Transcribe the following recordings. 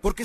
Porque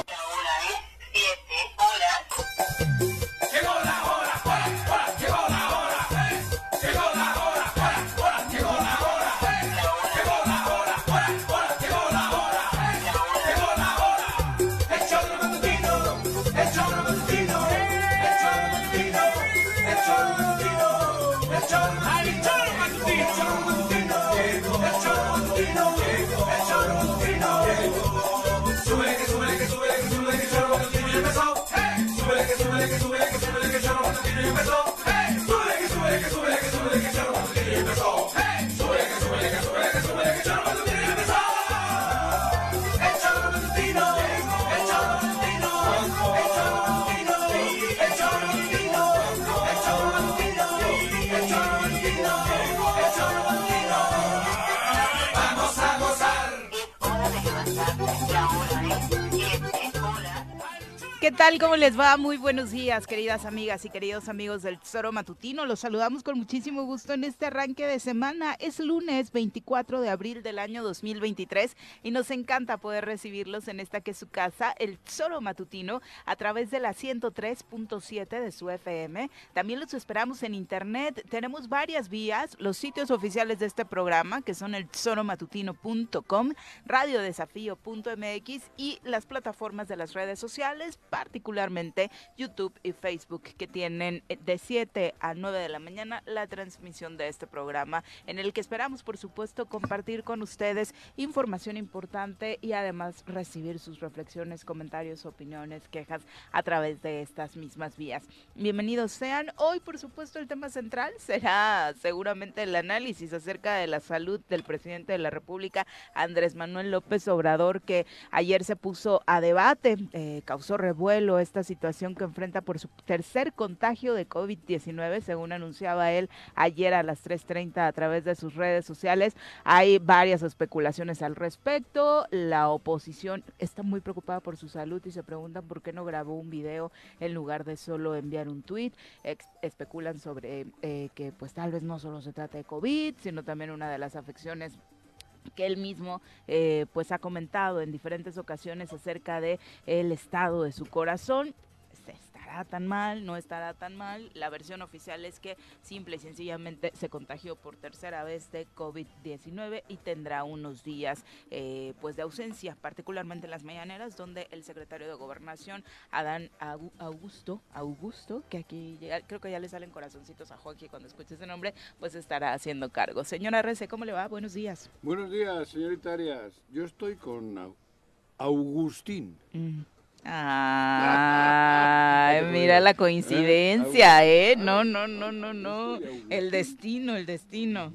Hora es 7 horas. Llegó la hora, hora, hora, llegó la hora, eh. llegó la hora, hora, hora, llegó la hora, eh. llegó la hora, hora, hora, llegó la hora, eh. llegó la hora, el chorro matutino, el chorro matutino, el chorro matutino, el chorro matutino, el chorro matutino, el chorro matutino, el chorro matutino, el chorro matutino, súbele que súbele que súbele que súbele que el chorro matutino ya empezó, eh. súbele que súbele que súbele que súbele que el chorro matutino ya empezó, eh. súbele que súbele que súbele que súbele que el chorro matutino ya empezó, eh. súbele que súbele que súbele que súbele que el chorro matutino ya empezó. El chorro matutino, el chorro matutino, el chorro matutino, el chorro matutino, el chorro matutino, el chorro matutino, el chorro matutino. Vamos a gozar. ¿Qué tal? ¿Cómo les va? Muy buenos días, queridas amigas y queridos amigos del Tesoro Matutino. Los saludamos con muchísimo gusto en este arranque de semana. Es lunes 24 de abril del año 2023 y nos encanta poder recibirlos en esta que es su casa, el Tesoro Matutino, a través de la 103.7 de su FM. También los esperamos en internet. Tenemos varias vías, los sitios oficiales de este programa, que son el tesoromatutino.com, radiodesafío.mx y las plataformas de las redes sociales particularmente YouTube y Facebook, que tienen eh, de 7 a 9 de la mañana la transmisión de este programa, en el que esperamos, por supuesto, compartir con ustedes información importante y además recibir sus reflexiones, comentarios, opiniones, quejas a través de estas mismas vías. Bienvenidos sean. Hoy, por supuesto, el tema central será seguramente el análisis acerca de la salud del presidente de la República, Andrés Manuel López Obrador, que ayer se puso a debate, eh, causó revuelo esta situación que enfrenta por su tercer contagio de COVID-19, según anunciaba él ayer a las 3.30 a través de sus redes sociales. Hay varias especulaciones al respecto. La oposición está muy preocupada por su salud y se preguntan por qué no grabó un video en lugar de solo enviar un tuit. Ex- especulan sobre eh, que pues tal vez no solo se trata de COVID, sino también una de las afecciones que él mismo eh, pues ha comentado en diferentes ocasiones acerca de el estado de su corazón Se estará tan mal, no estará tan mal. La versión oficial es que simple y sencillamente se contagió por tercera vez de COVID-19 y tendrá unos días eh, pues de ausencia, particularmente en las mañaneras, donde el secretario de Gobernación, Adán Agu- Augusto, Augusto, que aquí ya- creo que ya le salen corazoncitos a Joaquín cuando escuche ese nombre, pues estará haciendo cargo. Señora Rece, ¿cómo le va? Buenos días. Buenos días, señorita Arias. Yo estoy con Au- Agustín. Mm, Ay, mira la Ah, coincidencia, ¿eh? No, no, no, no, no. El destino, el destino.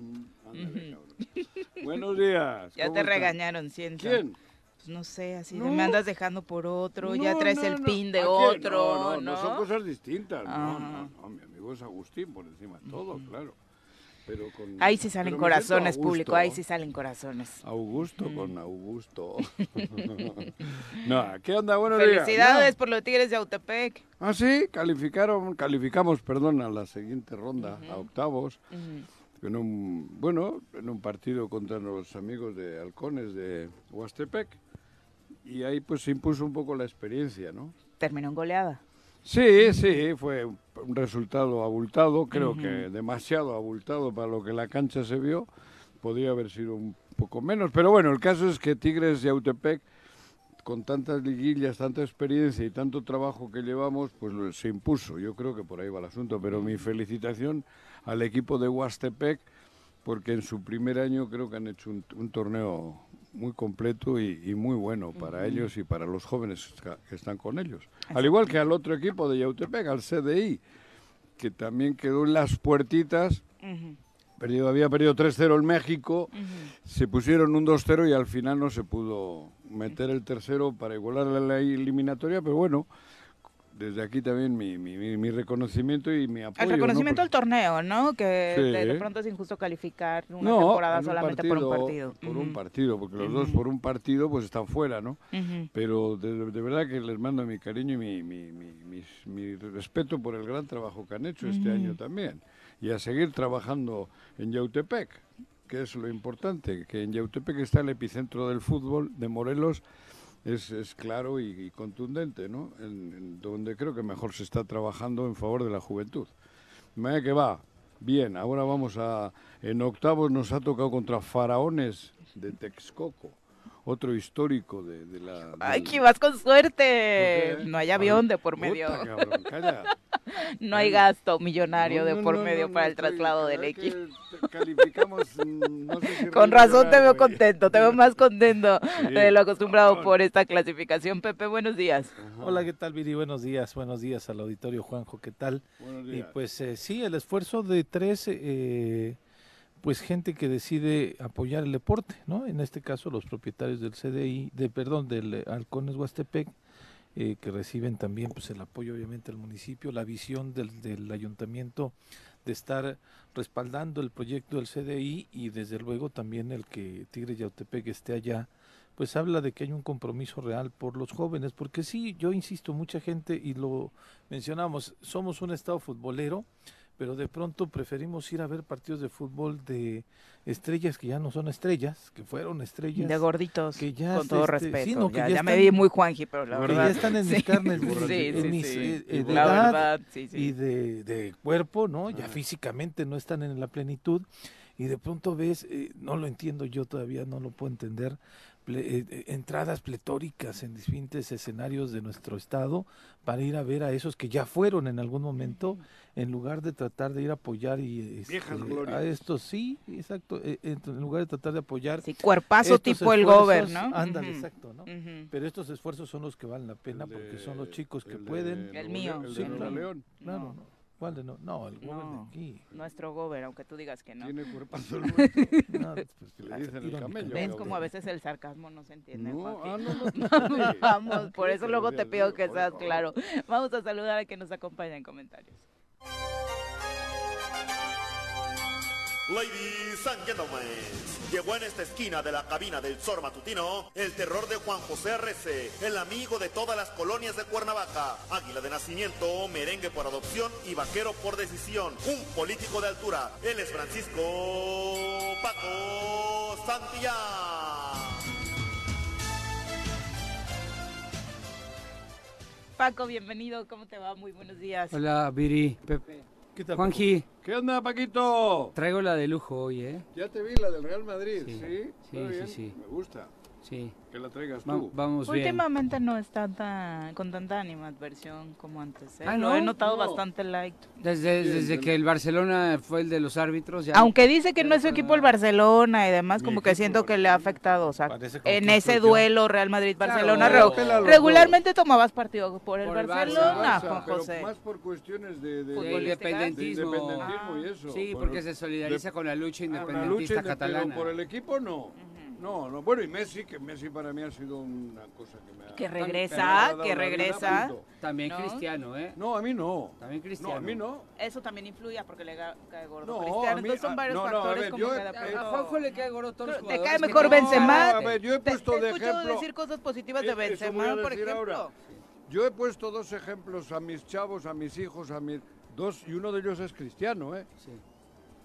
Buenos días. Ya ¿cómo te estás? regañaron, siento. ¿Quién? Pues no sé, así de, No. me andas dejando por otro, ya No, traes no, el no. pin de ¿A quién? otro, No, no, ¿no? son cosas distintas. No, Ah. no, no, mi amigo es Agustín por encima de todo, claro. Pero con, Ahí sí salen pero me siento corazones, a gusto. público, ahí sí Mm. salen corazones. Augusto con Augusto. no, ¿qué onda? Buenos días. Felicidades por los Tigres de Autepec. Ah, sí, calificaron, calificamos, perdón, a la siguiente ronda, a octavos. En un, bueno, en un partido contra los amigos de Halcones de Huastepec. Y ahí pues se impuso un poco la experiencia, ¿no? Terminó en goleada. Sí, sí, fue un un resultado abultado, creo Ujú. que demasiado abultado para lo que la cancha se vio. Podría haber sido un poco menos, pero bueno, el caso es que Tigres y Autepec, con tantas liguillas, tanta experiencia y tanto trabajo que llevamos, pues lo- se impuso. Yo creo que por ahí va el asunto, pero mi felicitación al equipo de Huastepec, porque en su primer año creo que han hecho un, un torneo muy completo y, y muy bueno para Ujú. ellos y para los jóvenes ca- que están con ellos. Al igual que al otro equipo de Yautepec, al CDI, que también quedó en las puertitas perdido, había perdido 3-0 en México, se pusieron un 2-0 y al final no se pudo meter el tercero para igualar la eliminatoria, pero bueno, desde aquí también mi, mi- mi- mi reconocimiento y mi apoyo. El ¿no? reconocimiento Porque- al torneo, ¿no? Que Sí. de, de pronto es injusto calificar una No, temporada en un solamente por un partido. Por un partido, porque los dos por un partido pues están fuera, ¿no? Ujú. Pero de, de verdad que les mando mi cariño y mi, mi- mi- mis- mi respeto por el gran trabajo que han hecho este Ujú. año también. Y a seguir trabajando en Yautepec, que es lo importante, que en Yautepec está el epicentro del fútbol de Morelos. Es, es claro y, y contundente, ¿no? En- en donde creo que mejor se está trabajando en favor de la juventud. Vaya que va. Bien, ahora vamos a... En octavos nos ha tocado contra Faraones de Texcoco, otro histórico de, de la... Ay, del- que vas con suerte. ¿Por qué? No hay avión Mm. Ay, de por medio. puta, cabrón, calla. No hay Bueno. gasto millonario No, de no, por no, medio no, para no el estoy- traslado del creo que equipo. te Calificamos... mm, no sé si Con reír o razón te llorar, veo güey. contento, te veo más contento Sí, de lo acostumbrado cabrón. eh, por esta clasificación. Pepe, buenos días. Hola, ¿qué tal, Viri? Buenos días, buenos días al auditorio Juanjo, ¿qué tal? Buenos Y días. pues eh, sí, el esfuerzo de tres, eh, pues gente que decide apoyar el deporte, ¿no? En este caso los propietarios del CDI, de perdón, del eh, Halcones Huastepec, eh, que reciben también pues el apoyo obviamente del municipio, la visión del, del ayuntamiento de estar respaldando el proyecto del CDI y desde luego también el que Tigre Yautepec esté allá, pues habla de que hay un compromiso real por los jóvenes, porque sí, yo insisto, mucha gente, y lo mencionamos, somos un estado futbolero, pero de pronto preferimos ir a ver partidos de fútbol de estrellas que ya no son estrellas, que fueron estrellas. De gorditos, que ya con es, todo este, sí, respeto. no, que ya ya ya me están- vi muy Juanji, pero la Que que verdad. ya están en mis carnes, Sí, en sí, mis, sí. eh, eh, de la edad, verdad, sí, sí. y de, de cuerpo, ¿no? Ya Ah. físicamente no están en la plenitud y de pronto ves, eh, no lo entiendo yo todavía, no lo puedo entender, ple- eh, eh, entradas pletóricas en distintos escenarios de nuestro estado para ir a ver a esos que ya fueron en algún momento, en lugar de tratar de ir a apoyar y este, Viejas glorias. a estos, sí, exacto, eh, en en lugar de tratar de apoyar. Sí, cuerpazo estos tipo el esfuerzos, Gober, ¿no? Ándale, Ujú, exacto, ¿no? ujú. Pero estos esfuerzos son los que valen la pena El porque de- son los chicos que el de pueden. Nuevo mío. León, El Sí, de Nuevo claro. León. Claro, No. no. ¿Cuál de no? No, el Gober No. de aquí. Nuestro Gober, aunque tú digas que no. Tiene cuerpazo el nuestro. No, pues, Que le ah, dicen el irónicamente. camello, ¿Ves cabrón. como a veces el sarcasmo no se entiende, No, Joaquín? ah, no, no, no, sí. Vamos, por eso Pero luego ya te sé, pido que por seas favor. claro. Vamos a saludar a quien nos acompaña en comentarios. Ladies and gentlemen, llegó en esta esquina de la cabina del Zor Matutino el terror de Juan José R.C., el amigo de todas las colonias de Cuernavaca, águila de nacimiento, merengue por adopción y vaquero por decisión, un político de altura. Él es Francisco Paco Santillán. Paco, bienvenido, ¿cómo te va? Muy buenos días. Hola, Viri, Pepe. ¿Qué tal? Juanji, ¿Qué onda, Paquito? traigo la de lujo hoy, ¿eh? Ya te vi la del Real Madrid, ¿sí? Sí, sí, ¿Está sí, bien? sí. Me gusta. Sí, Que la traigas va- tú. vamos bien. Últimamente no está tan, con tanta animadversión como antes. ¿eh? Ah, Lo ¿no? he No. notado bastante light. Desde, Bien, desde bien. que el Barcelona fue el de los árbitros, ya. Aunque dice que no es su Ah. equipo el Barcelona y demás, Mi como que equipo, siento que le ha afectado. O sea, Parece como en que ese influyó. duelo Real Madrid-Barcelona, Claro, regu- pela a los regularmente tomabas partido por el Por el Barça, Barcelona, Barça, Juan pero José. más por cuestiones de, de- De de- de independentismo. independentismo y eso. Sí, Por- porque se solidariza de- con la lucha por la independentista lucha, de- catalana. Pero por el equipo no. No, no. Bueno, y Messi, que Messi para mí ha sido una cosa que me ha... Que me ha regresa, dado que la vida, regresa. punto. También ¿No? cristiano, ¿eh? No, a mí no. También cristiano. No, a mí no. Eso también influye porque le ga- cae gordo No, Cristiano. a mí- Entonces son a- varios no, no, a factores ver, como yo- que de eh, A- pronto- A Juanjo le cae gordo a todos los Te jugadores cae que mejor no- Benzema. No, Ah, a ver, yo he Te- puesto te de escucho ejemplo... Eh, decir cosas positivas de Eso voy a Benzema, por decir ejemplo. ahora. Yo he puesto dos ejemplos a mis chavos, a mis hijos, a mis dos, y uno de ellos es cristiano, ¿eh? Sí,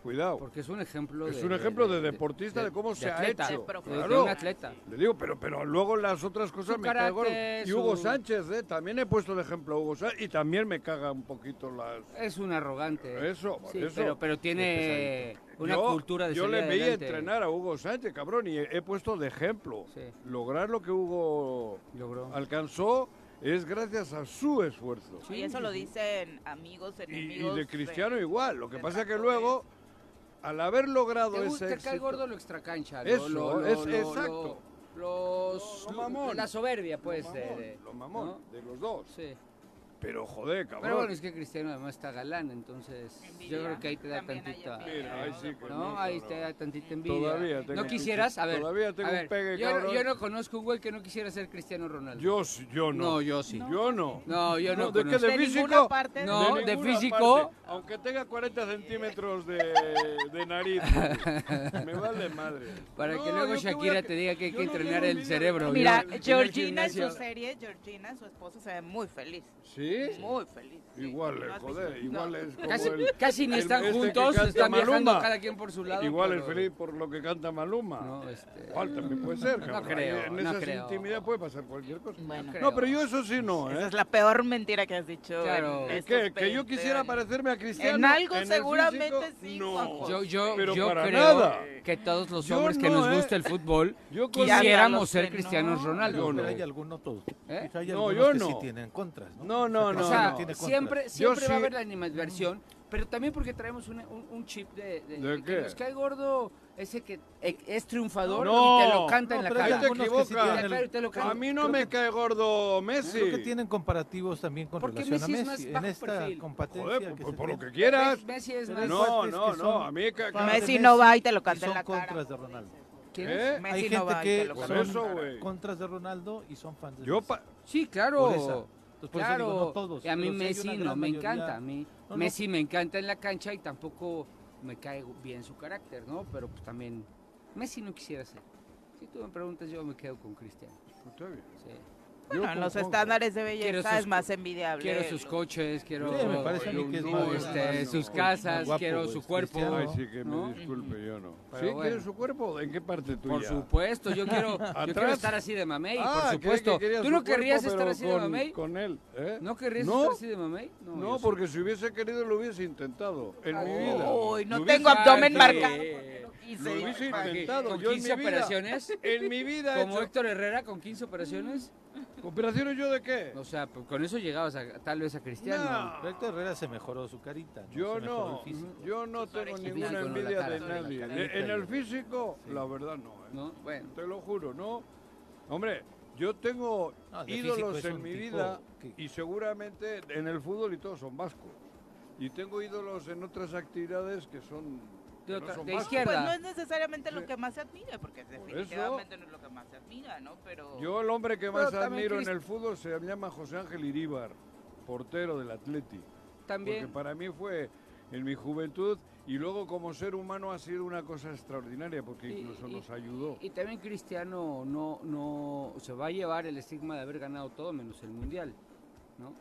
Cuidado. porque es un ejemplo. Es de- un ejemplo de deportista, de cómo se ha atleta, hecho. De, de Claro. un atleta. Le digo, pero, pero luego las otras cosas Su me cae gordo. carácter, Y Hugo su- Sánchez, ¿eh? También he puesto el ejemplo a Hugo Sánchez y también me caga un poquito las... Es un arrogante. ¿eh? Eso, por Sí, eso. Pero, pero tiene una Yo- cultura de Yo le salir veía adelante. entrenar a Hugo Sánchez, cabrón, y he, he puesto de ejemplo. Sí. Lograr lo que Hugo Logró. alcanzó es gracias a su esfuerzo. Y eso lo dicen amigos, Y- Y, enemigos. de Cristiano igual. Lo que de pasa es que Rafa, luego, al haber logrado Te, gusta, ese te cae éxito, gordo lo extracancha. lo- Eso, lo- lo- es- lo- exacto. lo- los, Lo- lo mamón. La soberbia, pues. lo de- mamón, de- lo mamón ¿no? de los dos. Sí. Pero joder, cabrón. Pero bueno, es que Cristiano además está galán, entonces yo creo que ahí te da tantita. eh, Mira, ahí sí que ¿No? no, Ahí cabrón. te da tantita envidia. Todavía tengo- ¿No quisieras? A ver. todavía tengo a un ver, pegue, yo, no- cabrón. yo no conozco un güey que no quisiera ser Cristiano Ronaldo. Yo, s- yo no. No, yo sí. Yo no. No, yo no. ¿De qué? conozco. ¿De De físico? ninguna parte. No, de ninguna físico. parte. Aunque tenga 40 centímetros de, de nariz. Me vale madre. Para que No, luego yo te voy a Shakira te diga que hay yo que no entrenar tengo el ni- cerebro. Mira, yo- en el Georgina en su gimnasio. serie, Georgina, su esposo, se ve muy feliz. ¿Sí? Muy feliz. sí. Igual, ¿No eh, has joder, visto? igual No. es como Casi, el... casi ni el- están este que juntos, canta están viajando Maluma. cada quien por su lado. Igual el pero- feliz por lo que canta Maluma. No, este- Igual también puede ser, cabrón. creo, En no esa creo. intimidad puede pasar cualquier cosa. Bueno, creo. No, pero yo eso sí no, esa ¿eh? es la peor mentira que has dicho. en Claro. Es estos ¿Qué? ¿Que yo 20 quisiera años. parecerme a Cristiano? En algo el seguramente físico? sí, No. Juanjo. Yo, yo, Pero yo para creo nada. que todos los Yo hombres que no, nos ¿eh? gusta el fútbol Yo con- quisiéramos los ser que cristianos no. Ronaldo. no. Pero hay algunos todos. ¿Eh? Quizá hay No, algunos yo que no. sí tienen contras, ¿no? No, no, O sea, O no, persona sea, no. tiene contras. siempre, siempre sí- va a haber la animadversión, pero también porque traemos una- un, un chip de, de- ¿De de que qué? nos cae gordo ese que eh, es triunfador No, y te lo canta no, en la pero hay Ahí cara. te algunos que sí equivocas. tienen el- Te lo creo. A mí no me cae gordo Messi. Creo que tienen comparativos también con Porque relación Messi a es más Messi. En bajo esta perfil. competencia Joder, que por, se por lo tiene. que quieras. Messi, Messi es Pero más... hay No, cuates no, que no. son A mí que... fan de Messi no va y te lo y canta en son la cara. contras de Ronaldo. ¿Quién es? ¿Eh? Messi hay no gente va y te que lo Por canta en la eso, cara. güey. contras de Ronaldo y son fans de Yo Messi. pa- Sí, Por esa. claro. Entonces, por eso claro. digo, no todos, Y a mí pero sí hay Messi una no gran me mayoría. encanta. A mí No, no. Messi me encanta en la cancha y tampoco me cae bien su carácter, ¿no? Pero pues también Messi no quisiera ser. Si tú me preguntas, yo me quedo con Cristiano. Está bien. sí. Yo Bueno, en con los Juanjo. estándares de belleza sus es más envidiable. Quiero sus coches, quiero Sí, me parece a mí que es no, más- este, más- sus no. Más casas, guapo, quiero güey, su cuerpo. Cristiano. pues, Ay, sí, que me ¿no? disculpe, yo no. Pero ¿Sí bueno. quieres su cuerpo? ¿En qué parte tuya? Por supuesto, yo quiero, yo quiero Atrás. estar así de mamey, Ah, por creí que supuesto. querías ¿Tú su no querrías cuerpo, estar pero así de con- mamey? Con él, ¿eh? ¿No querrías ¿No? estar así de mamey? No, yo porque si hubiese querido lo hubiese intentado en mi vida. Uy, Lo no hubiese- tengo abdomen Sí. marcado porque no Lo quise. hubiese sí. intentado. Con Yo en 15 mi vida. operaciones. En mi vida. he Como hecho- Héctor Herrera con 15 operaciones. ¿Operaciones yo de qué? O sea, pues, con eso llegabas a- tal vez a Cristiano. No. Pero Héctor Herrera se mejoró su carita. ¿no? Yo Se mejoró no, mm, el físico. yo no tengo orejitas. ninguna Con la envidia cara, de con la nadie. cara. En el físico, la verdad no, ¿eh? ¿No? Bueno. te lo juro, no. Hombre, yo tengo No, de físico ídolos es en un mi tipo vida que- y seguramente en el fútbol y todos son vascos. Y tengo ídolos en otras actividades que son que De no otra- son de vascos. izquierda. Pues no es necesariamente lo que más se admira, porque definitivamente eso. no es lo que más se admira, ¿no? Pero Yo el hombre que Pero más también admiro en Crist- el fútbol se llama José Ángel Iríbar, portero del Atleti. También. Porque para mí fue en mi juventud y luego como ser humano ha sido una cosa extraordinaria porque Y- incluso y- nos ayudó. Y también Cristiano no, no se va a llevar el estigma de haber ganado todo menos el mundial, ¿no?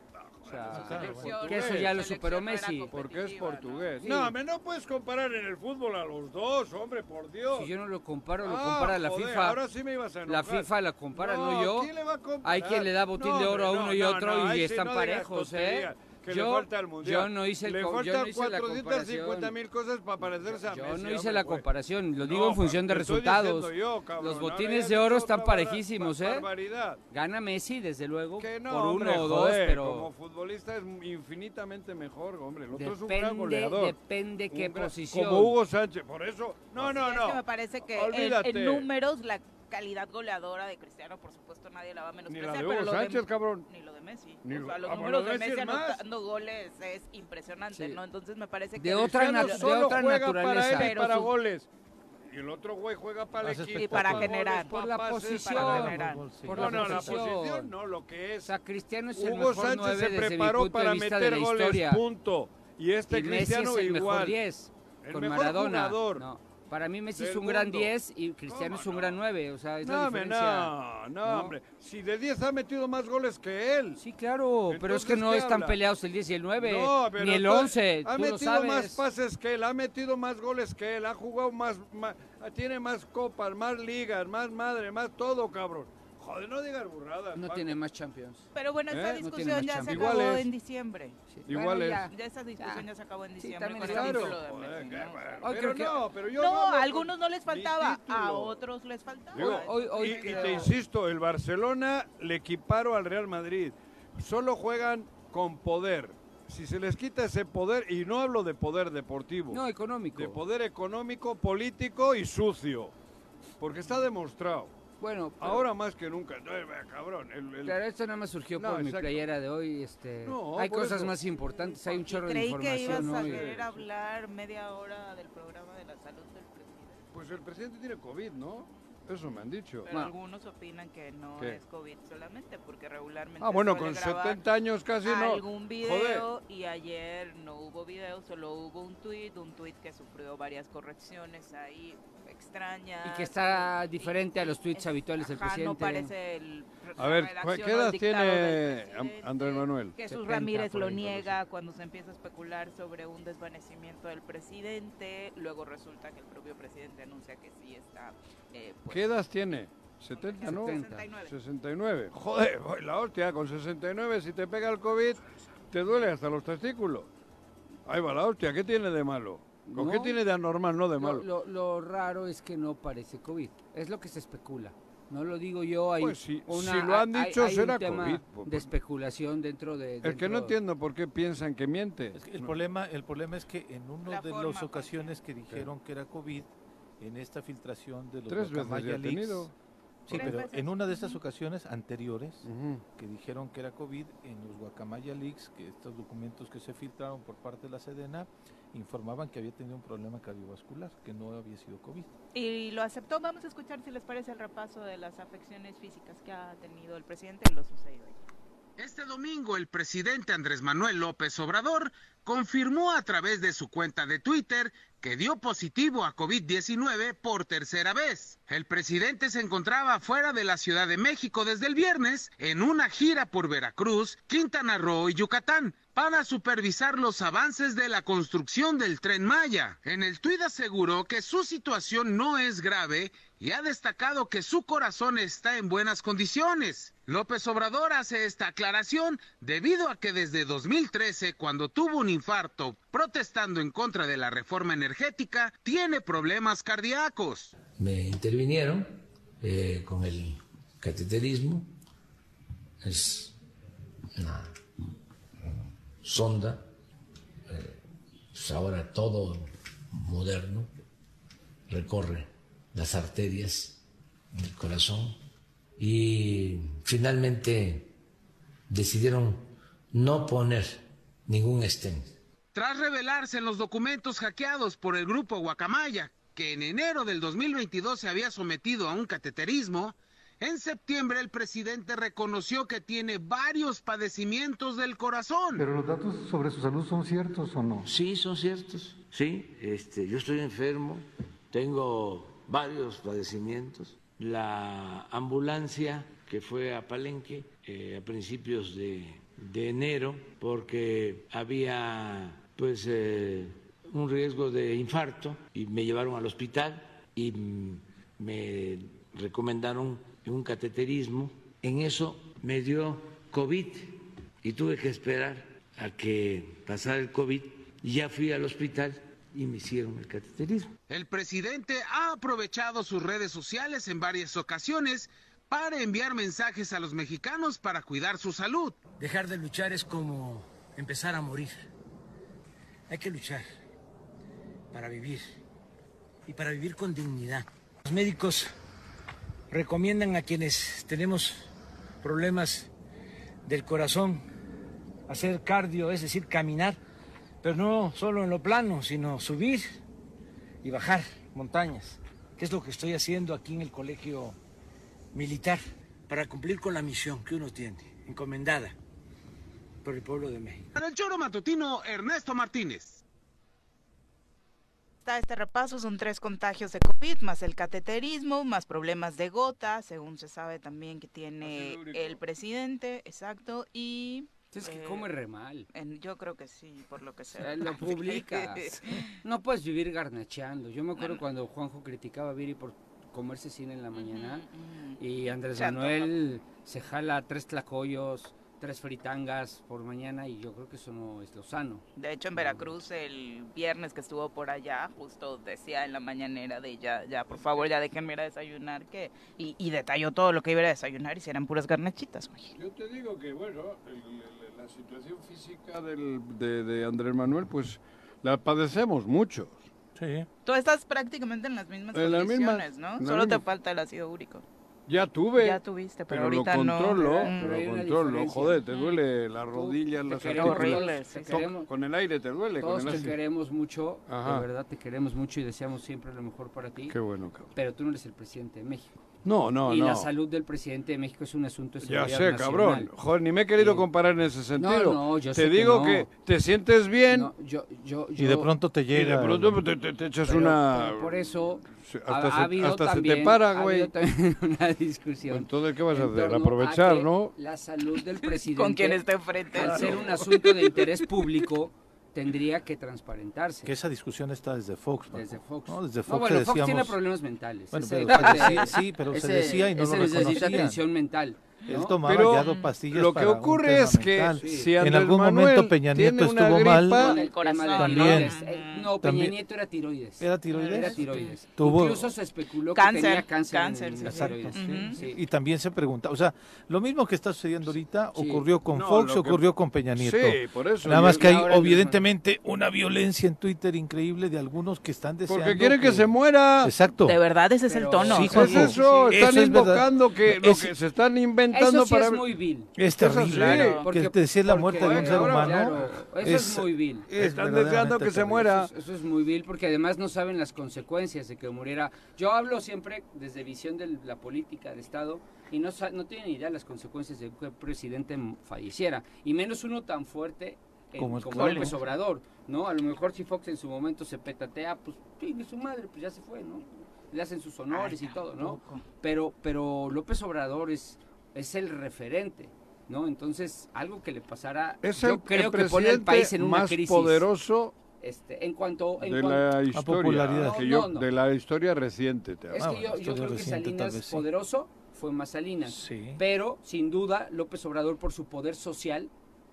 O sea, claro, bueno. que eso ya lo superó Messi. Ah, Porque es portugués. Sí. No, hombre, no puedes comparar en el fútbol a los dos, hombre, por Dios. Si yo no lo comparo, lo Ah, compara la joder, FIFA. Ahora sí me ibas a La enojar. FIFA la compara, no, yo. ¿quién le va a comparar? Hay quien le da botín No, de oro a hombre, uno no, y no, otro no, y ahí sí están no digas parejos, ¿eh? tonterías, Que le falta el mundial. yo no hice el le co- yo faltan no hice la 450 mil cosas para parecerse a Yo Messi, no hice hombre, la güey. comparación, lo No, digo en función de te estoy resultados. diciendo yo, cabrón, Los ahora botines ya de has oro dicho están otra barba- parejísimos, bar- ¿eh? Barbaridad. Gana Messi, desde luego, Que no, por uno hombre, o dos, joder, pero Como futbolista es infinitamente mejor, hombre. El otro es un gran depende, goleador. depende qué Un gran- posición. Como Hugo Sánchez, por eso. No, Sí, no, es no. que me parece que en- en, Olvídate. números la calidad goleadora de Cristiano, por supuesto, nadie la va a Ni menospreciar. la de pero Hugo lo Sánchez, de, cabrón. ni lo de Messi. Ni o lo- sea, los ah, bueno, números de Messi Messi es más. anotando goles es impresionante, Sí. ¿no? Entonces me parece Este que... De otra Cristiano nat- de solo otra juega naturaleza. para él y Pero para su- goles. Y el otro güey juega para el Más equipo. espectáculo. Y para goles, generar. pa' Por la pases, posición. para Para generar. generar. No, Por no, la la posición. posición no, lo que O es. sea, Cristiano es el Hugo mejor Sánchez nueve se desde mi preparó punto para de vista de meter la goles, historia. punto. Y este y Messi Cristiano es el mejor igual. 10 El con mejor Maradona. jugador No, para mí Messi es del un gran mundo. 10 y Cristiano ¿Cómo es un no? gran 9, o sea, es la No, hombre, diferencia. no, no, ¿no? hombre. Si de 10 ha metido más goles que él. Sí, claro, pero es que Entonces, no ¿qué están habla? peleados el 10 y el 9, No, pero ni el entonces, 11, Ha tú lo metido sabes. más pases que él, ha metido más goles que él, ha jugado más, ma- tiene más copas, más ligas, más madre, más todo, cabrón. Joder, no digas burradas. no Paco. tiene más Champions. Pero bueno, ¿Eh? esta No tiene discusión más ya se Champions. acabó Igual es. en diciembre. Sí. Igual es. ya. Ya esta discusión Ya. ya, se acabó en Sí, diciembre también con el está Claro. título de joder, Messi, qué ¿no? O sea, bárbaro. Hoy pero creo que- no, pero yo No, hablo a con- algunos no les mi faltaba, a título. otros les faltaba. Digo, Hoy- hoy y, y creo- te insisto, el Barcelona le equiparo al Real Madrid. Solo juegan con poder. Si se les quita ese poder, y no hablo de poder deportivo, No, económico. de poder económico, político y sucio. Porque está demostrado. Bueno, pero- Ahora más que nunca. No, eh, cabrón. el- el- Claro, esto nada más surgió No, por mi exacto. playera de hoy. Este, No, hay por cosas eso. más importantes, hay un chorro de Creí que ibas información. a hoy. querer hablar media hora del programa de la salud del presidente. Pues el presidente tiene COVID, ¿no? Eso me han dicho. Pero No. algunos opinan que no ¿Qué? es COVID solamente, porque regularmente. Ah, bueno, suele con grabar 70 años casi no. algún video y ayer no hubo video, solo hubo un tuit, un tuit que sufrió varias correcciones ahí extrañas. Y que está diferente a los tweets habituales del Ajá, presidente. No parece el. A ver, redacción ¿qué o el edad dictado del tiene Am- presidente. Andrés Manuel? Jesús 70, Ramírez por lo ahí, algo así. niega cuando se empieza a especular sobre un desvanecimiento del presidente. Luego resulta que el propio presidente anuncia que sí está. eh, pues, ¿Qué edad tiene? 70, ¿no? 69. 69. Joder, voy la hostia, con 69 si te pega el COVID te duele hasta los testículos. Ahí va la hostia, ¿qué tiene de malo? ¿Con No. qué tiene de anormal, no de Lo, malo? lo- lo raro es que no parece COVID. Es lo que se especula. No lo digo yo. Hay Pues sí, una- si lo han hay- dicho, hay un será tema COVID, po- de especulación dentro de. Es que dentro- no entiendo por qué piensan que miente. Es que el, No. problema, el problema es que en una La de forma, las Juanji. ocasiones que dijeron que era COVID, en esta filtración de los Tres veces guacamaya ya he leaks- tenido. Sí, Tres pero veces. en una de estas ocasiones anteriores Ujú. que dijeron que era COVID, en los Guacamaya Leaks, que estos documentos que se filtraron por parte de la Sedena, informaban que había tenido un problema cardiovascular, que no había sido COVID. Y lo aceptó. Vamos a escuchar si les parece el repaso de las afecciones físicas que ha tenido el presidente y lo sucedido ayer. Este domingo el presidente Andrés Manuel López Obrador confirmó a través de su cuenta de Twitter que dio positivo a COVID-19 por tercera vez. El presidente se encontraba fuera de la Ciudad de México desde el viernes en una gira por Veracruz, Quintana Roo y Yucatán para supervisar los avances de la construcción del tren Maya. En el tuit aseguró que su situación no es grave y ha destacado que su corazón está en buenas condiciones. López Obrador hace esta aclaración debido a que desde 2013, cuando tuvo un infarto protestando en contra de la reforma energética, tiene problemas cardíacos. me intervinieron eh, con el cateterismo. Es una sonda, eh, pues ahora todo moderno, recorre las arterias del corazón y finalmente decidieron no poner ningún stent. Tras revelarse en los documentos hackeados por el grupo Guacamaya, que en enero del 2022 se había sometido a un cateterismo, en septiembre el presidente reconoció que tiene varios padecimientos del corazón. los datos sobre su salud son ciertos o no. Sí, son ciertos. Sí, este, yo estoy enfermo, tengo varios padecimientos. La ambulancia que fue a Palenque eh, a principios de, de enero porque había pues eh, un riesgo de infarto y me llevaron al hospital y mm, me recomendaron un cateterismo. En eso me dio COVID y tuve que esperar a que pasara el COVID y ya fui al hospital y me hicieron el cateterismo. El presidente ha aprovechado sus redes sociales en varias ocasiones para enviar mensajes a los mexicanos para cuidar su salud. Dejar de luchar es como empezar a morir. Hay que luchar para vivir y para vivir con dignidad. Los médicos recomiendan a quienes tenemos problemas del corazón hacer cardio, es decir, caminar, pero no solo en lo plano, sino subir y bajar montañas, que es lo que estoy haciendo aquí en el colegio militar para cumplir con la misión que uno tiene, encomendada por el pueblo de México. Para el choro matutino, Ernesto Martínez. Está este repaso, son tres contagios de COVID, más el cateterismo, más problemas de gota, según se sabe también que tiene Ácido úrico. el presidente, exacto, y Es que Eh, come re mal. en- yo creo que sí, por lo que O sea, se Eh, lo publicas. No puedes vivir garnacheando. Yo me acuerdo cuando Juanjo criticaba a Viri por comerse cine en la mañana. Y Andrés Se antoja. Manuel se jala tres tlacoyos, tres fritangas por mañana. Y yo creo que eso no es lo sano. De hecho, en Veracruz, el viernes que estuvo por allá, justo decía en la mañanera de ya, ya, por favor, ya déjenme ir a desayunar, que y, y detalló todo lo que iba a ir a desayunar y si eran puras garnachitas, güey. Yo te digo que, bueno, el- el- la situación física del- de, de Andrés Manuel, pues la padecemos mucho. Sí. Tú estás prácticamente en las mismas En las mismas- condiciones, ¿no? en las Solo te mismas. falta el ácido úrico. Ya tuve. Ya tuviste, pero lo ahorita no, controlo, ¿verdad? pero Hay una controlo. diferencia. Mm. Joder, te duele las rodillas, te las queremos, articulaciones. te Toc- queremos. Con el aire te duele. con Todos el te ácido. queremos mucho, Ajá. de verdad te queremos mucho y deseamos siempre lo mejor para ti. Qué bueno, cabrón. Pero tú no eres el presidente de México. No, no, y no. la salud del presidente de México es un asunto de Ya seguridad sé, cabrón. nacional. Joder, ni me he querido comparar en ese sentido. no, yo te sé que digo no. que, te sientes bien. Yo, yo, Y de yo- pronto te Y de llega- pronto te- te- te echas Pero- una- pero por eso Sí, ha, hasta ha se- habido hasta se te también, para, ha güey. Pues habido también una discusión. Entonces, ¿qué vas a en hacer? torno Aprovechar, que ¿no? La salud del presidente. Con quien esté enfrente. Al ser Claro. un asunto de interés público, tendría que transparentarse. Que esa discusión está desde Fox. Desde Fox. No, desde No, Fox bueno, decíamos... Fox tiene problemas mentales. Bueno, Ese- pero se ese- decía- sí, pero ese- se decía y no ese lo reconocían. necesita atención mental. ¿no? Él tomaba Pero ya dos pastillas lo que para un ocurre tema es que mental. si Andrés en algún Manuel momento Peña tiene Nieto una estuvo gripa- mal. Con el corazón, ¿no? también. Eh, No, Peña También. Nieto era tiroides. ¿Era tiroides? Era tiroides. Tuvo- Incluso se especuló Cáncer, que tenía cáncer, cáncer, en sí, las sí. tiroides. Ujú. Sí. Y también se pregunta, o sea, lo mismo que está sucediendo ahorita Sí. ocurrió con No, Fox, lo que- ocurrió con Peña Nieto. Sí, por eso. Nada Y más que hay, ahora- evidentemente, una violencia en Twitter increíble de algunos que están deseando. Porque quieren que se muera. Exacto. De verdad, ese es el tono. Sí, Es Juanjo. eso, Sí, sí, sí. están Eso es verdad. invocando que lo Es- que se están inventando Eso sí para. es muy vil. Es Eso sí. terrible. Que te decía la muerte de un ser humano. Eso es, muy vil. Están deseando que se muera. Eso es, eso es muy vil porque además no saben las consecuencias de que muriera. Yo hablo siempre desde visión de la política de Estado y no, sa- no tienen idea las consecuencias de que el presidente m- falleciera. Y menos uno tan fuerte en- Como como, el Cole. López Obrador, ¿no? A lo mejor si Fox en su momento se petatea, pues chingue su madre, pues ya se fue, ¿no? Le hacen sus honores y todo, ¿no? Pero, pero López Obrador es, es el referente, ¿no? Entonces, algo que le pasara, Es yo el, el creo que pone al presidente país en una más crisis. poderoso Este, en cuanto en de cuanto- la historia. que yo- No, no, no. De la historia reciente. Ah, te Es hablo. que yo, yo creo que reciente, tal Salinas vez sí. poderoso fue más Salinas. Sí. Pero sin duda López Obrador por su poder social,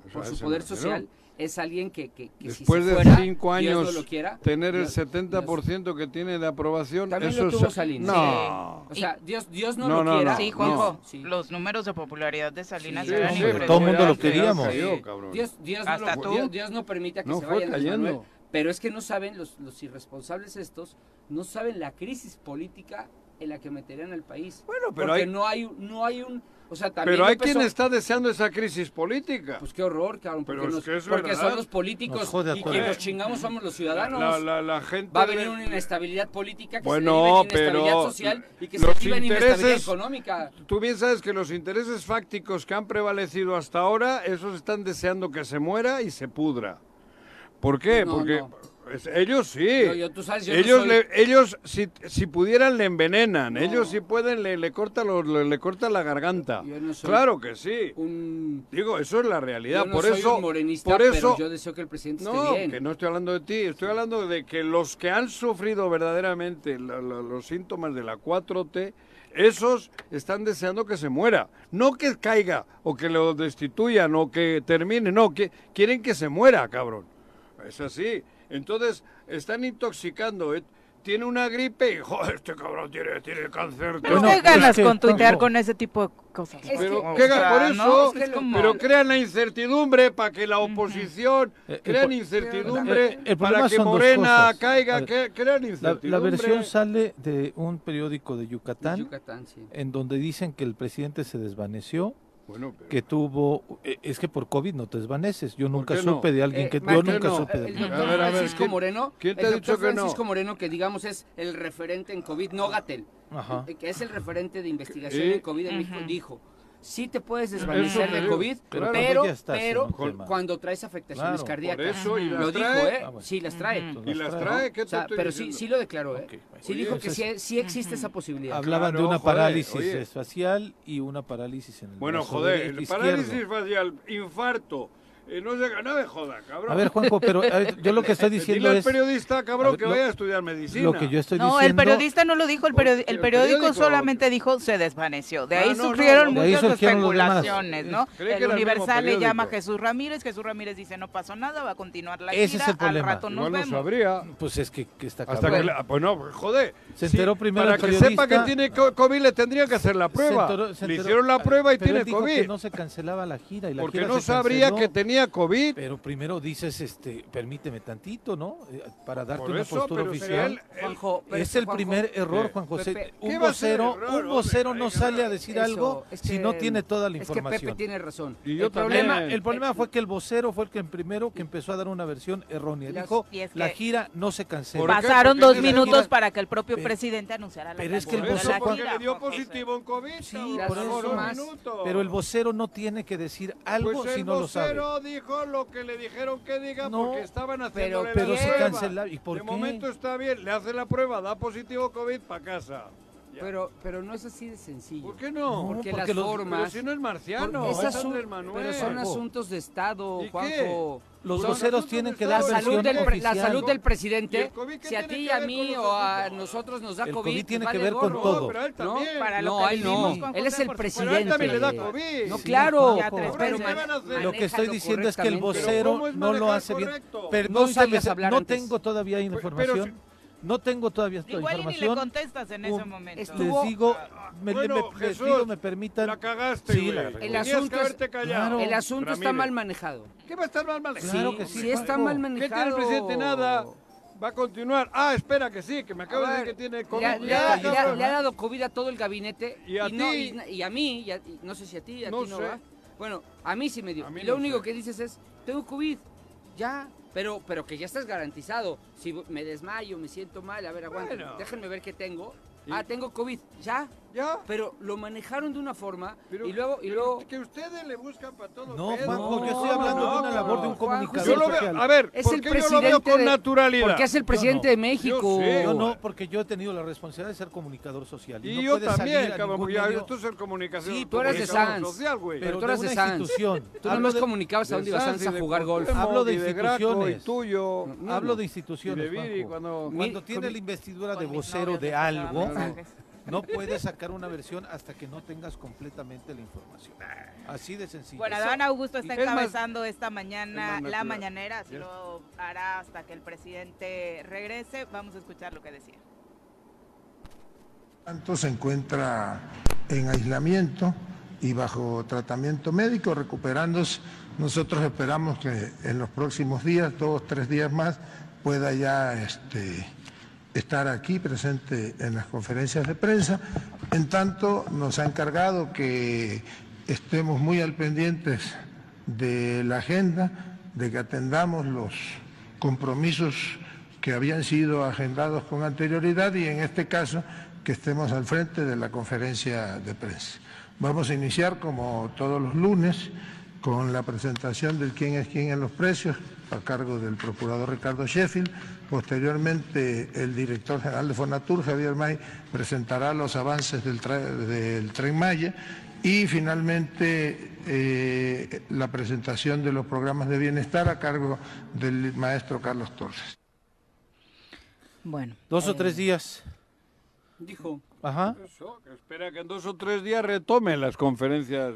O por sea, su se poder refiero. social es alguien que, que- que si Después se de fuera, cinco Dios no años, lo quiera, tener el Dios- 70% que tiene de aprobación. También eso lo es- tuvo Salinas. No. O sea, Dios, Dios no, No, lo no, quiera. no, Sí, Juanjo, los números de popularidad de Salinas Sí, eran sí, increíbles. todo el mundo lo Sí, queríamos. sí. Cayó, cabrón. Dios, Dios Hasta no, lo- tú. Dios, Dios no permita que No, se fue vayan cayendo. Pero es que no saben, los, los irresponsables estos, no saben la crisis política en la que meterían al país. Bueno, pero Porque hay- no hay, un- no hay un... O sea, también Pero hay López quien O- está deseando esa crisis política. Pues qué horror, cabrón. Pero porque es nos- que es porque verdad. son los políticos Nos jode a y todos. quien nos chingamos somos los ciudadanos. La- la- la gente Va a de- venir una inestabilidad política que Bueno, se deriva en inestabilidad pero social y que se los deriva en inestabilidad intereses- económica. Tú bien sabes que los intereses fácticos que han prevalecido hasta ahora, esos están deseando que se muera y se pudra. ¿Por qué? No, Porque no. es- Pues ellos sí. No, yo- tú sabes, yo no ellos, soy- le- eh, ellos si, si pudieran le envenenan. Ellos si pueden le, le corta los- le, le corta la garganta. Claro que sí. Digo, eso es la realidad. Yo no por soy eso, un morenista, por pero eso, yo deseo que el presidente esté no, bien. que no estoy hablando de ti, estoy hablando de que los que han sufrido verdaderamente la- la- los síntomas de la 4T, esos están deseando que se muera. No que caiga o que lo destituyan o que termine, no, que quieren que se muera, cabrón. Es así. Entonces, están intoxicando. eh. Tiene una gripe y, joder, este cabrón tiene, tiene cáncer. Pero ¿Qué ganas con tuitear con ese tipo de cosas? Pero Juanjo? ¿qué O sea, hagan por ¿no? eso, Es como- pero crean la incertidumbre para que la oposición, Eh, el crean po- incertidumbre El- el para problema que son dos Morena cosas. A caiga, ver, que- crean La, incertidumbre. la versión sale de un periódico de Yucatán, De Yucatán, sí. en donde dicen que el presidente se desvaneció, Bueno, pero- que tuvo, eh, es que por COVID no te desvaneces. Yo nunca qué no? supe de alguien Eh, que yo Marco, nunca no, supe de El alguien. doctor Francisco ¿quién- Moreno, quién te el ha doctor dicho que no? Francisco Moreno, que digamos es el referente en COVID, no Gatel, Ajá. eh, que es el referente de investigación ¿Eh? en COVID en México, dijo, sí te puedes Eso desvanecer te de digo, COVID, claro. pero, Ya estás en pero un tema. cuando traes afectaciones Claro. cardíacas. Por eso, y las lo dijo, trae. ¿eh? Sí, las trae. Y las trae, ¿qué te O sea, estoy Pero sí, diciendo? sí lo declaró, ¿eh? Sí Oye, dijo que eso sí, es- sí existe esa posibilidad. Hablaban de Claro, una joder, parálisis oye. facial y una parálisis en el Bueno, brazo joder, derecho el izquierdo. parálisis facial, infarto, eh, no, se, no me joda, cabrón. A ver, Juanjo, pero, a ver, yo lo que estoy diciendo Dile es- al periodista, a cabrón, ver, que lo- vaya a estudiar medicina. lo que yo estoy No, el periodista no lo dijo, el, periodi- el el periódico, periódico- solamente dijo se desvaneció. De Ah, ahí no, no, surgieron de ahí muchas surgieron los demás. especulaciones, ¿no? Creí que era El el mismo Universal le periódico. llama a Jesús Ramírez, Jesús Ramírez dice no pasó nada, va a continuar la Ese gira, es el problema. al rato nos Igual no vemos. sabría. Pues es que, que está Hasta que, cabrón. le- ah, pues no, joder. Se Sí, enteró primero Para el que sepa que periodista. tiene co- COVID le tendría que hacer la prueba. Se enteró- se le enteró- hicieron la prueba y pero tiene él dijo COVID. que no se cancelaba la gira y la porque gira no se sabría canceló. que tenía tenía COVID. Pero primero dices, este, permíteme tantito, ¿no? Eh, Para darte Por una eso, postura pero oficial. sería el- el- Juanjo, pero es que el Juanjo- primer error, Sí. Juan José. Pepe, un ¿qué va a ser vocero, error, un hombre? vocero no Eso, sale a decir es algo que- si no tiene toda la información. Es que Pepe tiene razón. Y yo el también. problema, El problema fue que el vocero fue el que primero que empezó a dar una versión errónea. Las- Dijo, y es que- la gira no se cancela. Pasaron dos minutos para para que el propio Pero- presidente anunciara la pero es que el cancelación de la vocero- porque gira, le dio Juan José. positivo en COVID. Sí, Las por dos eso. más. Pero el vocero no tiene que decir algo pues si el no lo sabe. vocero dijo lo que le dijeron que diga No, porque estaban haciendo pero- pero la se prueba. cancela- ¿y por de qué? momento está bien, le hace la prueba, da positivo COVID para casa. Ya. Pero, pero no es así de sencillo. ¿Por qué no? No, Porque, porque los- las pero Pero formas. si no es marciano, Porque es es asu- Andrés Manuel. pero son Juanjo. asunto asuntos de Estado, ¿Y qué? Juanjo. Los Son- voceros tienen que la dar salud, versión del pre- la oficial. salud ¿Y del el presidente, COVID qué si a tiene ti, que a ver con mí los o a asuntos? nosotros nos da El COVID, COVID tiene pues que vale ver con gorro. No, todo. pero a él también. No, Para lo No, que a él vivimos no. con Él José es el Portillo. Pero a él presidente. también le da COVID. No, Sí, claro. Juanjo. Ya tres Pero veces. man- Manéjalo Lo que estoy diciendo es que el correctamente. Pero ¿cómo vocero es no lo manejar hace bien. correcto? No Perdón, se sabías les- no, hablar antes. tengo todavía pero información. No tengo todavía toda Igual y ni le información. contestas en Un- ese momento. Estuvo- Les digo, me, Ah, Bueno, me- les Jesús, digo, me permitan. La cagaste, Sí, güey. la regué. El Tenías asunto que es- haberte callado. Claro. El asunto está Ramírez. mal manejado. ¿Qué va a estar mal manejado? Claro que sí, Sí está Juanjo. mal ¿Qué manejado. tiene el presidente? Nada. Va a continuar. Ah, espera que sí, que me acabo de A decir ver, que tiene Le, ha- COVID. le ha- Ya, le ha- cabrón. le ha dado COVID a todo el gabinete. Y a no- ti. na- y a mí, y a- y no sé si a ti, a No ti no sé. va. Bueno, a mí sí me dio. A mí Y lo no único sé. que dices es, tengo COVID, ya. Pero, pero que ya estás garantizado. Si me desmayo, me siento mal, a ver, aguanta, Bueno. déjenme ver qué tengo. Y- Ah, tengo COVID, ya. Ya. Pero lo manejaron de una forma Pero- y luego, y luego. Que ustedes le buscan para todo. No, pedo. Juanjo, yo estoy No, hablando de una no, labor de un Juanjo, comunicador. Yo lo social. veo, a ver, Es ¿por el qué yo lo veo presidente con de- naturalidad? Porque es el presidente no. de México. Yo sí. Yo no, porque yo he tenido la responsabilidad de ser comunicador social. Y, Y no yo puedes salir también, a cabrón, ningún ya, medio, esto es el comunicación. Sí, tú eres de comunicación Sanz. social, güey. Pero pero de tú eres de una Sanz. institución. Tú Hablo nomás de- comunicabas a dónde ibas Sanz, Sanz y a de jugar golf. Cuauhtémoc Hablo de y Graco instituciones. Y tuyo. Hablo de Y de instituciones, Viri, Juanjo. cuando... Cuando Mi- tiene con- la investidura con de mis vocero novios de me pasaba algo, mensajes. no puedes sacar una versión hasta que no tengas completamente la información. Así de sencillo. Bueno, Adán Augusto está Es más- encabezando esta mañana es más la natural. mañanera, así Ya. lo hará hasta que el presidente regrese. Vamos a escuchar lo que decía. Tanto se encuentra en aislamiento y bajo tratamiento médico, recuperándose. Nosotros esperamos que en los próximos días, dos, tres días más, pueda ya este, estar aquí presente en las conferencias de prensa. En tanto, nos ha encargado que estemos muy al pendientes de la agenda, de que atendamos los compromisos que habían sido agendados con anterioridad y en este caso que estemos al frente de la conferencia de prensa. Vamos a iniciar como todos los lunes con la presentación del quién es quién en los precios a cargo del procurador Ricardo Sheffield. Posteriormente el director general de Fonatur, Javier May, presentará los avances del, tra- del tren Maya y finalmente eh, la presentación de los programas de bienestar a cargo del maestro Carlos Torres. Bueno. Dos o tres días. Dijo. Ajá. Pues Eso, que espera que en dos o tres días retome las conferencias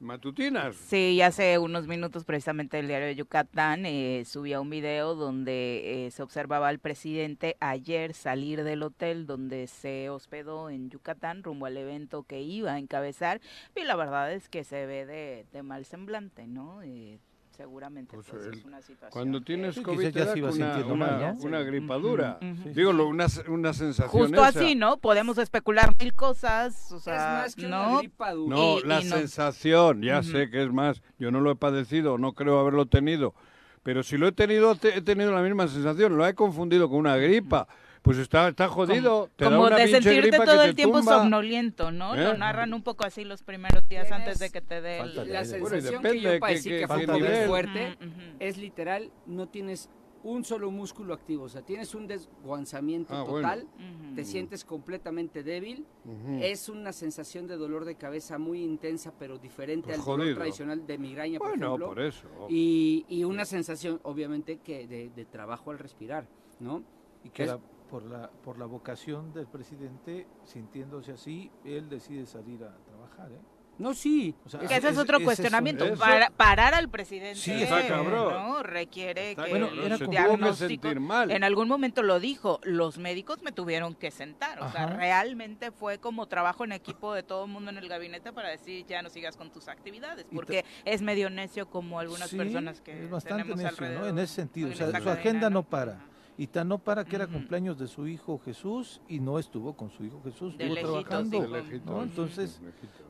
matutinas. Sí, y hace unos minutos precisamente el diario de Yucatán eh, subía un video donde eh, se observaba al presidente ayer salir del hotel donde se hospedó en Yucatán rumbo al evento que iba a encabezar y la verdad es que se ve de, de mal semblante, ¿no? Eh, seguramente Pues, pues, el- es una situación. Cuando que- tienes Sí, COVID quizás te ya da se iba una, sintiendo una, mal, ¿ya? una Sí. gripadura. Ujú, ujú. Digo, lo- una, una sensación Justo esa. así, ¿no? Podemos especular mil cosas, o sea, es más que ¿no? una gripa dura. No, Y- la y no. sensación, ya sé que es más, yo no lo he padecido, no creo haberlo tenido, pero si lo he tenido, te- he tenido la misma sensación, lo he confundido con una gripa, pues está, está jodido, te da como una de pinche sentirte gripa que todo te el tiempo tumba. somnoliento, ¿no? ¿Eh? Lo narran un poco así los primeros días Tienes antes de que te dé el- falta de La aire. Bueno, y sensación que depende yo padecí qué- que fue qué un COVID nivel. fuerte Ujú, ujú. es literal, no tienes un solo músculo activo, o sea, tienes un desguanzamiento Ah, bueno. total, Ujú. te sientes completamente débil, Ujú. es una sensación de dolor de cabeza muy intensa, pero diferente Pues al jodido. dolor tradicional de migraña, por Bueno, ejemplo, por eso. y, y una sensación, obviamente, que de, de trabajo al respirar, ¿no? Y que Es- la- por, la, por la vocación del presidente, sintiéndose así, él decide salir a trabajar. ¿eh? No, sí. O sea, que ese es, otro ese es cuestionamiento. un- Para- parar al presidente Sí, está cabrón. ¿no? requiere Está que cabrón, el se tuvo que diagnóstico. sentir mal. En algún momento lo dijo, los médicos me tuvieron que sentar. O sea, Ajá. realmente fue como trabajo en equipo de todo el mundo en el gabinete para decir ya no sigas con tus actividades, Y porque es medio necio como algunas Sí, personas que es bastante tenemos necio, ¿no? alrededor. En ese sentido, o Hoy sea, les su saca agenda dinero. no para. Y tan no para que era cumpleaños de su hijo Jesús y no estuvo con su hijo Jesús, De estuvo lejitos, trabajando. dijo. De lejitos, ¿no? sí, Entonces,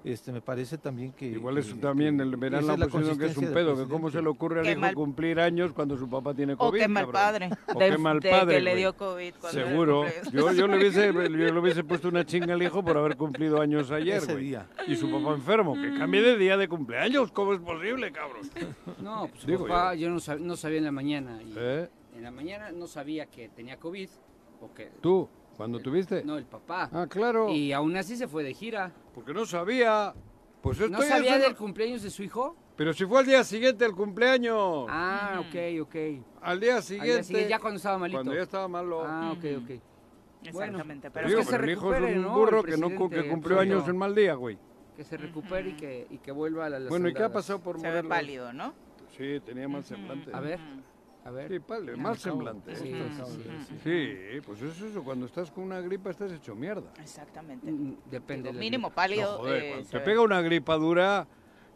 este me parece también que Igual es que- también que el verano esa la es la pusieron que es un consistencia del pedo, que cómo se le ocurre al Qué hijo mal- cumplir años cuando su papá tiene O COVID. qué mal cabrón. padre, O de- qué mal de padre. que le güey. dio COVID cuando era Seguro. cumpleaños. Yo, yo, le hubiese, yo le hubiese puesto una chinga al hijo por haber cumplido años ayer, Ese güey. día. Y su papá enfermo, que cambie de día de cumpleaños, ¿cómo es posible, cabrón? No, pues su Digo papá, yo, no, sab- no sabía en la mañana. y ¿Eh? En la mañana no sabía que tenía COVID. O que, ¿Tú? ¿Cuándo tuviste? No, el papá. Ah, claro. Y aún así se fue de gira. Porque no sabía. Pues estoy ¿No sabía haciendo- del cumpleaños de su hijo? Pero si fue al día siguiente el cumpleaños. Ah, ok, ok. Al día siguiente. siguiente, ya cuando estaba malito. Cuando ya estaba malo. Ah, ok, ok. Exactamente, pero Digo, que se pero el hijo recupere, es un ¿no? burro El que, no, cu- que presidente, cumplió Antonio. años en mal día, güey. Que se recupere y, que, y que vuelva a la las Bueno, ¿y qué ha andadas. pasado por Se ve Morelos? pálido, ¿no? Sí, tenía mal semblante. A ver, a ver. Sí, padre, Ya mal me acabo- semblante. Sí, ¿eh? sí, sí. Sí, pues eso es eso. Cuando estás con una gripa estás hecho mierda. Exactamente. Mm, Depende. Digo, mínimo pálido. No, joder, eh, cuando se te ve. pega una gripa dura,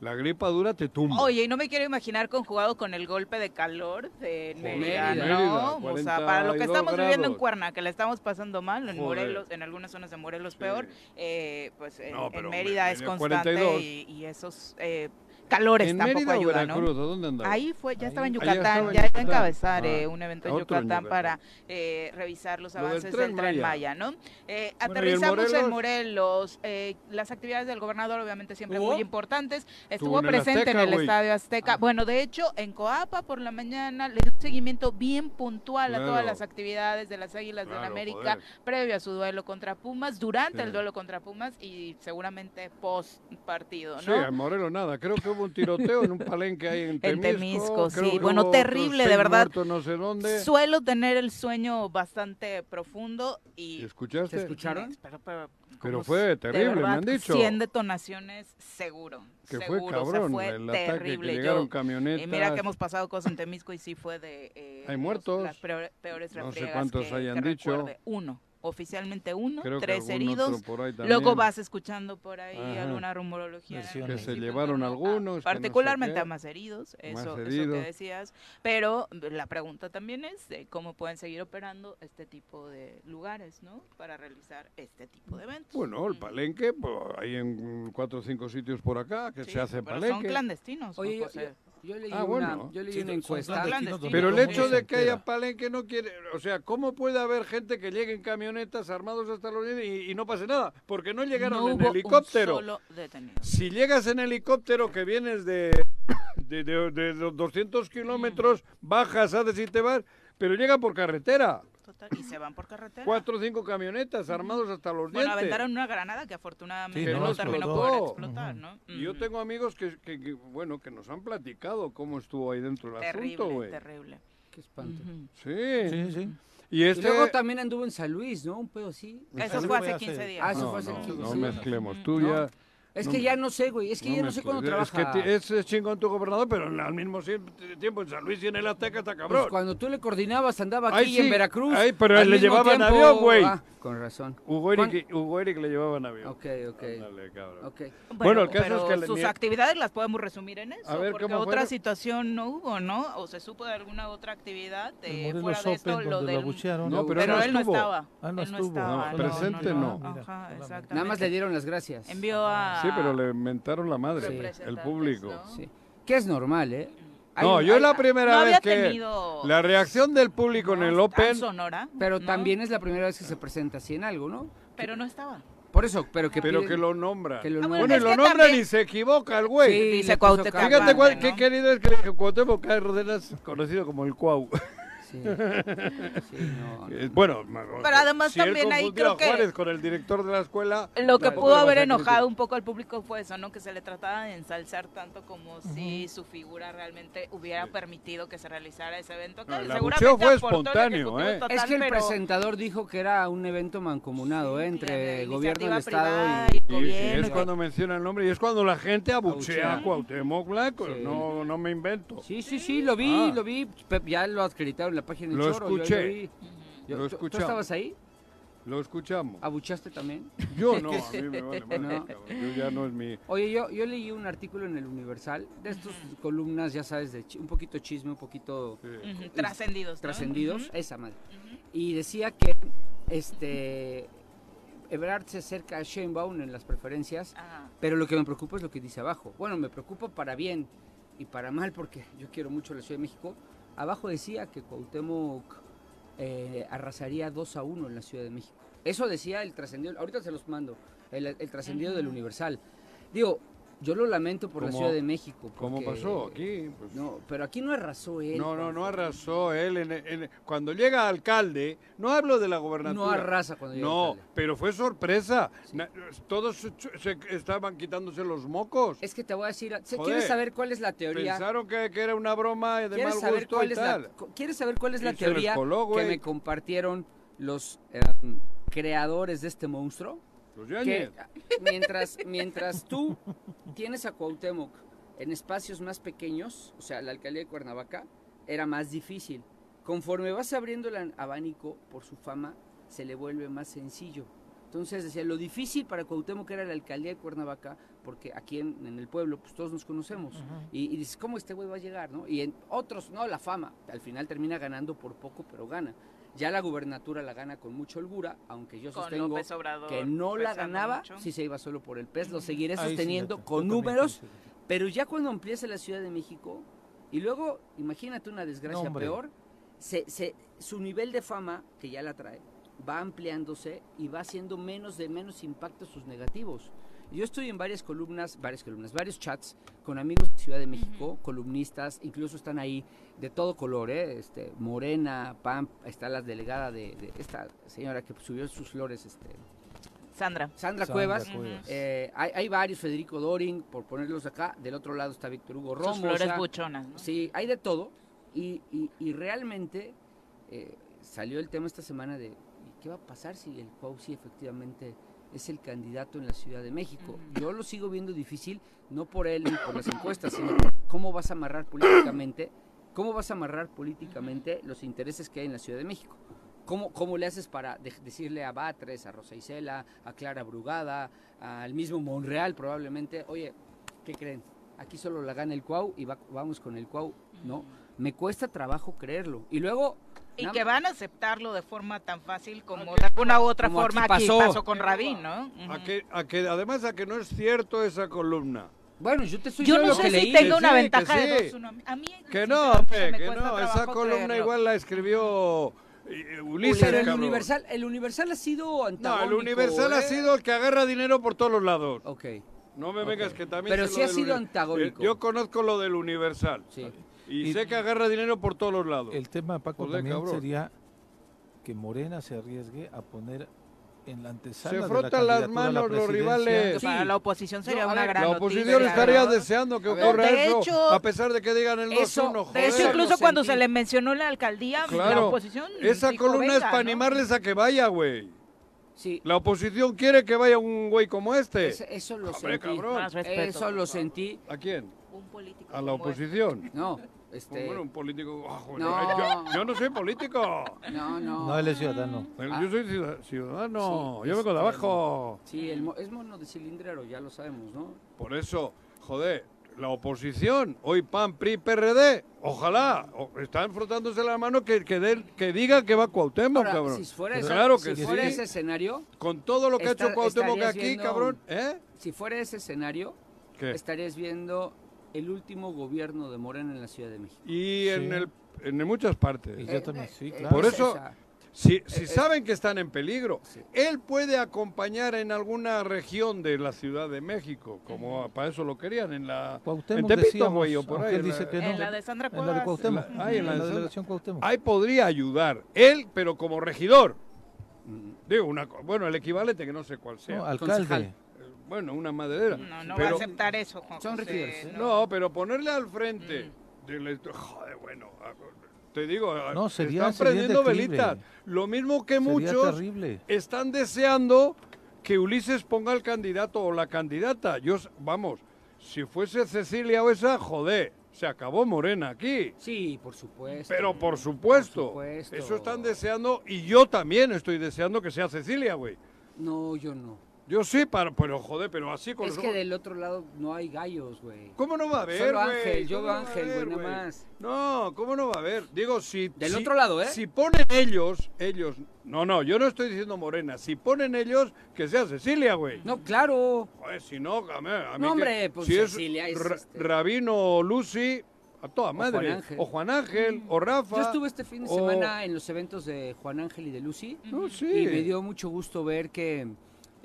la gripa dura te tumba. Oye, y no me quiero imaginar conjugado con el golpe de calor de Joder, Mérida, Mérida, ¿no? O sea, para lo 42 que estamos viviendo en grados. Cuerna, que la estamos pasando mal, en Joder. Morelos, en algunas zonas de Morelos peor, eh, pues en, No, en pero Mérida es Mérida, constante 42. y, y esos eh, calores ¿En tampoco Mérida o ayudan, ¿no? Veracruz? ¿A dónde andaba? Ahí fue, ya estaba en Ahí Yucatán, estaba en ya iba a Yucatán. encabezar Ah, eh, un evento en otro en Yucatán, Yucatán. para eh, revisar los Lo del avances Tren del Tren Maya, Maya. ¿no? Eh, Bueno, ¿y en aterrizamos en Morelos? Morelos, eh, las actividades del gobernador obviamente siempre ¿Hubo? muy importantes, estuvo en el presente Azteca, en el güey. Ah. Estadio Azteca, bueno, de hecho, en Coapa por la mañana le dio un seguimiento bien puntual a todas Claro. las actividades de las Águilas del Claro, América, joder. previo a su duelo contra Pumas, durante Sí. el duelo contra Pumas y seguramente post partido, ¿no? Sí, en Morelos nada. Creo que hubo un tiroteo en un palenque ahí en En Temisco. Temisco, Creo sí. que Bueno, hubo otros terrible, de seis verdad. muertos no sé dónde. Suelo tener el sueño bastante profundo y... ¿Escuchaste? Pero, pero- Pero fue terrible, Pues, de me verdad, han dicho. 100 detonaciones seguro. Que fue seguro, o sea, cabrón, fue el ataque que terrible. llegaron Yo- Y mira camionetas. que hemos pasado cosas en Temisco y sí fue de eh, Hay los- muertos. las peor- peores No sé refriegas cuántos que- hayan que dicho. recuerde. Uno, oficialmente uno, Creo que tres algún heridos. otro por ahí también. Luego vas escuchando por ahí Ajá. alguna rumorología. en Que se algún llevaron algunos. que no sé particularmente qué. a más heridos, Más eso, eso que heridos. decías. Pero la pregunta también es de cómo pueden seguir operando este tipo de lugares, ¿no? Para realizar este tipo de eventos. Bueno, el palenque, pues, hay en cuatro o cinco sitios por acá que se hace Pero palenque. son clandestinos. Juan Oye, yo, José. yo- yo leí Ah, una, bueno. yo leí Sí, una son encuesta. clandestinos donde Pero el todo el hecho mundo de se que haya entera. palenque no quiere, o sea, ¿cómo puede haber gente que llegue en camionetas armados hasta los dientes y, y no pase nada? Porque no llegaron No en hubo un helicóptero. solo detenido. Si llegas en helicóptero que vienes de, de, de- de los 200 kilómetros, Mm. bajas, haces y te vas, pero llega por carretera. Total, y se van por carretera. Cuatro o cinco camionetas armados hasta los Bueno, dientes. aventaron una granada que afortunadamente Que no, no terminó explotó. por explotar, ¿no? Y Yo tengo amigos que, que- que, bueno, que nos han platicado cómo estuvo ahí dentro el Terrible, asunto, güey. terrible. Qué espanto. Sí. Sí, sí. Y este... luego también anduvo en San Luis, ¿no? Un pedo así. Eso Eso fue fue hace hace- 15 días. Ah, eso No, fue Pues hace no, 15 no días. mezclemos, tú No. ya- Es no que me- ya no sé, güey. Es que ya no sé mezcles. cuándo Es que trabaja. ti- Es, es chingón tu gobernador, pero al mismo sie- tiempo en San Luis y en el Azteca está cabrón. Pues cuando tú le coordinabas andaba aquí Ay, y en sí. Veracruz. Ay, pero Al le mismo llevaban tiempo- avión, güey. Ah, con razón. Hugo Eric, Hugo Eric le llevaban avión. Ok, ok. okay. Bueno, el caso pero es que le- sus ni- actividades las podemos resumir en eso, A ver, porque ¿cómo otra fueron? situación no hubo, ¿no? O se supo de alguna otra actividad eh, Morelos fuera de esto, Open, lo donde del... lo abuchearon. No, pero pero él no él no estuvo. estaba. Ah, no él no estuvo. estaba. No, presente no. Ajá, exactamente. Nada más le dieron las gracias. Envió a... Sí, pero le mentaron la madre, Sí. el público. Que es normal, ¿eh? No, Hay- yo hay- la primera no vez había que tenido- la reacción del público en el Open, Pero también es la primera vez que se presenta así en algo, ¿no? Pero no estaba. Por eso, pero que pero piden- que lo nombra. que lo Ah, bueno, bueno, y es lo que nombran también- y se equivoca el güey. Sí, Dice le puso Cuauhtémoc Fíjate cuál- Cárdenas, qué querido es que Cuauhtémoc Cárdenas, conocido como el Cuau. Sí, Sí. no, no. Eh, Bueno, Pero además si él también ahí confundió creo que- a Juárez con el director de la escuela. Lo que tampoco pudo le vas haber a criticar. enojado un poco al público fue eso, ¿no? Que se le trataba de ensalzar tanto como si su figura realmente hubiera permitido que se realizara ese evento. No, que el seguramente abucheo fue aportó el espontáneo, Ejecutivo ¿eh? Estatal, es que el pero- presentador dijo que era un evento mancomunado ¿eh? entre el gobierno del iniciativa privada Estado y, y Y, y es cuando menciona el nombre y es cuando la gente abuchea a Abuchea. Cuauhtémoc Blanco. Sí. No, no me invento. Sí, sí, sí, lo vi, Ah. lo vi. Pep, Ya lo acreditaron en la página del Lo Choro, yo ahí escuché. vi. Lo Yo- ¿tú- ¿Tú escuchamos. estabas ahí? Lo escuchamos. ¿Abuchaste también? Yo no, a mí me vale madre, No. cabrón. Yo ya no es mi. Oye, yo, yo leí un artículo en el Universal, de estas columnas, ya sabes, de chi- un poquito chisme, un poquito... este, Ujú, trascendidos, ¿no? Trascendidos, Ujú. esa madre. Y decía que este Ebrard se acerca a Sheinbaum en las preferencias, Ajá. pero lo que me preocupa es lo que dice abajo. Bueno, me preocupa para bien y para mal, porque yo quiero mucho la Ciudad de México. Abajo decía que Cuauhtémoc eh, arrasaría 2 a 1 en la Ciudad de México. Eso decía el trascendido, ahorita se los mando, el, el trascendido del Universal. Digo, yo lo lamento por la Como- Ciudad de México. ¿Cómo porque- pasó aquí? Pues, No, pero aquí no arrasó él. no, no, no Juan. arrasó él. en- en- cuando llega alcalde, no hablo de la gobernatura. No arrasa cuando llega No, alcalde. pero fue sorpresa. Na- todos se, se estaban quitándose los mocos. Es que te voy a decir, ¿se- Joder. ¿quieres saber cuál es la teoría? Pensaron que, que era una broma de mal ¿Quieres saber, gusto cuál y es la, tal. cu- ¿Quieres saber cuál es la Y se les teoría coló, que güey. me compartieron los eh, creadores de este monstruo? Los Que Yáñez. ah, mientras, mientras tú tienes a Cuauhtémoc en espacios más pequeños, o sea, la alcaldía de Cuernavaca, era más difícil. Conforme vas abriendo el an- abanico por su fama, se le vuelve más sencillo. Entonces decía, lo difícil para Cuauhtémoc era la alcaldía de Cuernavaca, porque aquí en, en el pueblo, pues todos nos conocemos. y, y dices, ¿cómo este güey va a llegar? ¿no? Y en otros, no, la fama. Al final termina ganando por poco, pero gana. Ya la gubernatura la gana con mucha holgura, aunque yo Con sostengo López Obrador que no la pesando ganaba mucho. si se iba solo por el pez. Lo seguiré Ahí sí, sosteniendo fíjate, yo con también números, coincido. pero ya cuando empieza la Ciudad de México, y luego, imagínate una No, desgracia hombre. peor, se, se- su nivel de fama, que ya la trae, va ampliándose y va haciendo menos de menos impacto sus negativos. Yo estoy en varias columnas, varias columnas, varios chats con amigos de Ciudad de México, columnistas, incluso están ahí de todo color, ¿eh? este, Morena, PAM, está la delegada de, de esta señora que subió sus flores, este, Sandra. Sandra Sandra Cuevas. Cuevas. Eh, hay, hay varios, Federico Doring, por ponerlos acá. Del otro lado está Víctor Hugo Romo. Sus o flores sea, buchonas, ¿no? Sí, hay de todo. Y, y- y realmente eh, salió el tema esta semana de ¿y qué va a pasar si el Cuau sí efectivamente es el candidato en la Ciudad de México. Yo lo sigo viendo difícil, no por él ni por las encuestas, sino por cómo vas a amarrar políticamente, cómo vas a amarrar políticamente los intereses que hay en la Ciudad de México. ¿Cómo, cómo le haces para de- decirle a Batres, a Rosa Isela, a Clara Brugada, al mismo Monreal probablemente, oye, ¿qué creen? Aquí solo la gana el Cuau y va- vamos con el Cuau, ¿no? Me cuesta trabajo creerlo. Y luego... Y nada que más- van a aceptarlo de forma tan fácil como de alguna u otra Como aquí forma aquí pasó. pasó, con Rabín, ¿no? Ujú. A que, a que- además a que no es cierto esa columna. Bueno, yo te estoy Yo no diciendo lo sé que si leí. tenga que una sí, que ventaja de sí. 2 1. A mí Que sinceramente, no, me hombre, que cuesta no. Esa trabajo columna creerlo. igual la escribió eh, Ulises. Pero el cabrón. universal, el universal ha sido No, antagónico. el Universal ha ¿eh? sido el que agarra dinero por todos los lados. Ok, No me Ok. vengas que también. Pero sé sí lo ha del sido uni- antagónico. Eh, Yo conozco lo del Universal. sí. Y, Y- sé que agarra dinero por todos los lados. El tema, Paco, Joder, también cabrón. sería que Morena se arriesgue a poner en la antesala Se de la frotan candidatura a las la manos los presidencia- rivales. Que Para Sí. la oposición sería No, a una ver, gran La noticia, oposición la estaría verdad. deseando que A ver, ocurra de eso, hecho- a pesar de que digan el Eso, 2-1, De joder. hecho, Joder, incluso lo cuando sentí. se le mencionó la alcaldía, la Claro. oposición. Esa dijo, columna es "Venga", para ¿no? animarles a que vaya, güey. Sí, La oposición quiere que vaya un güey como este. es- eso lo Hombre, sentí. cabrón. Más respeto, Eso por lo favor. sentí. ¿A quién? Un político A la como este. oposición. No, Pues este... bueno, un político. ah, joder, No. Yo, yo no soy político. No, No, no. él es ciudadano. Ah. Yo soy ciudad- ciudadano. Sí, yo vengo de este- abajo. Sí, el mo- es mono de cilindrero, ya lo sabemos, ¿no? Por eso, joder, la oposición, hoy PAN, PRI, PRD, ojalá, o- están frotándose la mano que, que, den- que digan que va Cuauhtémoc, Ahora, cabrón. si fuera, ese, claro que si sí. fuera ese escenario, Con todo lo que Está- ha hecho Cuauhtémoc estarías aquí, viendo- cabrón, ¿eh? si fuera ese escenario, ¿Qué? estarías viendo el último gobierno de Morena en la Ciudad de México. Y en, Sí. el, en muchas partes. Y Eh, yo también, sí, eh, claro. Por eso- esa- Eh, Si, si saben que están en peligro, él puede acompañar en alguna región de la Ciudad de México, como para eso lo querían, en la en Cuauhtémoc Tepito, decíamos, güey, o por aunque ahí. él en dice que no. En la de Sandra En la de Cuevas. Cuauhtémoc. En la- ah, en la En la de delegación Sandra. Cuauhtémoc. Ahí podría ayudar, él, pero como regidor. Digo, una, co- bueno, el equivalente que no sé cuál sea. No, alcalde. Concejal. Eh, Bueno, una maderera. No, no va Pero- a aceptar eso, Juan José, ¿eh? no. no. pero ponerle al frente. del- joder, bueno. a- Te digo, a- No, sería- están sería prendiendo terrible. velitas. Lo mismo que Sería muchos terrible. están deseando que Ulises ponga el candidato o la candidata. Yo, s- vamos, si fuese Cecilia o esa, joder, se acabó Morena aquí. Sí, por supuesto. Pero por supuesto, supuesto. eso están deseando y yo también estoy deseando que sea Cecilia, güey. No, yo no. Yo sí, para, pero joder, pero así con Es los que ojos- del otro lado no hay gallos, güey. ¿Cómo no va a haber, Solo güey? Ángel, yo ¿Cómo no veo va a Ángel, haber, güey, nada güey? más. No, ¿cómo no va a haber? Digo, si... Del si- otro lado, ¿eh? Si ponen ellos, ellos... No, no, yo no estoy diciendo Morena. Si ponen ellos, que sea Cecilia, güey. No, claro. Joder, si no, a mí... a mí No, que- hombre, pues si es Cecilia es, Ra- este- Rabino o Lucy, a toda Juan madre. Ángel. Mm. o Juan Ángel, o Rafa. Yo estuve este fin de Oh. o- semana en los eventos de Juan Ángel y de Lucy. Ah, No, sí. Y me dio mucho gusto ver que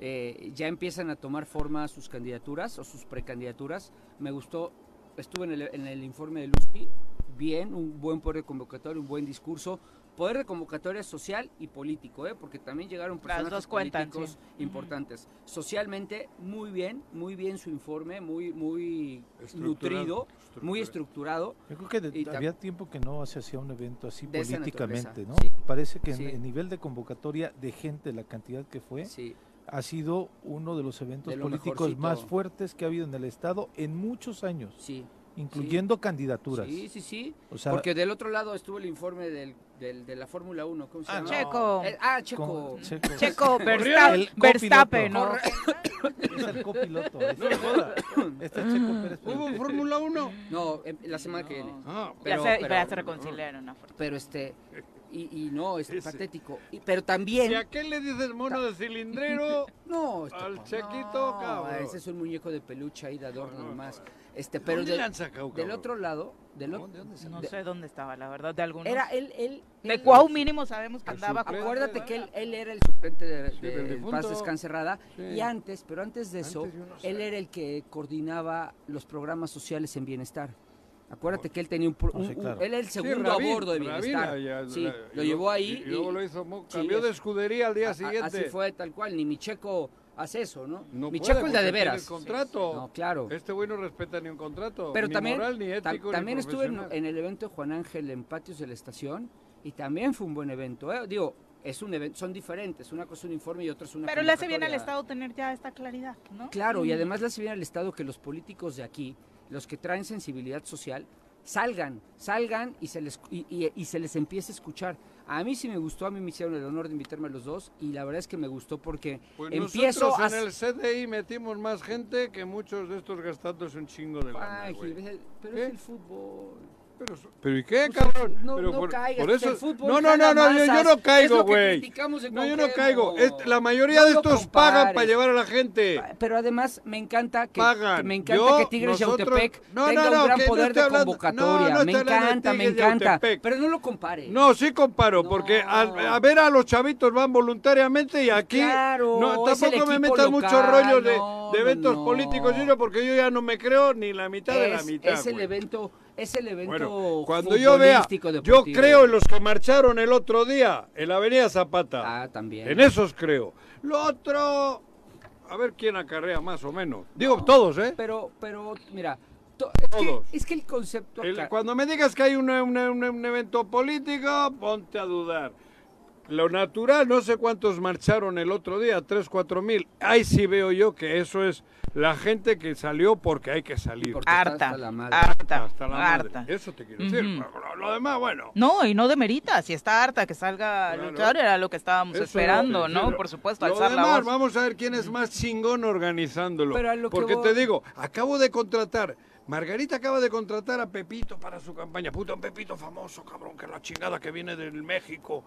eh, ya empiezan a tomar forma sus candidaturas o sus precandidaturas. Me gustó, estuve en el, en el informe de Lucy, bien, un buen poder de convocatoria, un buen discurso. Poder de convocatoria social y político, ¿eh? porque también llegaron personajes dos cuentan, políticos sí. importantes. Socialmente, muy bien, muy bien su informe, muy, muy Estructurado, nutrido, muy estructurado. Yo creo que de- Y tam- había tiempo que no se hacía un evento así De esa políticamente, ¿no? naturaleza, sí. Parece que Sí. en el nivel de convocatoria de gente, la cantidad que fue, Sí. ha sido uno de los eventos De lo políticos más mejorcito. fuertes que ha habido en el Estado en muchos años, Sí. incluyendo candidaturas. Sí, sí, sí. O sea- Porque del otro lado estuvo el informe del, del- de la Fórmula 1. ¿Cómo se Ah, llama? Checo. Eh, ah, Checo. Con- Checo. Checo Verstappen, Corrieron. Verstappen, ¿no? Corre- Es el copiloto. es el- Este es Checo Pérez. ¿Hubo Fórmula 1? No, eh, la semana que viene. Ah, ya, se, ya se reconciliaron. afortunadamente. pero este. Y, y no, es Ese. patético. Y- pero Si también. a qué le dices mono de cilindrero, No, este- al no, chequito, cabrón. Ese es un muñeco de peluche ahí de adorno No, nomás. no, Este, ¿De pero dónde del- la han sacado, del cabrón? otro lado. Del No, otro, ¿de dónde se- No de- sé dónde estaba, la verdad, de algunos. era él. él, de él- Cuau mínimo sabemos que El andaba con... suplente. Acuérdate que él, él era el suplente de, de- del del difunto. Paz Descanse Rada, Sí. y antes, pero antes de eso, Antes yo no sé. él era el que coordinaba los programas sociales en bienestar. Acuérdate que él tenía un, pro- Ah, sí, un- un- claro. él era el Uh, Sí, segundo Rabin, a bordo de Rabin, bienestar. allá, sí, la- lo y llevó ahí Y, luego y- lo hizo, mo- sí, cambió de es- escudería al día a- a- siguiente. Así fue tal cual, ni Micheco hace eso, ¿no? No puede, Micheco es porque la de tiene veras. el contrato. No, claro. Este güey no respeta ni un contrato, Pero ni también, moral, ni ta- ético, también ni estuve en, eh, profesional. en el evento de Juan Ángel en Patios de la Estación y también fue un buen evento. ¿eh? Digo, es un evento, son diferentes, una cosa es un informe y otra es una Pero le hace bien al convocatoria. Estado tener ya esta claridad, ¿no? Mm. Claro, y además le hace bien al Estado que los políticos de aquí, los que traen sensibilidad social, salgan, salgan y se les y, y- y se les empiece a escuchar. A mí sí me gustó, a mí me hicieron el honor de invitarme a los dos y la verdad es que me gustó porque Pues empiezo a... nosotros en el CDI metimos más gente que muchos de estos gastándose un chingo de lana, Ay, güey. Gil, es el- pero ¿Qué? es el fútbol. Pero, pero ¿y qué, Pues, cabrón? no- Pero no caigas, por eso, el fútbol no, no, no, jala no, yo, yo masas, no es caigo, lo que güey. criticamos de No, yo no Cuauhtémoc. caigo. Este- la mayoría No de lo estos pagan compares. para llevar a la gente. Pero además me encanta que, pagan. que me encanta Yo, que Tigres nosotros- Yautepec No, tenga no, no, un gran que no poder estoy de hablando- no, convocatoria. no me estoy hablando de encanta, me Tigres encanta. Yautepec. Pero no lo compare. No, sí comparo, porque a, a ver a los chavitos van voluntariamente y aquí Claro, no, es el tampoco me equipo metan local, muchos rollos de, no, de no, eventos no. políticos, yo, porque yo ya no me creo ni la mitad de la es, mitad. es el güey. evento, es el evento Bueno, cuando yo vea, futbolístico yo deportivo. creo en los que marcharon el otro día en la Avenida Zapata. Ah, también. en esos creo. Lo otro, a ver quién acarrea más o menos. Digo, todos, ¿eh? Pero, pero, mira, to- es, Todos. Que, es que el concepto El- acá- cuando me digas que hay una- una- una- un evento político, ponte a dudar. Lo natural, no sé cuántos marcharon el otro día, 3, 4 mil. Ahí sí veo yo que eso es la gente que salió porque hay que salir. Porque está Harta, hasta la madre. harta, Hasta la madre. harta. Eso te quiero decir. Ujú. Lo- Lo demás, bueno. No, y no demerita, si está harta que salga Claro. a luchar, era lo que estábamos Eso es esperando, lo que ¿no? quiero. Por supuesto, Lo alzar la demás, voz. Vamos a ver quién es más chingón organizándolo. Pero a lo que Porque voy- te digo, acabo de contratar. Margarita acaba de contratar a Pepito para su campaña. Puta, un Pepito famoso, cabrón, que la chingada que viene del México.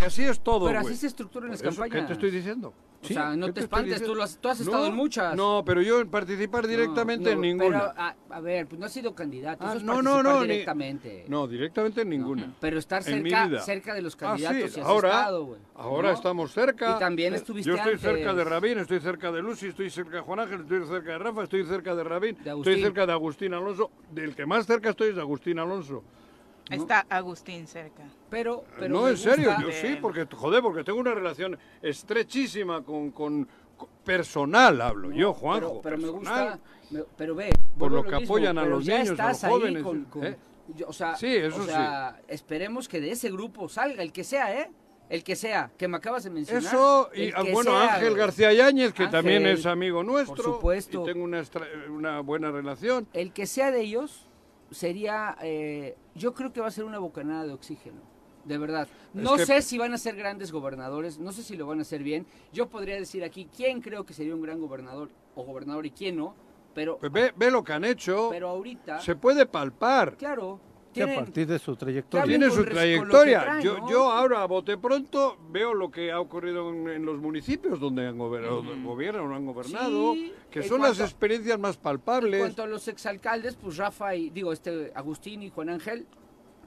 Y así es todo. Pero así güey. se estructuran las Eso, campañas. ¿Qué te estoy diciendo? O sea, no ¿qué te estoy espantes, diciendo? tú lo has- tú has No, estado en muchas. No, pero yo en participar directamente No, en no, ninguna. pero, a, a ver, pues no has sido candidato. Ah, eso es no, no, participar no, ni- Directamente. No, directamente en ninguna. Pero estar En mi cerca, vida. cerca de los Ah, sí, candidatos y has ahora, estado, güey. Ahora ¿No? estamos cerca. Y también Eh, estuviste Yo estoy antes. cerca de Rabín, estoy cerca de Lucy, estoy cerca de Juan Ángel, estoy cerca de Rafa, estoy cerca de Rabín, estoy Agustín. cerca de Agustín Alonso. Del que más cerca estoy es de Agustín Alonso. Está Agustín cerca. Pero, no, en serio, yo sí, porque, joder, porque tengo una relación estrechísima con, con- con- personal, hablo yo, Juanjo. Pero, pero me gusta. personal. me- pero ve. Por vuelvo lo a que mismo, apoyan a pero los ya niños, a estás los ahí jóvenes, con- con- ¿eh? yo- o sea, Sí, eso o sea, esperemos que de ese grupo salga el que sea, ¿eh? El que sea, que me acabas de mencionar. Eso, y el ah, que bueno, sea, Ángel güey. García Yáñez, que Ángel, también es amigo nuestro. Por supuesto. Y tengo una, estra- una buena relación. El que sea de ellos sería, eh, yo creo que va a ser una bocanada de oxígeno, de verdad. No que- sé si van a ser grandes gobernadores, no sé si lo van a hacer bien. Yo podría decir aquí quién creo que sería un gran gobernador o gobernador y quién no, pero, Pues ve, ve lo que han hecho. pero ahorita, Se puede palpar. claro, Que a tienen- partir de su trayectoria. hablen Tiene su con res- con lo que trayectoria. traen, yo, ¿no? yo ahora, a bote pronto, veo lo que ha ocurrido en, en los municipios donde han gobernado, gobiernan o han gobernado, Sí, que en son las cuanto a- experiencias más En palpables. cuanto a los exalcaldes, pues Rafa y, digo, este Agustín y Juan Ángel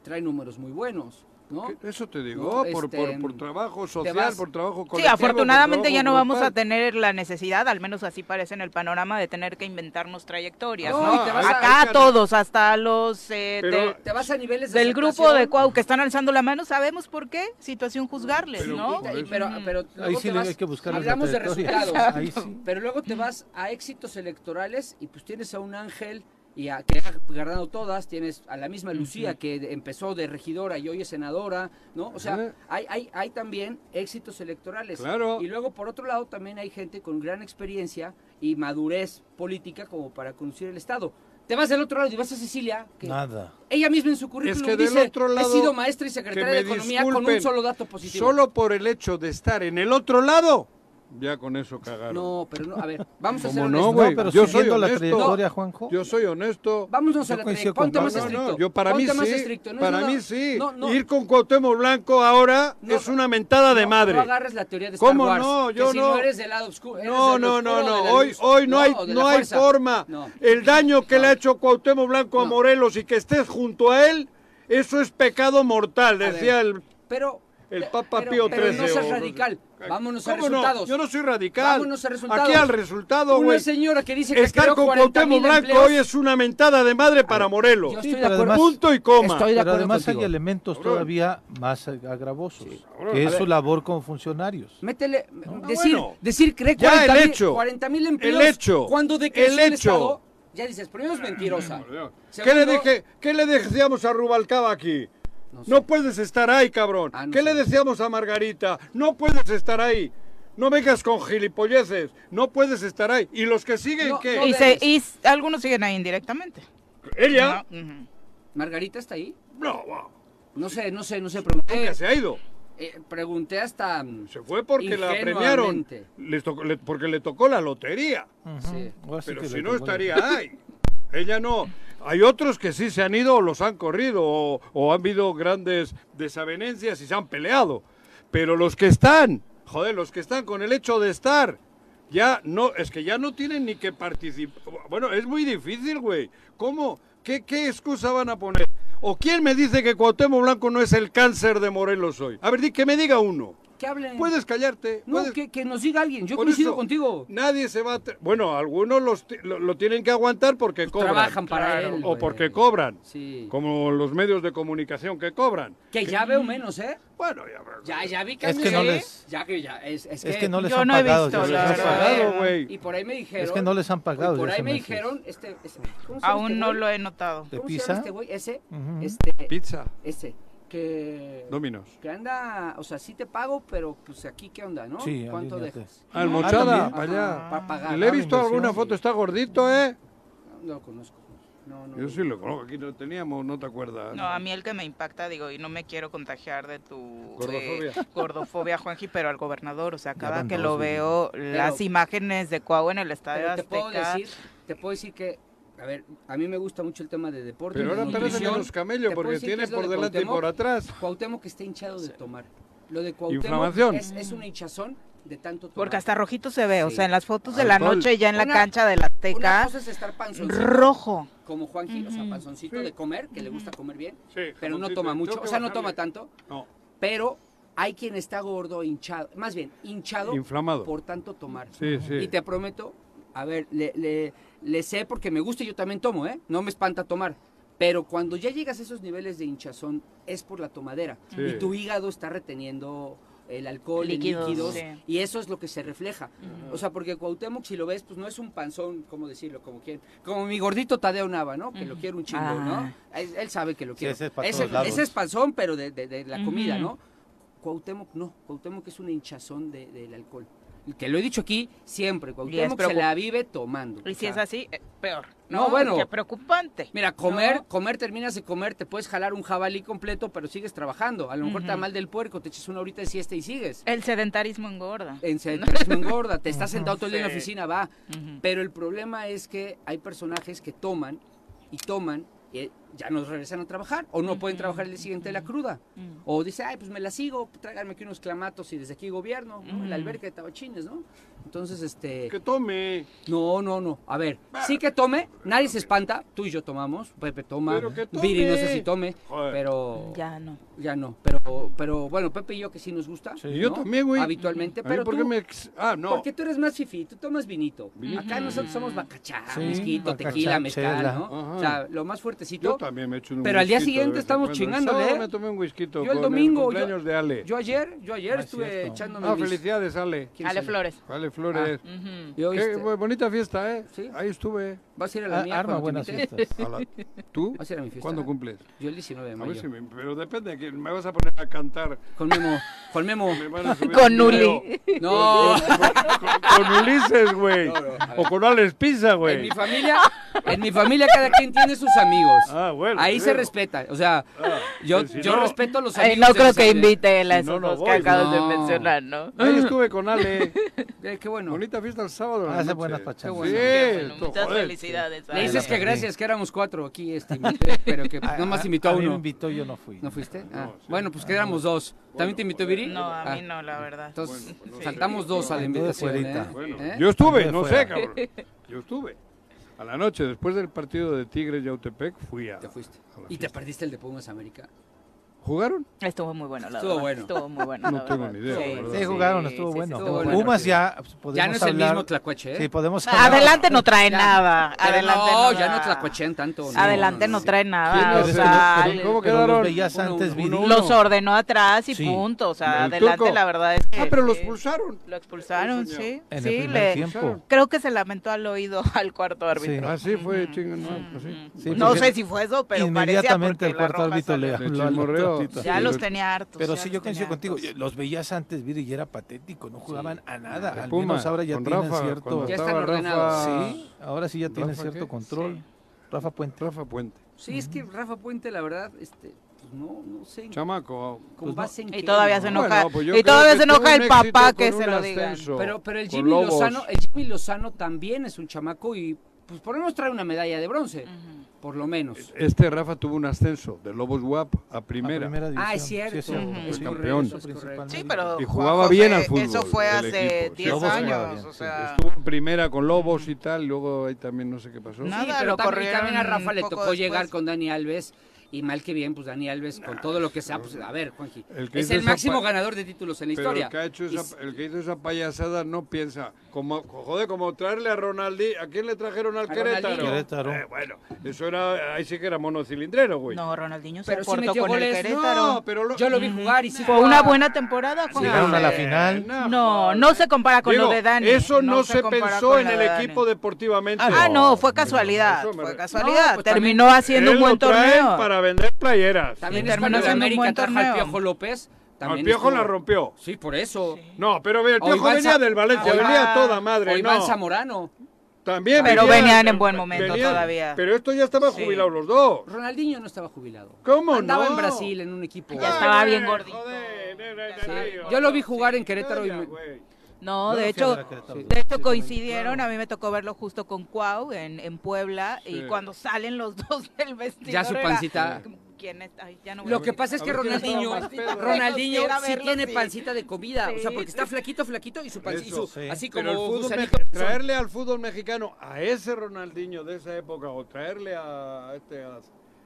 traen números muy buenos, ¿no? Que- Eso te digo, No, por, este, por, por trabajo social, vas- por trabajo Sí, colectivo. por afortunadamente trabajo ya no vamos a grupal. tener la necesidad, al menos así parece en el panorama, de tener que inventarnos trayectorias, No, ¿no? y te vas a- Acá hay que- todos, hasta los eh, Pero- del- Te vas a niveles de del grupo de aceptación, Cuau que están alzando la mano, sabemos por qué, situación juzgarles, Pero- ¿no? Y- y- pero, pero Ahí luego sí te le vas- hay que buscar las hablamos de trayectorias. resultados. Ahí sí. Pero luego te vas a éxitos electorales y pues tienes a un ángel y a, que ha ganado todas, tienes a la misma Lucía que de- empezó de regidora y hoy es senadora, ¿no? O Ajá. sea, hay, hay, hay también éxitos electorales. Claro. Y luego por otro lado también hay gente con gran experiencia y madurez política como para conducir el Estado. Te vas del otro lado y vas a Cecilia, que Nada. ella misma en su currículum del dice, otro lado, he sido maestra y Que secretaria me de Economía con un disculpen, solo dato positivo. Solo por el hecho de estar en el otro lado, ya con eso cagaron. No, pero no, a ver, vamos a ¿Cómo ser no, honestos. güey? No, pero yo soy siguiendo la honesto. trayectoria, Juanjo. Yo soy honesto. Vámonos Yo a la coincido trayectoria. con Ponte Pablo. más no, no, estricto. no, yo para mí ponte más sí, estricto, no es para nada- mí sí. No, no, Ir con Cuauhtémoc Blanco ahora No, es una mentada de no, madre. No agarres la teoría de Star ¿Cómo Wars, no? que Yo si no. no eres del lado oscu- eres del No, oscuro. no, no, no. o de la Hoy, luz. hoy no, hay, o de la no hay fuerza. forma. No. El daño que le ha No. hecho Cuauhtémoc Blanco a No. Morelos y que estés junto a él, eso es pecado mortal, A ver, decía el, Pero eh, el Papa pero- Pío pero no XIII, seas o no sé. radical. Vámonos a ¿Cómo no? resultados. Yo no soy radical. Vámonos a resultados. Aquí al resultado, Una güey. señora que dice que Estar creó con 40.000 Cuauhtémoc Blanco empleos. hoy es una mentada de madre para Morelos. Yo Sí, estoy de pero acuerdo. además- Punto y coma. Estoy de Pero acuerdo además hay contigo. elementos todavía más agravosos, Ahora, que a es su ver. labor como funcionarios. Métele, Ah, decir, bueno. decir cree Ya, 40 el mil- hecho. 40 mil empleos. El hecho. Cuando de El hecho. ya dices, primero es mentirosa. ¿Qué le, Segundo, dije, ¿Qué le decíamos a Rubalcaba aquí? No, No sé. puedes estar ahí, cabrón. Ah, no ¿Qué le sé. decíamos a Margarita? No puedes estar ahí. No vengas con gilipolleces. No puedes estar ahí. ¿Y los que siguen No, qué? no Y, se- debes. y s- algunos siguen ahí indirectamente. ¿Ella? ¿no? Ujú. ¿Margarita está ahí? No, va, No sé, no sé, no sé. Pregunté, nunca se ha ido. eh, pregunté hasta. mm, Se fue porque la premiaron. Ingenuamente. Les tocó- le- porque le tocó la lotería. Ujú. Sí. Ahora sí Pero que si le no tocó estaría ahí. Ella no. Hay otros que sí se han ido o los han corrido o, o han habido grandes desavenencias y se han peleado. Pero los que están, joder, los que están con el hecho de estar, ya no, es que ya no tienen ni que participar. Bueno, es muy difícil, güey. ¿Cómo? ¿Qué, ¿Qué excusa van a poner? ¿O quién me dice que Cuauhtémoc Blanco no es el cáncer de Morelos hoy? A ver, di- que me diga uno. Que hablen. Puedes callarte. No, puedes- que, que nos diga alguien. Yo por coincido eso, contigo. Nadie se va a... tra- Bueno, algunos los ti- lo, lo tienen que aguantar porque cobran. Pues trabajan para él, O güey. porque cobran. Sí. Como los medios de comunicación que cobran. Que ya veo menos, ¿eh. Bueno, ya... Ya, ya vi que. Es que no sí, les- Ya que ya. Es, es, Es que no les Yo han no he pagado. visto, ya les la han has verdad. pagado, Eh, güey. Y por ahí me dijeron. Es que no les han pagado y Por desde ahí hace me meses. dijeron. Este, este- ¿cómo se llama Aún este no güey? lo he notado. ¿De ¿Cómo se Pisa? llama este güey? Ese. Ujú. Este. Pizza. Ese. Que. Dominos. Que anda. O sea, sí te pago, pero pues aquí, ¿qué onda, no? Sí, ¿Cuánto alíñate. dejas? Almochada, Ah, para allá. Para pagar. Le he la visto inversión, alguna sí. foto, está gordito, ¿eh? No lo conozco. No, no. Yo sí lo conozco, aquí lo teníamos, no te acuerdas. No, a mí el que me impacta, digo, y no me quiero contagiar de tu Gordofobia. eh, gordofobia, Juanji, pero al gobernador, o sea, cada van que dos, lo güey. veo, las imágenes de Cuau en el Estadio Pero te puedo Azteca. decir, te puedo decir que, a ver, a mí me gusta mucho el tema de deporte. Pero de ahora parecen nutrición. unos camellos Te puedo porque decir que tiene es lo por de delante y por Cuauhtémoc. atrás. Cuauhtémoc que está hinchado de tomar. Lo de Cuauhtémoc Inflamación. Es, es una hinchazón de tanto tomar. Porque hasta rojito se ve, o Sí. sea, en las fotos de la Alcohol. noche ya en la Una- cancha de la Una Azteca. cosa es estar panzoncito. Rojo. Como Juan Gil, o sea, Ujú. panzoncito de comer, que le gusta comer bien, pero no jamoncito, toma tengo mucho, que o sea, no bajarle. toma tanto, No. pero hay quien está gordo, hinchado, más bien, hinchado Inflamado. por tanto tomar. Sí, sí. Y te prometo, a ver, le, le- le sé porque me gusta y yo también tomo, ¿eh? No me espanta tomar. Pero cuando ya llegas a esos niveles de hinchazón, es por la tomadera. Sí. Y tu hígado está reteniendo el alcohol, Líquidos, líquidos, líquidos sí. y eso es lo que se refleja. Ujú. O sea, porque Cuauhtémoc, si lo ves, pues no es un panzón, ¿cómo decirlo? Como quien, como mi gordito Tadeo Nava, ¿no? Que lo Ujú. quiero un chingo, Ah. ¿no? Él, él sabe que lo Sí, quiero. ese es pa' ese, todos lados. ese es panzón, pero de, de- de la comida, Ujú. ¿no? Cuauhtémoc no, Cuauhtémoc es un hinchazón de- del alcohol. Que lo he dicho aquí siempre, Cuauhtémoc se preocup- la vive tomando. Y si o sea, es así, eh, peor. No, bueno. Qué preocupante. Mira, comer, comer, terminas de comer, te puedes jalar un jabalí completo, pero sigues trabajando. A lo mejor te da Ujú. mal del puerco, te echas una horita de siesta y sigues. El sedentarismo engorda. En sedentarismo engorda, te estás sentado todo el día en la Sí. oficina, va. Ujú. Pero el problema es que hay personajes que toman y toman y eh, ya no regresan a trabajar o no pueden trabajar el día siguiente de la cruda. O dice, ay, pues me la sigo, tráiganme aquí unos clamatos y desde aquí gobierno, ¿no? En la Ujú. alberca de Tabachines, ¿no? Entonces, este... Que tome. No, no, no. A ver, sí que tome, nadie se espanta, tú y yo tomamos, Pepe toma, Pero que tome. Viri no sé si tome, pero... Ya no. Ya no, pero, pero bueno, Pepe y yo que sí nos gusta. Sí, yo ¿no? también, güey. Habitualmente, A mí pero porque tú, me ex- ah, no. Porque tú eres más fifí, tú tomas vinito. Vinito. Acá nosotros somos bacachá, Sí, mezquito, bacachá, tequila, mezcal, chela. ¿no? Ajá. O sea, lo más fuertecito. Yo también me echo un Pero al día whisky de siguiente vez en estamos cuando. El chingándole, sábado ¿eh? me tomé un whisky Yo el con domingo, yo- cumpleaños de Ale. Yo ayer, yo ayer No es estuve cierto. echándome Ah, mis- felicidades, Ale. ¿Quién es Ale Ale? Flores. Ale Flores. Ah. Ujú. Qué Yo, este- bu- bonita fiesta, ¿eh? Ahí estuve. ¿Vas a ir a la mía cuando te invite? A la- ¿Tú? ¿Vas a ir a mi fiesta? ¿Cuándo cumples? Yo el 19 de A mayo. ver si me- pero depende, que me vas a poner a cantar. Con Memo. Con Memo. Con Uli. No. Con, con Ulises, güey. o con Alex Pisa, En mi güey. familia, en mi familia cada quien tiene sus amigos. Ah, Ahí se claro. respeta. O sea, yo, pues si yo no- respeto a los Ay, amigos. no de creo los que amigos. invite él a Si no, esos no dos que voy. acabas de mencionar, ¿no? Ahí estuve con Ale. Eh, qué bueno. Bonita fiesta el sábado. en la Ah, Hace noche. buenas pachangas. Qué bueno. Sí, Qué bueno, esto, muchas joder. felicidades, Le dices que gracias, que éramos cuatro aquí, este, pero que A- nomás a- invitó a a mí me uno. invitó, yo no fui. ¿No fuiste? Ah, bueno, pues que éramos dos. ¿También te invitó Viri? No, a mí Ah, no, la verdad. Entonces, Bueno, no saltamos sé. dos a la Anduve invitación. fuerita. ¿eh? Bueno, ¿Eh? Yo estuve, no sé, cabrón. Yo estuve. A la noche, después del partido de Tigres Yautepec, fui a. Te fuiste. ¿Y te perdiste el de Pumas América? ¿Jugaron? Estuvo muy bueno, la Estuvo verdad. bueno. Estuvo muy bueno. No la tengo verdad. ni idea, la verdad. Sí, jugaron, estuvo sí, bueno. sí, Pumas estuvo bueno. ya pues, podemos Ya no es el hablar- mismo Tlacuache, ¿eh? Sí, podemos hablar. Adelante no trae Ya. nada. Pero Adelante no, no, ya no nada. tlacuachean tanto, no, Adelante no, no, no. trae ¿Quién nada. los O ve- sea, pero el- cómo pero quedaron? los veías Uno, antes, uno, Viri. uno. Los ordenó atrás y Sí. punto. O sea, El adelante turco. la verdad es que. Ah, pero lo sí. expulsaron. Lo expulsaron, Sí, sí. señor. En el sí, primer le- tiempo. Creo que se lamentó al oído al cuarto árbitro. Sí. Ah, sí, fue chingón. No, pues sí. Sí, No porque sé si fue eso, pero parecía Inmediatamente porque el la cuarto roja árbitro le salió. habló al chismorreo. otro árbitro. Ya los tenía hartos, Pero ya sí, los yo coincido tenía contigo. Los veías antes, Viri, y era patético. No jugaban a nada. De Al Puma, menos ahora ya con tienen Rafa, cierto... cuando Ya están estaba Rafa- ordenados. Sí, ahora sí ya tienen ¿Rafa cierto qué? control. Rafa Puente. Rafa Puente. Sí, es que Rafa Puente, la verdad, este, pues no, no sé. en- Chamaco. pues ¿Con base en Y qué, todavía no? se enoja. y todavía se enoja el papá que se lo digan. Pero, pero el Jimmy Lozano, el Jimmy Lozano también es un chamaco y pues por lo menos trae una medalla de bronce, por lo menos. Este Rafa tuvo un ascenso de Lobos WAP a primera. ah, es cierto. Fue es campeón. correcto, es correcto. Sí, pero Y Juan jugaba José, bien al fútbol. Eso fue el hace equipo, sí. 10 años. O sea, Estuvo en primera con Lobos y tal, luego ahí también no sé qué pasó. Sí, Nada, pero lo también, y también a corrieron Rafa le poco tocó después. llegar con Dani Alves. Y mal que bien, pues Dani Alves, con todo lo que sea, pues a ver, Juanji, El que es hizo el esa máximo pa- ganador de títulos en la Pero historia. El que, ha hecho Y esa, el que hizo esa payasada no piensa. Como, joder, como traerle a Ronaldi. ¿A quién le trajeron al A Querétaro? Ronaldinho. Querétaro. Eh, bueno, eso era. Ahí sí que era monocilindrero, güey. no, Ronaldinho se Pero sí portó metió con goles, el Querétaro. no, pero lo- yo lo vi jugar y sí Fue jugaba. una buena temporada, Juan. Llegaron a la José. final. No, no se compara con Digo, lo de Dani. Eso no, se, compara pensó con en lo el de Dani. equipo deportivamente. Ah, no, fue casualidad. Eso me Fue re- casualidad. No, pues Terminó también- haciendo un Él lo buen traen torneo. Para vender playeras. También Sí, es terminó cuando el siendo un América buen trajo al torneo. Piojo López. Al También Piojo estuvo- la rompió. Sí, por eso. No, pero ve, el Piojo Iván venía Sa- del Valencia, o Iván- venía toda madre. o Iván no. Zamorano. También Pero venían en buen momento todavía. Pero esto ya estaba Sí. jubilado los dos. Ronaldinho no estaba jubilado. ¿Cómo Andaba no? Ah, en Brasil en un equipo. Ya estaba bien gordito. Yo lo vi jugar en Querétaro y me- Yo No, no de fui a hecho, ver a Querétaro. de hecho coincidieron. A mí me tocó verlo justo con Cuau en, en Puebla. Sí. Y cuando salen los dos del vestidor. Ya su era, pancita. quién es. Ay, ya no voy a Lo que decir. pasa es que Ronaldinho, Ronaldinho sí tiene pancita de comida, Ah, o sea, porque está flaquito, flaquito y su pancita, y su- así como Pero el fútbol gusanito. mex- traerle al fútbol mexicano a ese Ronaldinho de esa época o traerle a este a,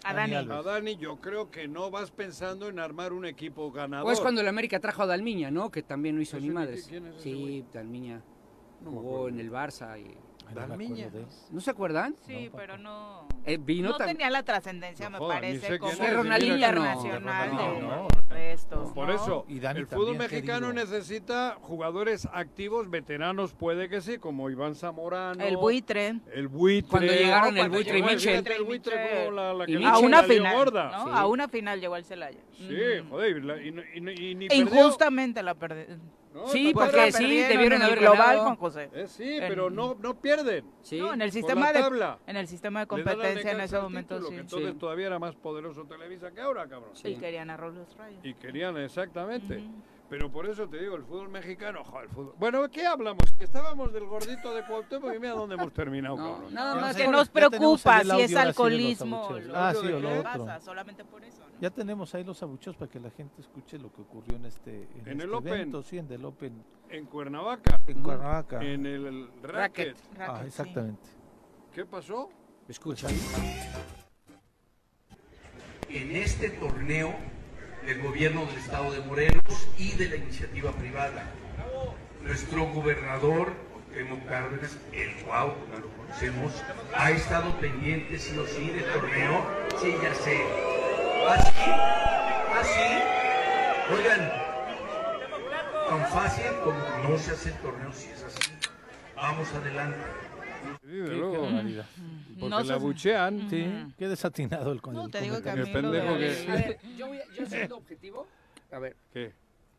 A Dani. a Dani, yo creo que no vas pensando en armar un equipo ganador. O es cuando el América trajo a Dalmiña, ¿no? Que también no hizo ni ¿Ese ni madres. quién es ese Sí, Dalmiña jugó en el Barça y... Dalmiña. de ¿No se acuerdan? Sí, pero no. Eh, vino no tam- tenía la trascendencia, me joda, ni sé parece, como quién es. Que Ronaldinho no. internacional de, No, de estos. Por ¿no? eso, Y Dani el fútbol también, ¿qué mexicano digo? necesita jugadores activos, veteranos, puede que sí, como Iván Zamorano. El buitre. El buitre. Cuando llegaron el Cuando buitre y llegó el Mitchell. buitre, el buitre, como la- la Y que le A hizo una la dio final, gorda. ¿no? A una final llegó al Celaya. Sí, joder, y, la- y no- y no- y ni Mm. E perdió. Injustamente la perdieron. No, Sí, tampoco. porque sí, debieron haber global ganado. Juan José. Eh, sí, En- pero no, no pierden. Sí. No, en el Por sistema la de tabla. en el sistema de Le dan al competencia en Necaxa ese el momento título, sí. que entonces Sí. todavía era más poderoso Televisa que ahora, cabrón. Y querían a los rayos. Y querían exactamente. Ujú. Pero por eso te digo, el fútbol mexicano, jo, el fútbol- Bueno, ¿qué hablamos? Estábamos del gordito de Cuauhtémoc y mira dónde hemos terminado, cabrón. Nada más Que por- tenemos nos ahí preocupa el si es audio ahora sí de los alcoholismo. abucheos. lo- Ah, lo sí, o lo que le otro. pasa, solamente por eso. ¿no? Ya tenemos ahí los abucheos para que la gente escuche lo que ocurrió en este En en, el este Open. evento, sí, en el Open En Cuernavaca, en Cuernavaca. en el racket. Ah, Racket, sí. exactamente. ¿Qué pasó? Pues Escucha. en este torneo del gobierno del estado de Morelos y de la iniciativa privada. Nuestro gobernador, Temo Cárdenas, el guau, no lo conocemos, ha estado pendiente sí o sí del torneo, sí, ya sé. Ah, Así, así, oigan, tan fácil como no se hace el torneo si es así. Vamos adelante. Sí, de luego. barbaridad. Porque No la sos- abuchean. Sí, qué desatinado el con Mm. No, el te digo que a comentario. mí lo de- pendejo A ver, yo, voy a- yo siendo objetivo, a ver, ¿Qué?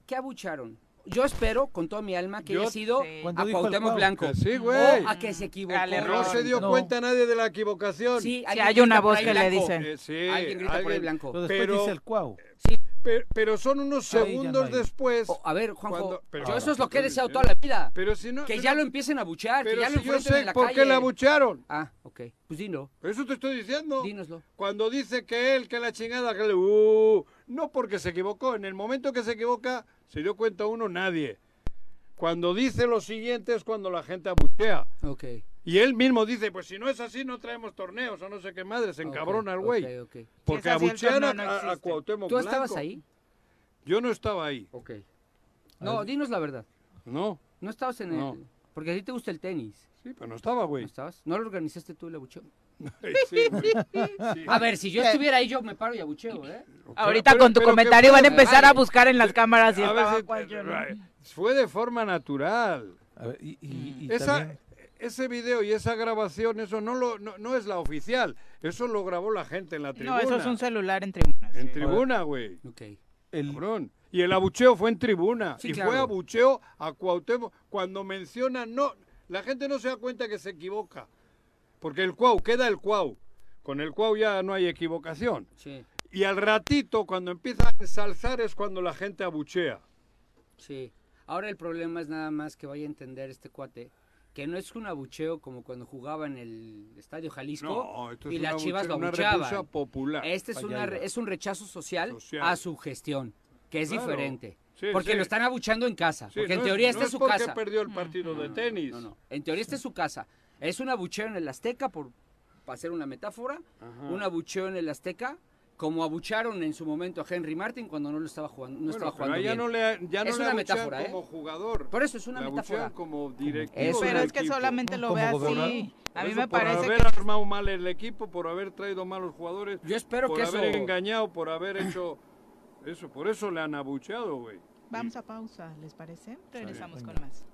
¿qué abucharon? Yo espero con toda mi alma que Yo- haya sido Sí. a Cuando dijo el Cuauhtémoc Cuau. Blanco. Que sí, güey. O a que se equivocó. Al error. No se dio No. cuenta nadie de la equivocación. Sí, Sí, alguien hay una grita por voz ahí que le blanco. dice. Eh, sí, Alguien grita por ahí alguien- blanco. Pero después Pero- dice el cuau. Pero, pero son unos Ahí ya no segundos hay. después. O, Oh, a ver, Juanjo, Cuando- pero- yo eso es lo que he Ahora, deseado sí. toda la vida. Pero si no. que no- ya lo empiecen a buchar, que Pero ya lo si yo enfrenten sé en la por calle. qué la bucharon. Ah, ok. Pues dilo, Por Eso te estoy diciendo. dínoslo. Cuando dice que él, que la chingada, que le... Uh, no porque se equivocó. En el momento que se equivoca, se dio cuenta uno, nadie. Cuando dice lo siguiente es cuando la gente abuchea. Ok. Y él mismo dice, pues si no es así, no traemos torneos o no sé qué madre. Se encabrona el güey. Ok, ok. Porque Si es así, el abuchean a, torneo no a- a existe. Cuauhtémoc ¿Tú estabas Blanco. ahí? Yo no estaba ahí. Ok. No, dinos la verdad. No. No estabas en el... No. Porque a ti te gusta el tenis. Sí, pero no estaba, ¿No güey. estabas? ¿No lo organizaste tú el abucheo? Sí, güey. A ver, si yo Eh, estuviera ahí, yo me paro y abucheo, ¿eh? Ahorita Pero- con tu pero que comentario fue- van a empezar a buscar en las cámaras si A ver estaba si- cual yo no. Fue de forma natural. A ver, y, y- y Esa, también- ese video y esa grabación, eso no, lo, no, no es la oficial. Eso lo grabó la gente en la No, tribuna. eso es un celular en tribuna. En tribuna, güey. Ok. el, Cabrón. Y el abucheo fue en tribuna. Sí, y fue claro. abucheo a Cuauhtémoc. Cuando menciona, no, la gente no se da cuenta que se equivoca. Porque el cuau, queda el cuau. Con el cuau ya no hay equivocación. Sí, Y al ratito, cuando empieza a ensalzar, es cuando la gente abuchea. sí. Ahora el problema es nada más que vaya a entender este cuate que no es un abucheo como cuando jugaba en el Estadio Jalisco No, esto es y una las chivas lo abucheo- una repulsa abucheaban. popular. Este es, Allá una, re- iba. es un rechazo social, Social. a su gestión, que es Claro. diferente. Sí, porque sí. lo están abuchando en casa. Sí, porque en no es- teoría no esta es su porque casa. perdió el partido de tenis. No, no. En teoría esta es su casa. Es un abucheo en el Azteca, por para hacer una metáfora, un abucheo en el Azteca, como abucharon en su momento a Henry Martin cuando no lo estaba jugando, no Bueno, estaba pero jugando ahí ya bien. no le, ya no Es le una abuchean metáfora, ¿eh? como jugador. Por eso es una Le abuchean metáfora. como directivo Es del Pero es que equipo. solamente lo Como ve así. gobernador. A mí Eso me parece Por haber que armado mal el equipo, por haber traído malos jugadores. Yo espero por que haber eso- engañado, por haber hecho eso. Por eso le han abucheado, güey. Vamos a pausa, ¿les parece? Regresamos con más.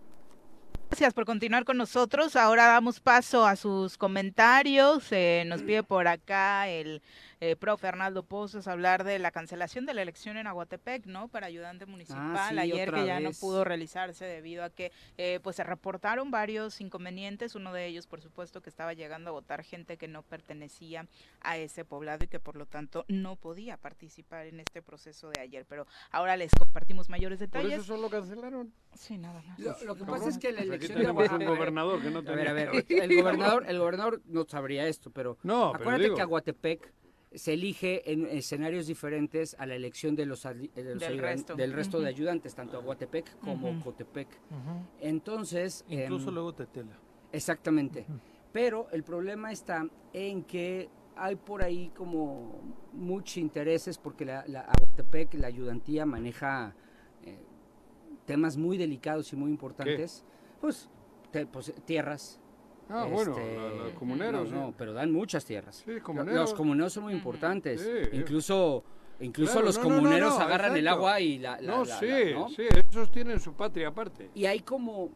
Gracias por continuar con nosotros. Ahora damos paso a sus comentarios. Eh, nos pide por acá el eh, profe Arnaldo Pozos hablar de la cancelación de la elección en Aguatepec, ¿no? Para ayudante municipal sí, ayer otra que ya no vez. pudo realizarse debido a que eh, pues se reportaron varios inconvenientes. Uno de ellos, por supuesto, que estaba llegando a votar gente que no pertenecía a ese poblado y que por lo tanto no podía participar en este proceso de ayer. Pero ahora les compartimos mayores Por detalles. eso solo cancelaron. Sí, nada más. Lo, lo que Cabrón. pasa es que la Pues aquí elección de tenemos un Aguatepec- gobernador que no A tenía. ver, a ver, el gobernador, el gobernador no sabría esto, pero No, pero acuérdate digo- que Aguatepec se elige en escenarios diferentes a la elección de los, ali- de los Del ayudan- resto. del resto de Ujú. ayudantes, tanto Aguatepec como Ujú. Cotepec. Ujú. Entonces... Incluso em, luego Tetela. Exactamente. Pero el problema está en que hay por ahí como muchos intereses porque la, la Aguatepec, la ayudantía, maneja eh, temas muy delicados y muy importantes. Pues, te- pues, tierras. Este, Ah, bueno, la- la comuneros, No, no, ¿eh? pero dan muchas tierras. Lo- comuneros. Los comuneros son muy importantes. Sí. Incluso, incluso Claro, los no, no, no, comuneros no, agarran el exacto. agua y la... la- no, la- sí, la- ¿no? sí, esos tienen su patria aparte. Y hay como,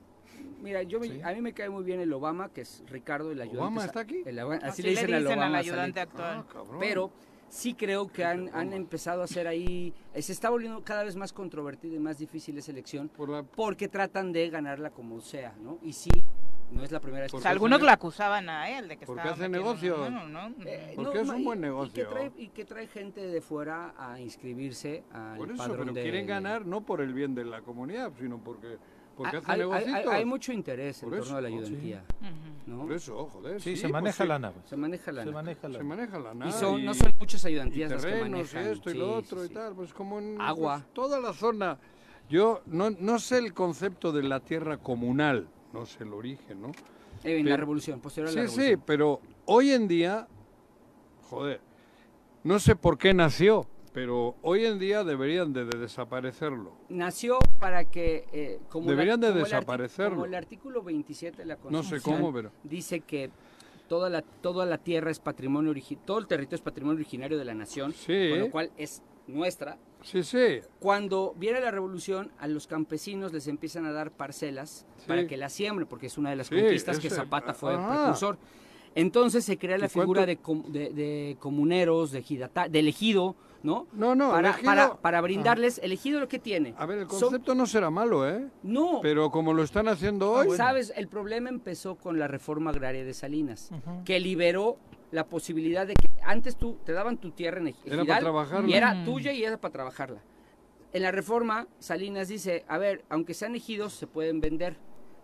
mira, yo me- a mí me cae muy bien el Obama, que es Ricardo, el ayudante. ¿Obama sa- está aquí? Ah, el Obama- así, Así le dicen, al Obama. Salim. ayudante actual. Pero sí creo que han, han empezado a hacer ahí, eh, se está volviendo cada vez más controvertida y más difícil esa elección, porque tratan de ganarla como sea, ¿no? Y sí, no es la primera vez. O que sea, se algunos hace. lo acusaban a él de que Porque estaba hace metiendo negocio. la mano, ¿no? Eh, Porque no, es ma- un buen y- Y negocio. que trae, y que trae gente de fuera a inscribirse al Por eso, padrón pero de- quieren ganar no por el bien de la comunidad, sino porque, porque Ah, hacen hay- hay- negocios. hay- hay mucho interés en torno a la ayudantía, ayudantía. ¿no? Por eso, joder. Sí, se maneja pues lana, pues. Se maneja lana. Se maneja lana. Se maneja lana Y- y terrenos, terrenos, y esto y lo otro y tal. Pues como en Agua. pues, toda la zona. Yo no, no sé el concepto de la tierra comunal, no sé el origen, ¿no? Eh, en Pero- la revolución, posterior a Sí, la sí, revolución. pero hoy en día, joder, no sé por qué nació, pero hoy en día deberían de, de desaparecerlo. Nació para que... eh, como Deberían de como el arti- desaparecerlo. Como el artículo 27 de la No sé Constitución. cómo, pero- Dice que toda la, toda la tierra es patrimonio origi- todo el territorio es patrimonio originario de la nación, con lo cual es nuestra. Sí, sí. Cuando viene la revolución, a los campesinos les empiezan a dar parcelas para que la siembren, porque es una de las Sí, conquistas que ese- Zapata fue ah. precursor. Entonces se crea la ¿Y cuánto- figura de, com- de- de comuneros, de ejidata- del ejido, ¿no? No, no, para, el ejido- para, para brindarles, el ejido lo que tiene. A ver, el Son- concepto no será malo, ¿eh? No. Ah, Pero como lo están haciendo hoy. Sabes, el problema empezó con la reforma agraria de Salinas, Ujú. que liberó la posibilidad de que antes tú te daban tu tierra en Ej- Era para Ejidal, trabajarla. y era Mm. tuya y era para trabajarla. En la reforma Salinas dice, a ver, aunque sean ejidos se pueden vender.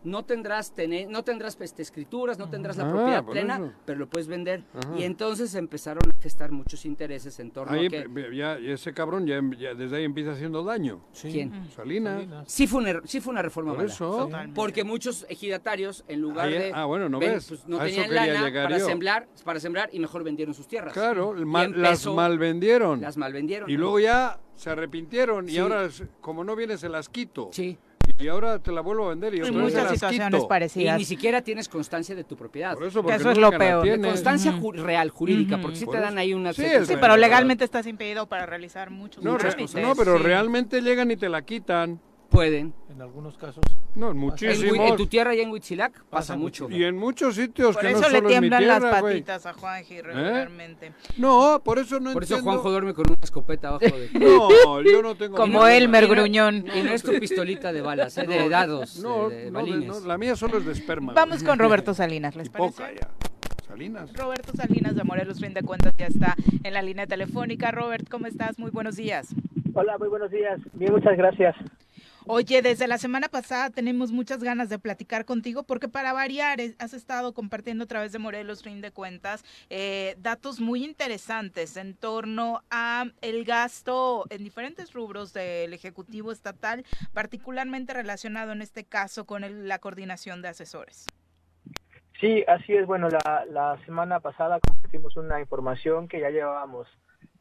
No tendrás tene- no tendrás este, escrituras, no tendrás la Ah, propiedad por plena, eso. pero lo puedes vender. Ajá. Y entonces empezaron a gestar muchos intereses en torno Ahí, a que pe- ya, ya ese cabrón ya, ya desde ahí empieza haciendo daño. Mm. ¿Quién? Salinas. Sí fue, un er- sí fue una reforma Por mala. eso. Totalmente. Porque muchos ejidatarios, en lugar Ahí- de... ah, bueno, no ves, pues, no a eso tenían quería lana llegar para yo. sembrar, para sembrar y mejor vendieron sus tierras. Claro, Y mal- las empezó- malvendieron. Las malvendieron. Y luego ya se arrepintieron y Sí. ahora, es- como no viene, se las quito. Sí. Y ahora te la vuelvo a vender y, otra vez se las quito. Y ni siquiera tienes constancia de tu propiedad. Por eso, porque eso es lo nunca la peor. tienes. Constancia Ujú. ju- real, jurídica, porque si Por te eso. dan ahí una... Sí, serie- es Sí, pero legalmente estás impedido para realizar muchos No, re- trámites. no, pero Sí. realmente llegan y te la quitan. Pueden. En algunos casos. No, en En Hui- muchísimos. En tu tierra y en Huitzilac pasa, mucho. Y en muchos sitios Por que eso no le solo en mi tiemblan las tierra, güey. patitas a ¿Eh? Juanji regularmente. No, por eso no Por eso entiendo. Juanjo duerme con una escopeta abajo de... No, yo no tengo Como miedo. Elmer Y no- Gruñón. Y no es tu pistolita de balas, eh, de No, dados, No, de- de no, de- balines. no, la mía solo es de esperma. Vamos güey. con Roberto Salinas, ¿les Y parece? poca ya. Salinas. Roberto Salinas de Morelos Rinde Cuentas ya está en la línea telefónica. Robert, ¿cómo estás? Muy buenos días. Hola, muy buenos días. Bien, muchas gracias. Oye, desde la semana pasada tenemos muchas ganas de platicar contigo porque para variar es- has estado compartiendo a través de Morelos Rinde Cuentas eh, datos muy interesantes en torno a el gasto en diferentes rubros del Ejecutivo Estatal, particularmente relacionado en este caso con el- la coordinación de asesores. Sí, así es. Bueno, la, la semana pasada compartimos una información que ya llevábamos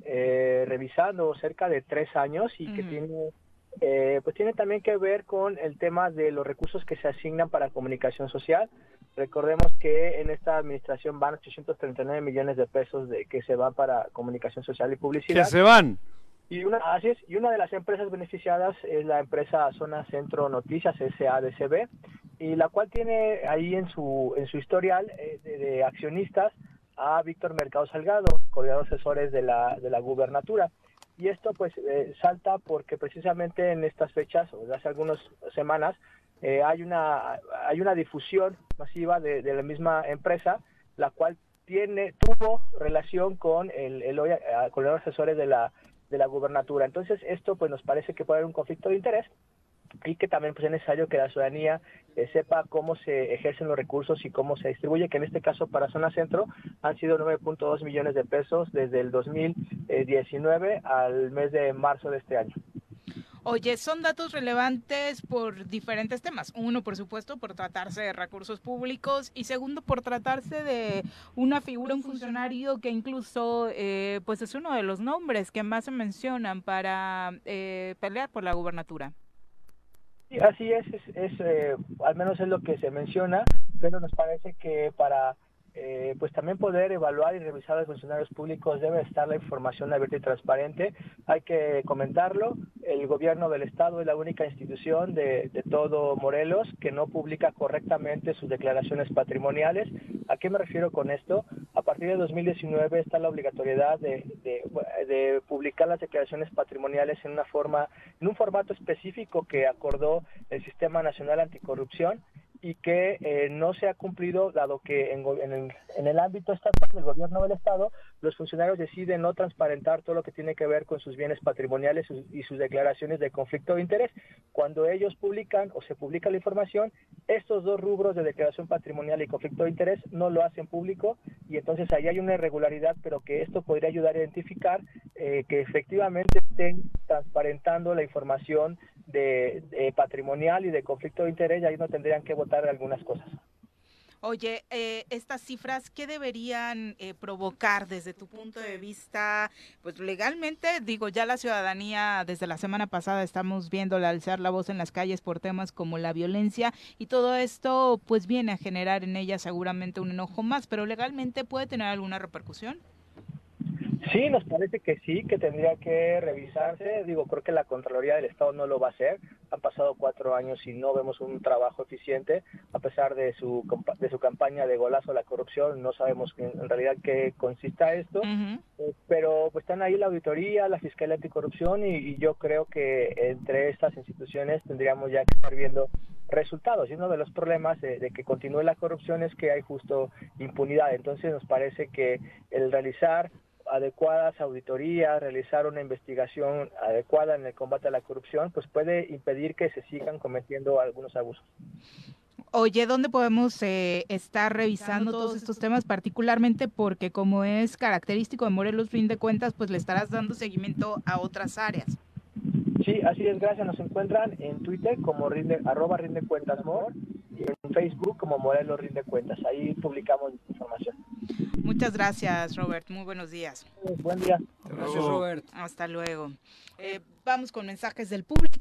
eh, revisando cerca de tres años y que Ujú. tiene, eh, pues tiene también que ver con el tema de los recursos que se asignan para comunicación social. Recordemos que en esta administración van 839 millones de pesos de que se van para comunicación social y publicidad. Que se van. Y una, así es, y una de las empresas beneficiadas es la empresa Zona Centro Noticias, SADCB, y la cual tiene ahí en su, en su historial eh, de, de accionistas a Víctor Mercado Salgado, coordinador asesores de la, de la gubernatura. Y esto pues eh, salta porque precisamente en estas fechas, o desde hace algunas semanas, eh, hay, una, hay una difusión masiva de, de la misma empresa, la cual tiene, tuvo relación con el, el hoy, eh, coordinador asesores de la, de la gubernatura. Entonces esto pues nos parece que puede haber un conflicto de interés y que también pues, es necesario que la ciudadanía eh, sepa cómo se ejercen los recursos y cómo se distribuye, que en este caso para Zona Centro han sido 9.2 millones de pesos desde el 2019 al mes de marzo de este año. Oye, son datos relevantes por diferentes temas. Uno, por supuesto, por tratarse de recursos públicos y segundo, por tratarse de una figura, un funcionario que incluso eh, pues es uno de los nombres que más se mencionan para eh, pelear por la gubernatura. Sí, así es, es, es eh, al menos es lo que se menciona, pero nos parece que para eh, pues también poder evaluar y revisar a los funcionarios públicos debe estar la información abierta y transparente. Hay que comentarlo, el gobierno del estado es la única institución de, de todo Morelos que no publica correctamente sus declaraciones patrimoniales. ¿A qué me refiero con esto? A partir de 2019 está la obligatoriedad de, de, de publicar las declaraciones patrimoniales en una forma, en un formato específico que acordó el Sistema Nacional Anticorrupción y que eh, no se ha cumplido, dado que en, en, el, en, el, ámbito estatal del gobierno del Estado, los funcionarios deciden no transparentar todo lo que tiene que ver con sus bienes patrimoniales y sus declaraciones de conflicto de interés. Cuando ellos publican o se publica la información, estos dos rubros de declaración patrimonial y conflicto de interés no lo hacen público y entonces ahí hay una irregularidad, pero que esto podría ayudar a identificar eh, que efectivamente estén transparentando la información de, de, patrimonial y de conflicto de interés y ahí no tendrían que votar algunas cosas. Oye, eh, estas cifras, ¿qué deberían eh, provocar desde tu punto de vista? Pues legalmente, digo, ya la ciudadanía desde la semana pasada estamos viéndola alzar la voz en las calles por temas como la violencia y todo esto pues viene a generar en ella seguramente un enojo más, pero legalmente puede tener alguna repercusión. Sí, nos parece que sí, que tendría que revisarse. Digo, creo que la Contraloría del Estado no lo va a hacer. Han pasado cuatro años y no vemos un trabajo eficiente. A pesar de su, de su campaña de golazo a la corrupción, no sabemos en realidad qué consista esto. Uh -huh. eh, pero pues, están ahí la auditoría, la Fiscalía Anticorrupción y, y yo creo que entre estas instituciones tendríamos ya que estar viendo resultados. Y uno de los problemas de, de, que continúe la corrupción es que hay justo impunidad. Entonces nos parece que el realizar adecuadas auditorías, realizar una investigación adecuada en el combate a la corrupción, pues puede impedir que se sigan cometiendo algunos abusos. Oye, ¿dónde podemos eh, estar revisando todos estos temas, particularmente porque como es característico de Morelos, fin de cuentas, pues le estarás dando seguimiento a otras áreas? Sí, así es, gracias. Nos encuentran en Twitter como rinde, arroba rinde cuentas more, y en Facebook como Morelos Rinde Cuentas. Ahí publicamos información. Muchas gracias, Robert. Muy buenos días. Sí, buen día. Gracias, Robert. Hasta luego. Eh, vamos con mensajes del público.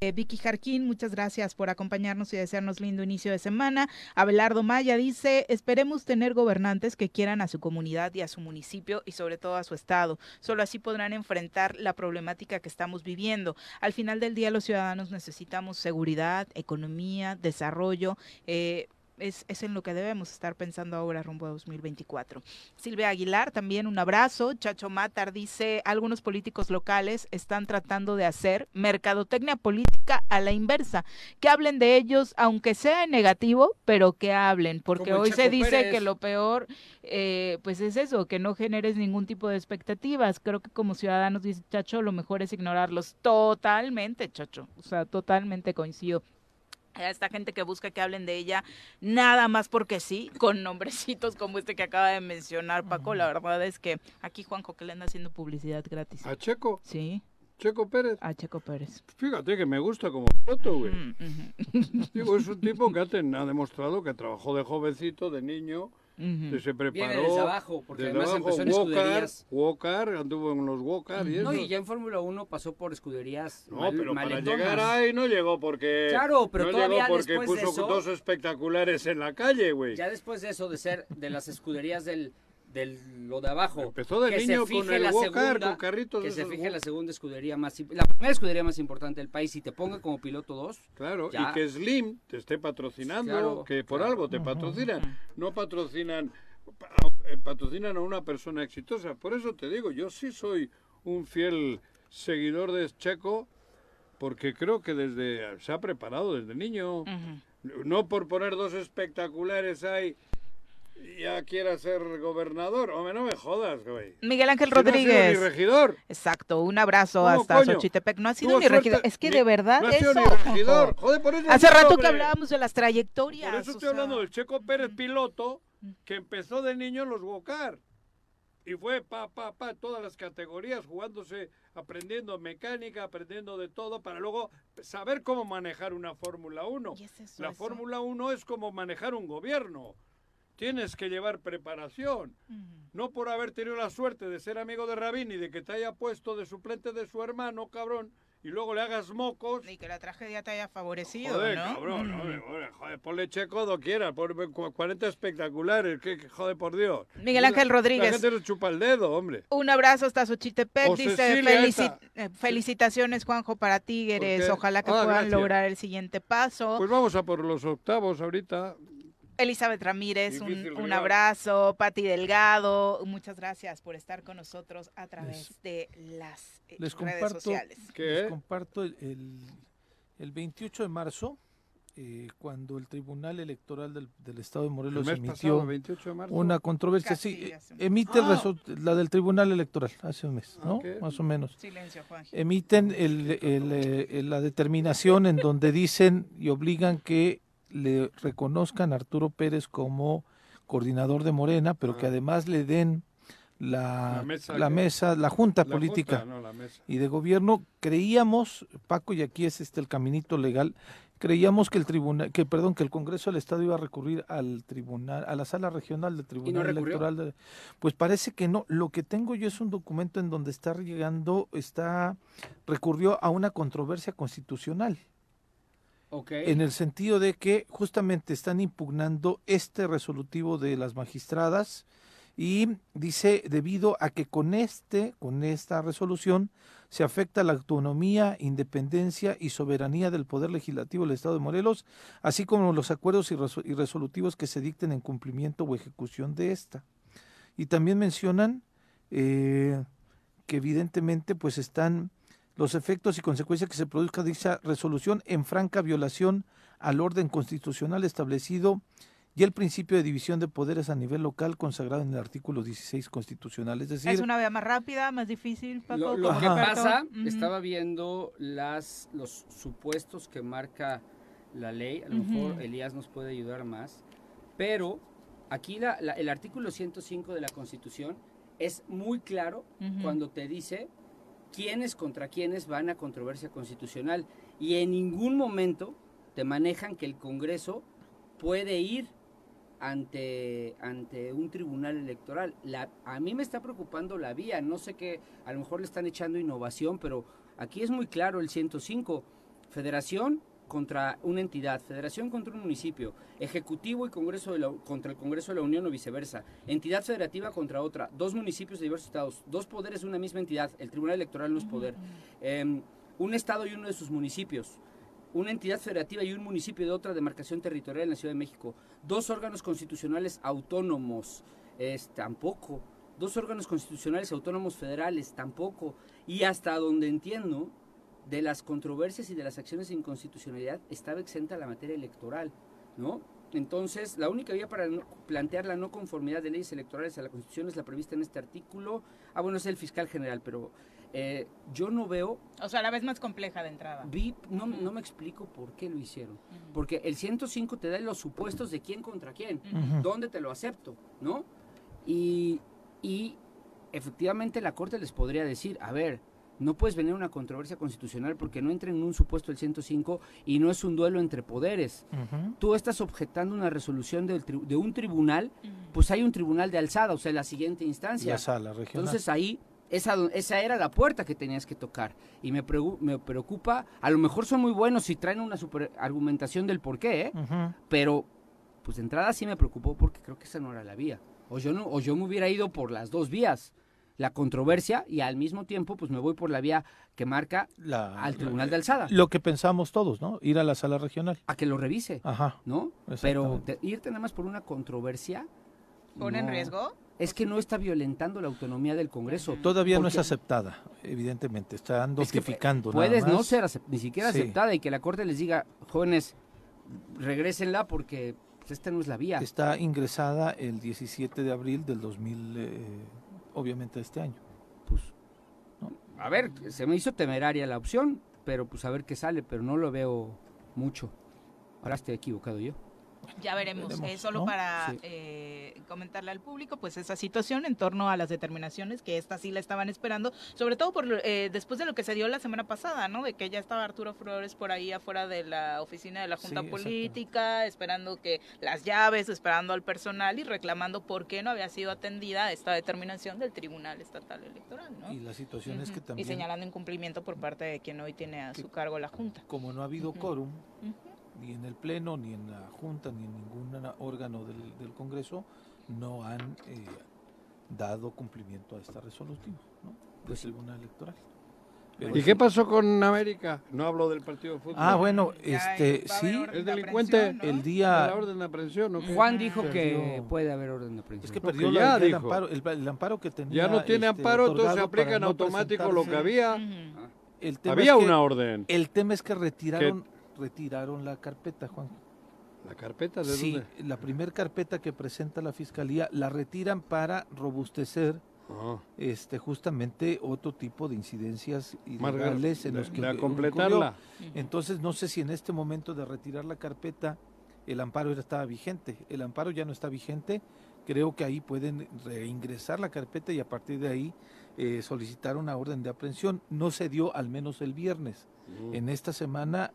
Eh, Vicky Jarquín, muchas gracias por acompañarnos y desearnos lindo inicio de semana. Abelardo Maya dice, esperemos tener gobernantes que quieran a su comunidad y a su municipio y sobre todo a su estado. Solo así podrán enfrentar la problemática que estamos viviendo. Al final del día los ciudadanos necesitamos seguridad, economía, desarrollo. Eh, es, es, en lo que debemos estar pensando ahora rumbo a 2024. Silvia Aguilar, también un abrazo. Chacho Matar dice, algunos políticos locales están tratando de hacer mercadotecnia política a la inversa. Que hablen de ellos, aunque sea en negativo, pero que hablen, porque hoy se dice Pérez. que lo peor, eh, pues es eso, que no generes ningún tipo de expectativas. Creo que como ciudadanos, dice Chacho, lo mejor es ignorarlos. Totalmente, Chacho. O sea, totalmente coincido a esta gente que busca que hablen de ella, nada más porque sí, con nombrecitos como este que acaba de mencionar Paco, la verdad es que aquí Juanjo que le anda haciendo publicidad gratis. ¿A Checo? Sí. Checo Pérez. A Checo Pérez. Fíjate que me gusta como foto, güey. Mm -hmm. Digo, es un tipo que ha, ten, ha, demostrado que trabajó de jovencito, de niño, uh -huh. que se preparó. Viene desde abajo, porque desde además abajo, empezó en escuderías. Walker, anduvo en los Walker y eso. No, y ya en Fórmula 1 pasó por escuderías No, mal, pero para llegar ahí no llegó porque... Claro, pero no todavía llegó porque puso eso, dos espectaculares en la calle, güey. Ya después de eso, de ser de las escuderías del de lo de abajo. Empezó de que niño se fije con el la walker, segunda, con carritos. Que se fije la segunda escudería más, la primera escudería más importante del país y te ponga como piloto dos. Claro, ya. y que Slim te esté patrocinando, claro, que por claro. algo te patrocinan. No patrocinan, eh, patrocinan a una persona exitosa. Por eso te digo, yo sí soy un fiel seguidor de Checo, porque creo que desde se ha Mm. preparado desde niño. Uh -huh. No por poner dos espectaculares ahí ya quiera ser gobernador. Hombre, no me jodas, güey. Miguel Ángel Si no ha sido Rodríguez. ni regidor. Exacto, un abrazo ¿Cómo, hasta coño? Xochitepec. No ha sido Tuvo mi regidor. suerte, Es que ni- de verdad no ha sido eso. ni regidor. Joder, por eso Hace digo, rato que hombre. hablábamos de las trayectorias. Por eso o estoy sea, hablando del Checo Pérez piloto que empezó de niño en los Wocar. Y fue pa, pa, pa, todas las categorías, jugándose, aprendiendo mecánica, aprendiendo de todo, para luego saber cómo manejar una Fórmula 1. eso, La eso. Fórmula 1 es como manejar un gobierno. Tienes que llevar preparación. No por haber tenido la suerte de ser amigo de Rabini, de que te haya puesto de suplente de su hermano, cabrón, y luego le hagas mocos. Y que la tragedia te haya favorecido, Joder, ¿no? cabrón, Mm. joder, joder, joder, ponle checo doquiera, ponle cu- 40 espectaculares, que, que joder, por Dios. Miguel La- Ángel Rodríguez. La gente le chupa el dedo, hombre. Un abrazo hasta Xochitepec. O Dice Oh, Cecilia "Felici- Eta. eh, felicitaciones, Juanjo, para Tigres. Porque- Ojalá que Ah, puedan gracias. lograr el siguiente Oh. paso. Pues vamos a por los octavos ahorita. Elizabeth Ramírez, un- Difícil un, rival. abrazo. Pati Delgado, muchas gracias por estar con nosotros a través de las eh, Les redes comparto, sociales. les comparto el, el, el 28 de marzo, eh, cuando el Tribunal Electoral del, del Estado de Morelos mes emitió pasado, 28 de marzo. una controversia. sí, Casi eh, hace un mes. emite el Ah. resu- la del Tribunal Electoral hace un mes, ¿no? Ok. Más o menos. Silencio, Juan. Emiten el- el, eh, la determinación en donde dicen y obligan que le reconozcan a Arturo Pérez como coordinador de Morena, pero Ah. que además le den la, La mesa la que- mesa, la junta La política junta, no, la mesa. y de gobierno creíamos Paco y aquí es este el caminito legal creíamos que el tribunal que perdón que el Congreso del Estado iba a recurrir al tribunal a la sala regional del tribunal recurrió? electoral de- pues parece que no lo que tengo yo es un documento en donde está llegando está recurrió a una controversia constitucional Ok. en el sentido de que justamente están impugnando este resolutivo de las magistradas y dice debido a que con este con esta resolución se afecta la autonomía, independencia y soberanía del poder legislativo del Estado de Morelos, así como los acuerdos y reso- y resolutivos que se dicten en cumplimiento o ejecución de esta. Y también mencionan eh, que evidentemente pues están los efectos y consecuencias que se produzca dicha resolución en franca violación al orden constitucional establecido y el principio de división de poderes a nivel local consagrado en el artículo 16 constitucional. Es decir, es una vía más rápida, más difícil, Paco. Lo, lo Juan que Roberto. pasa, Ujú. estaba viendo las, los supuestos que marca la ley, a lo Ujú. mejor Elías nos puede ayudar más, pero aquí la- la- el artículo 105 de la Constitución es muy claro Ujú. cuando te dice quiénes contra quiénes van a controversia constitucional y en ningún momento te manejan que el Congreso puede ir ante, ante un tribunal electoral. La, a mí me está preocupando la vía, no sé qué, a lo mejor le están echando innovación, pero aquí es muy claro el 105, federación contra una entidad, federación contra un municipio, ejecutivo y Congreso de la- contra el Congreso de la Unión o viceversa, entidad federativa contra otra, dos municipios de diversos estados, dos poderes de una misma entidad, el Tribunal Electoral no es poder, em, un estado y uno de sus municipios, una entidad federativa y un municipio de otra demarcación territorial en la Ciudad de México, dos órganos constitucionales autónomos, es, tampoco, dos órganos constitucionales autónomos federales, tampoco, y hasta donde entiendo, de las controversias y de las acciones de inconstitucionalidad estaba exenta la materia electoral, ¿no? Entonces, la única vía para no- plantear la no conformidad de leyes electorales a la Constitución es la prevista en este artículo. Ah, bueno, es el fiscal general, pero eh, yo no veo O sea, la vez más compleja de entrada. Vi- no, no me explico por qué lo hicieron. Porque el 105 te da los supuestos de quién contra quién, Ujú. dónde te lo acepto, ¿no? Y, y efectivamente la Corte les podría decir, a ver, no puedes venir a una controversia constitucional porque no entra en un supuesto el 105 y no es un duelo entre poderes. Ujú. Tú estás objetando una resolución del tri- de un tribunal, pues hay un tribunal de alzada, o sea, la siguiente instancia. La sala regional. Entonces ahí, esa, do- esa era la puerta que tenías que tocar. Y me, pregu- me preocupa, a lo mejor son muy buenos si traen una super argumentación del por qué, ¿eh? Ujú. pero pues de entrada sí me preocupó porque creo que esa no era la vía. O yo, no, o yo me hubiera ido por las dos vías, la controversia y al mismo tiempo pues me voy por la vía que marca La- al Tribunal de Alzada. lo que pensamos todos, ¿no? Ir a la sala regional. A que lo revise. Ajá. ¿No? Pero Exactamente. te- irte nada más por una controversia... ¿Pone en no. riesgo? Es que no está violentando la autonomía del Congreso. Todavía no es Porque- aceptada, evidentemente. Están Es que notificando. nada puedes no más. ser acep- ni siquiera Sí. aceptada y que la corte les diga jóvenes regrésenla porque pues, Esta no es la vía. Está ingresada el 17 de abril del 2000, eh, obviamente este año. A ver, se me hizo temeraria la opción, pero pues a ver qué sale, pero no lo veo mucho. Ahora estoy equivocado yo. Ya veremos. Veremos, Eh, solo ¿no? para Sí. eh, comentarle al público, pues esa situación en torno a las determinaciones que esta sí la estaban esperando, sobre todo por lo- eh, después de lo que se dio la semana pasada, ¿no? De que ya estaba Arturo Flores por ahí afuera de la oficina de la Junta Sí, exacto. Política, esperando que las llaves, esperando al personal y reclamando por qué no había sido atendida esta determinación del Tribunal Estatal Electoral, ¿no? Y la situación es que Ujú. también- Y señalando incumplimiento por parte de quien hoy tiene a su cargo la Junta. Como no ha habido Ujú. quórum, Ujú. ni en el Pleno, ni en la Junta, ni en ningún ana- órgano del, del Congreso, no han eh, dado cumplimiento a esta resolutiva ¿no? Pues del Tribunal Electoral. Pero ¿Y eso- qué pasó con América? No hablo del partido de fútbol. Ah, bueno, este, sí. Es delincuente. El día... ¿A la orden de aprehensión, ¿o qué? Juan dijo que Perdió. puede haber orden de aprehensión. Es que No, que perdió la- ya ya el, dijo. amparo, el, el amparo que tenía. este, Ya no tiene amparo, entonces otorgado aplican para automático lo que presentarse. había. El tema Había es que- una orden. El tema es que retiraron, retiraron la carpeta, Juan. ¿La carpeta de sí, dónde? la primer carpeta que presenta la fiscalía la retiran para robustecer Ah. este justamente otro tipo de incidencias Más grave, ilegales en de- los que de ocurrió. completarla. Entonces no sé si en este momento de retirar la carpeta el amparo ya estaba vigente. El amparo ya no está vigente. Creo que ahí pueden reingresar la carpeta y a partir de ahí eh, solicitar una orden de aprehensión. No se dio al menos el viernes. Mm. En esta semana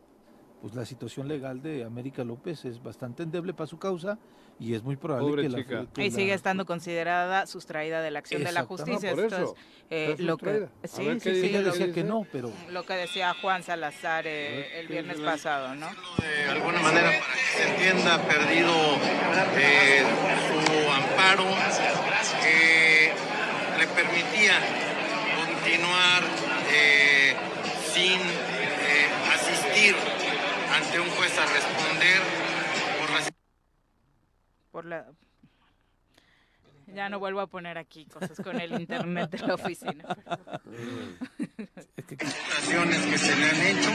pues la situación legal de América López es bastante endeble para su causa y es muy probable Pobre que la- chica. que Y la- sigue estando considerada sustraída de la acción de la Exacto. justicia. No, por eso. Entonces, eh, Está lo que, sustraída. A sí, ver sí, qué sí, dice, lo- decía que no, pero- Lo que decía Juan Salazar eh, el viernes pasado, ¿no? de alguna manera para que se entienda ha perdido eh, su amparo que le permitía continuar eh, sin eh, asistir ante un juez a responder por las Por la... Ya no vuelvo a poner aquí cosas con el internet de la oficina. acusaciones que se le han hecho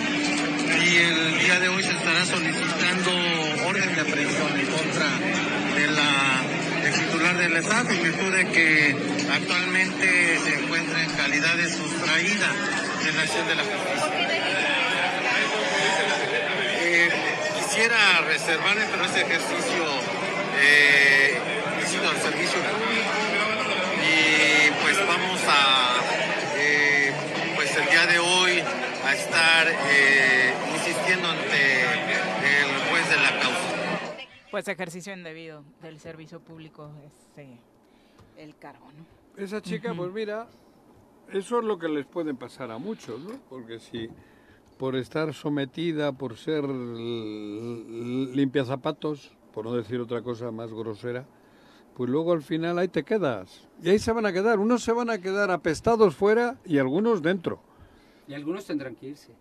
y el día de hoy se estará solicitando orden de aprehensión en contra de la ex titular del Estado en virtud de que actualmente se encuentra en calidad de sustraída de la acción de la justicia. Eh, quisiera reservarme, pero este ejercicio eh, he sido al servicio público y pues vamos a, eh, pues el día de hoy a estar eh, insistiendo ante el juez de la causa. Pues ejercicio indebido del servicio público es eh, el cargo, ¿no? Esa chica, pues mira, eso es lo que les puede pasar a muchos, ¿no? Porque si por estar sometida, por ser limpia zapatos, por no decir otra cosa más grosera, pues luego al final ahí te quedas. Y ahí se van a quedar. Unos se van a quedar apestados fuera y algunos dentro. Y algunos tendrán que irse.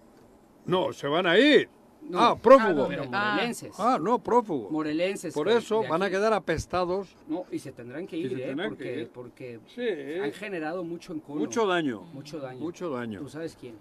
No, se van a ir. No. ah, prófugos. Ah, pero morelenses. Ah, no, prófugos. Morelenses. Por que- eso de van a aquí. quedar apestados. No, y se tendrán que Y ir, se ¿eh? tendrán porque, que ir. ¿eh? porque han generado mucho encono. Mucho daño. Mucho daño. Mucho daño. ¿Tú sabes quién?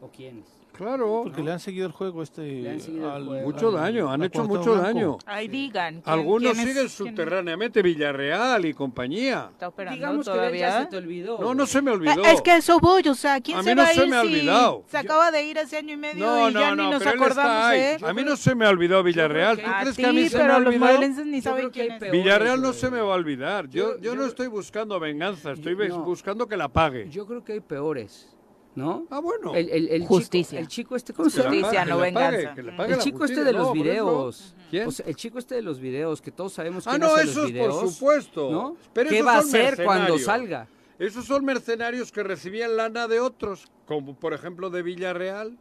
¿O quiénes? Claro. Porque le han seguido el juego este. Le han seguido el juego. Mucho daño, han a hecho Cuauhtémoc mucho Blanco. daño. Ahí digan. ¿quién- Algunos quién es- siguen quién subterráneamente Villarreal y compañía. está operando Digamos que de él todavía? ya se te olvidó. No, no se me olvidó. Es que eso voy, o sea, ¿quién A se mí no va a se ir me ha si olvidado. se acaba de ir hace año y medio No, y ya no, ni no, nos pero él está acordamos, ahí. eh? A mí no se me ha olvidado Villarreal. ¿Tú A crees ti, que a mí se me pero ha los olvidado? morelenses ni saben quién es. Villarreal no se me va a olvidar. Yo, yo no estoy buscando venganza, estoy ves- buscando que la pague. Yo creo que hay peores, ¿no? Ah, bueno. El, el- el Justicia. Chico, el chico este, ¿cómo se llama? Justicia, Que la no pague, venganza. que la pague el la chico justicia, este de no, los por eso. videos. ¿Quién? O sea, el chico este de los videos, que todos sabemos Ah, quién no, hace esos los por videos. supuesto. ¿no? Pero ¿Qué esos va a son hacer cuando mercenarios. salga? Esos son mercenarios que recibían lana de otros, como por ejemplo de Villarreal.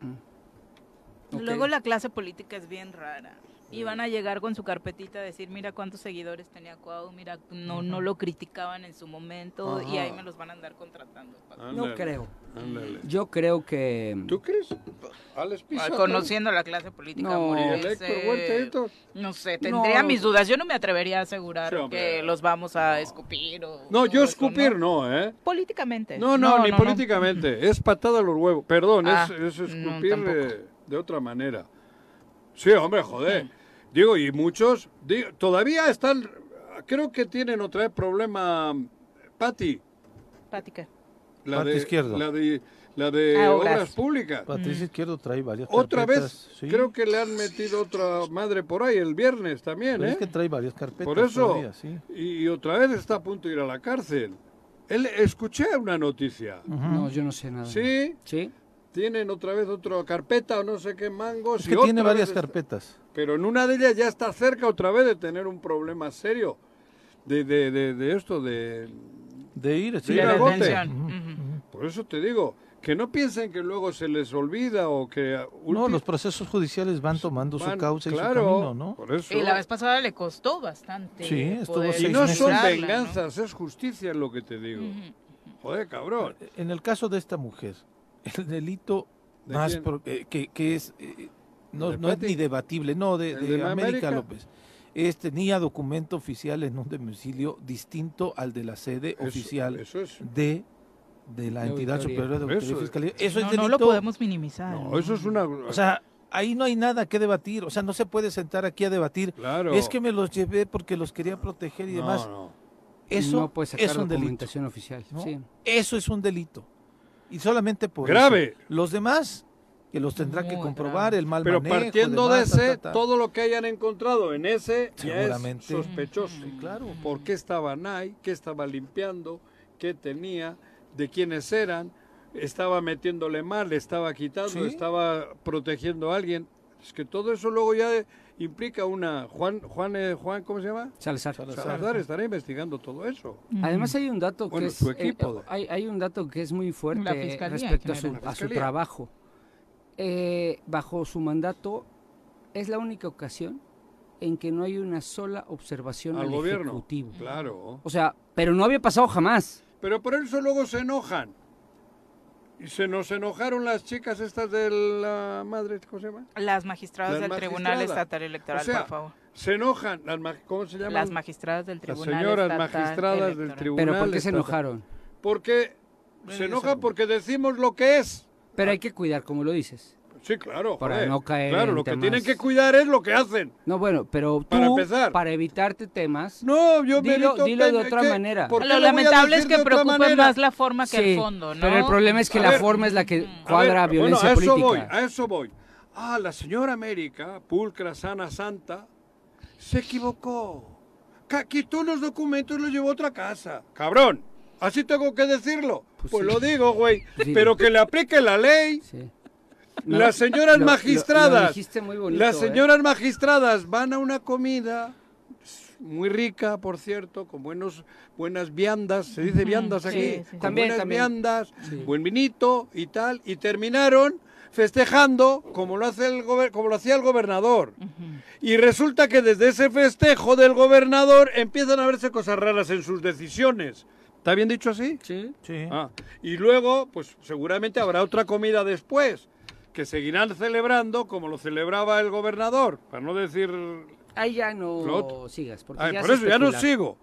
Luego la clase política es bien rara. Y van a llegar con su carpetita a decir, mira cuántos seguidores tenía Cuau, mira, no, no lo criticaban en su momento y Ajá. ahí me los van a andar contratando. Paco. No creo. Ándale. Yo creo que... ¿Tú crees? Alex Ah, Pizarro. Conociendo la clase política No. morelense, El Héctor Huerta, Héctor. no sé, tendría No. mis dudas. Yo no me atrevería a asegurar Sí, hombre. que los vamos a escupir o... No, yo escupir no, ¿eh? Políticamente. No, no, ni políticamente. Es patada a los huevos. Perdón, Ah, es, es no, escupir tampoco. eh, de otra manera. Sí, hombre, joder. Digo, y muchos, digo, todavía están, creo que tienen otra vez problema, Patti, Plática. la Pati de, Izquierdo. La de, la de Ah, obras. obras. públicas. Patricia Mm. Izquierdo trae varias Otra carpetas, vez, sí. creo que le han metido otra madre por ahí el viernes también, Pero ¿eh? es que trae varias carpetas Por eso, todavía, sí. y, y otra vez está a punto de ir a la cárcel. Él, escuché una noticia. No, yo no sé nada. ¿Sí? Sí. Tienen otra vez otra carpeta o no sé qué mangos. Es y que tiene otra varias vez eh, está- carpetas. Pero en una de ellas ya está cerca otra vez de tener un problema serio. De, de, de, de esto, de... De ir, sí, de a al la bote. detención. Por eso te digo, que no piensen que luego se les olvida o que... No, los procesos judiciales van tomando Van- su causa claro, y su camino, ¿no? por eso. Y Eh, la vez pasada le costó bastante. Sí, estuvo poder Y no son lograrla, ¿no? venganzas, es justicia lo que te digo. Joder, cabrón. En el caso de esta mujer, el delito ¿De más quién? pro- eh, que, que es eh, no, ¿De no es Pati? ni debatible, no, de, ¿El de de la América América? López. Es, tenía documento oficial en un domicilio distinto al de la sede Eso- oficial eso es. de, de la De entidad auditoría. superior de auditoría Eso- y fiscalía. Eso no, es delito. no lo podemos minimizar. Oh, No, eso es una. O sea, ahí no hay nada que debatir. O sea, no se puede sentar aquí a debatir. Claro. Es que me los llevé porque los quería proteger y No, demás. no. Eso No puede sacar es un delito. documentación oficial. ¿no? Sí. Eso es un delito. Y solamente por Grave. eso. Los demás, que los tendrá que comprobar, el mal Pero manejo, partiendo de demás, ta, ese, ta, ta. todo lo que hayan encontrado en ese ya es Seguramente. sospechoso. claro. ¿Por qué estaban ahí? ¿Qué estaba limpiando? ¿Qué tenía? ¿De quiénes eran? ¿Estaba metiéndole mal? ¿Estaba quitando? Sí. ¿Estaba protegiendo a alguien? Es que todo eso luego ya implica una... Juan, Juan, eh, Juan ¿cómo se llama? Salazar. Salazar estará investigando todo eso. Además hay un dato Bueno, que es, su eh, equipo. hay, hay un dato que es muy La fuerte Fiscalía respecto a en su, general. a su Fiscalía. trabajo. Eh, bajo su mandato es la única ocasión en que no hay una sola observación al, al gobierno. ejecutivo. Claro. O sea, pero no había pasado jamás. Pero por eso luego se enojan. Y se nos enojaron las chicas estas de la madre, ¿cómo se llama? Las magistradas Las del Tribunal magistradas. Estatal Electoral, O sea, por favor. Se enojan, las ma- ¿cómo se llaman? Las magistradas del Las Tribunal señoras Estatal magistradas del Electoral. tribunal. ¿Pero por qué se Estatal. enojaron? Porque se enojan porque decimos lo que es. Pero hay que cuidar, como lo dices. Sí, claro. Para joder. no caer Claro, en lo que temas- tienen que cuidar es lo que hacen. No, bueno, pero tú, Para empezar. para, evitarte temas, No, yo me dilo, evito dilo de temas, otra ¿qué? manera. ¿Por qué Lo lo voy a lamentable es decir que de otra preocupa manera? más la forma que el Sí, fondo, ¿no? Pero el Mm. problema es que A la ver, forma es la que A cuadra ver, violencia bueno, a eso política. voy, a eso voy. Ah, la señora América, pulcra, sana, santa, se equivocó. Ca- Quitó los documentos y los llevó a otra casa. Cabrón, así tengo que decirlo. Pues, sí. Pues lo digo, güey. Sí. Pero que le aplique la ley. No, las señoras lo- lo- lo magistradas. dijiste muy bonito, las ¿eh? señoras magistradas van a una comida muy rica, por cierto, con buenos buenas viandas, se dice viandas sí, aquí, sí, con También, buenas también. viandas, Sí. buen vinito y tal, y terminaron festejando como lo hace el gober- como lo hacía el gobernador. Y resulta que desde ese festejo del gobernador empiezan a verse cosas raras en sus decisiones. ¿Está bien dicho así? Sí. Sí. Ah, y luego, pues seguramente habrá otra comida después, que seguirán celebrando como lo celebraba el gobernador, para no decir... Ahí ya no Lo otro. sigas. Porque Ay, ya por es eso ya no especular. sigo.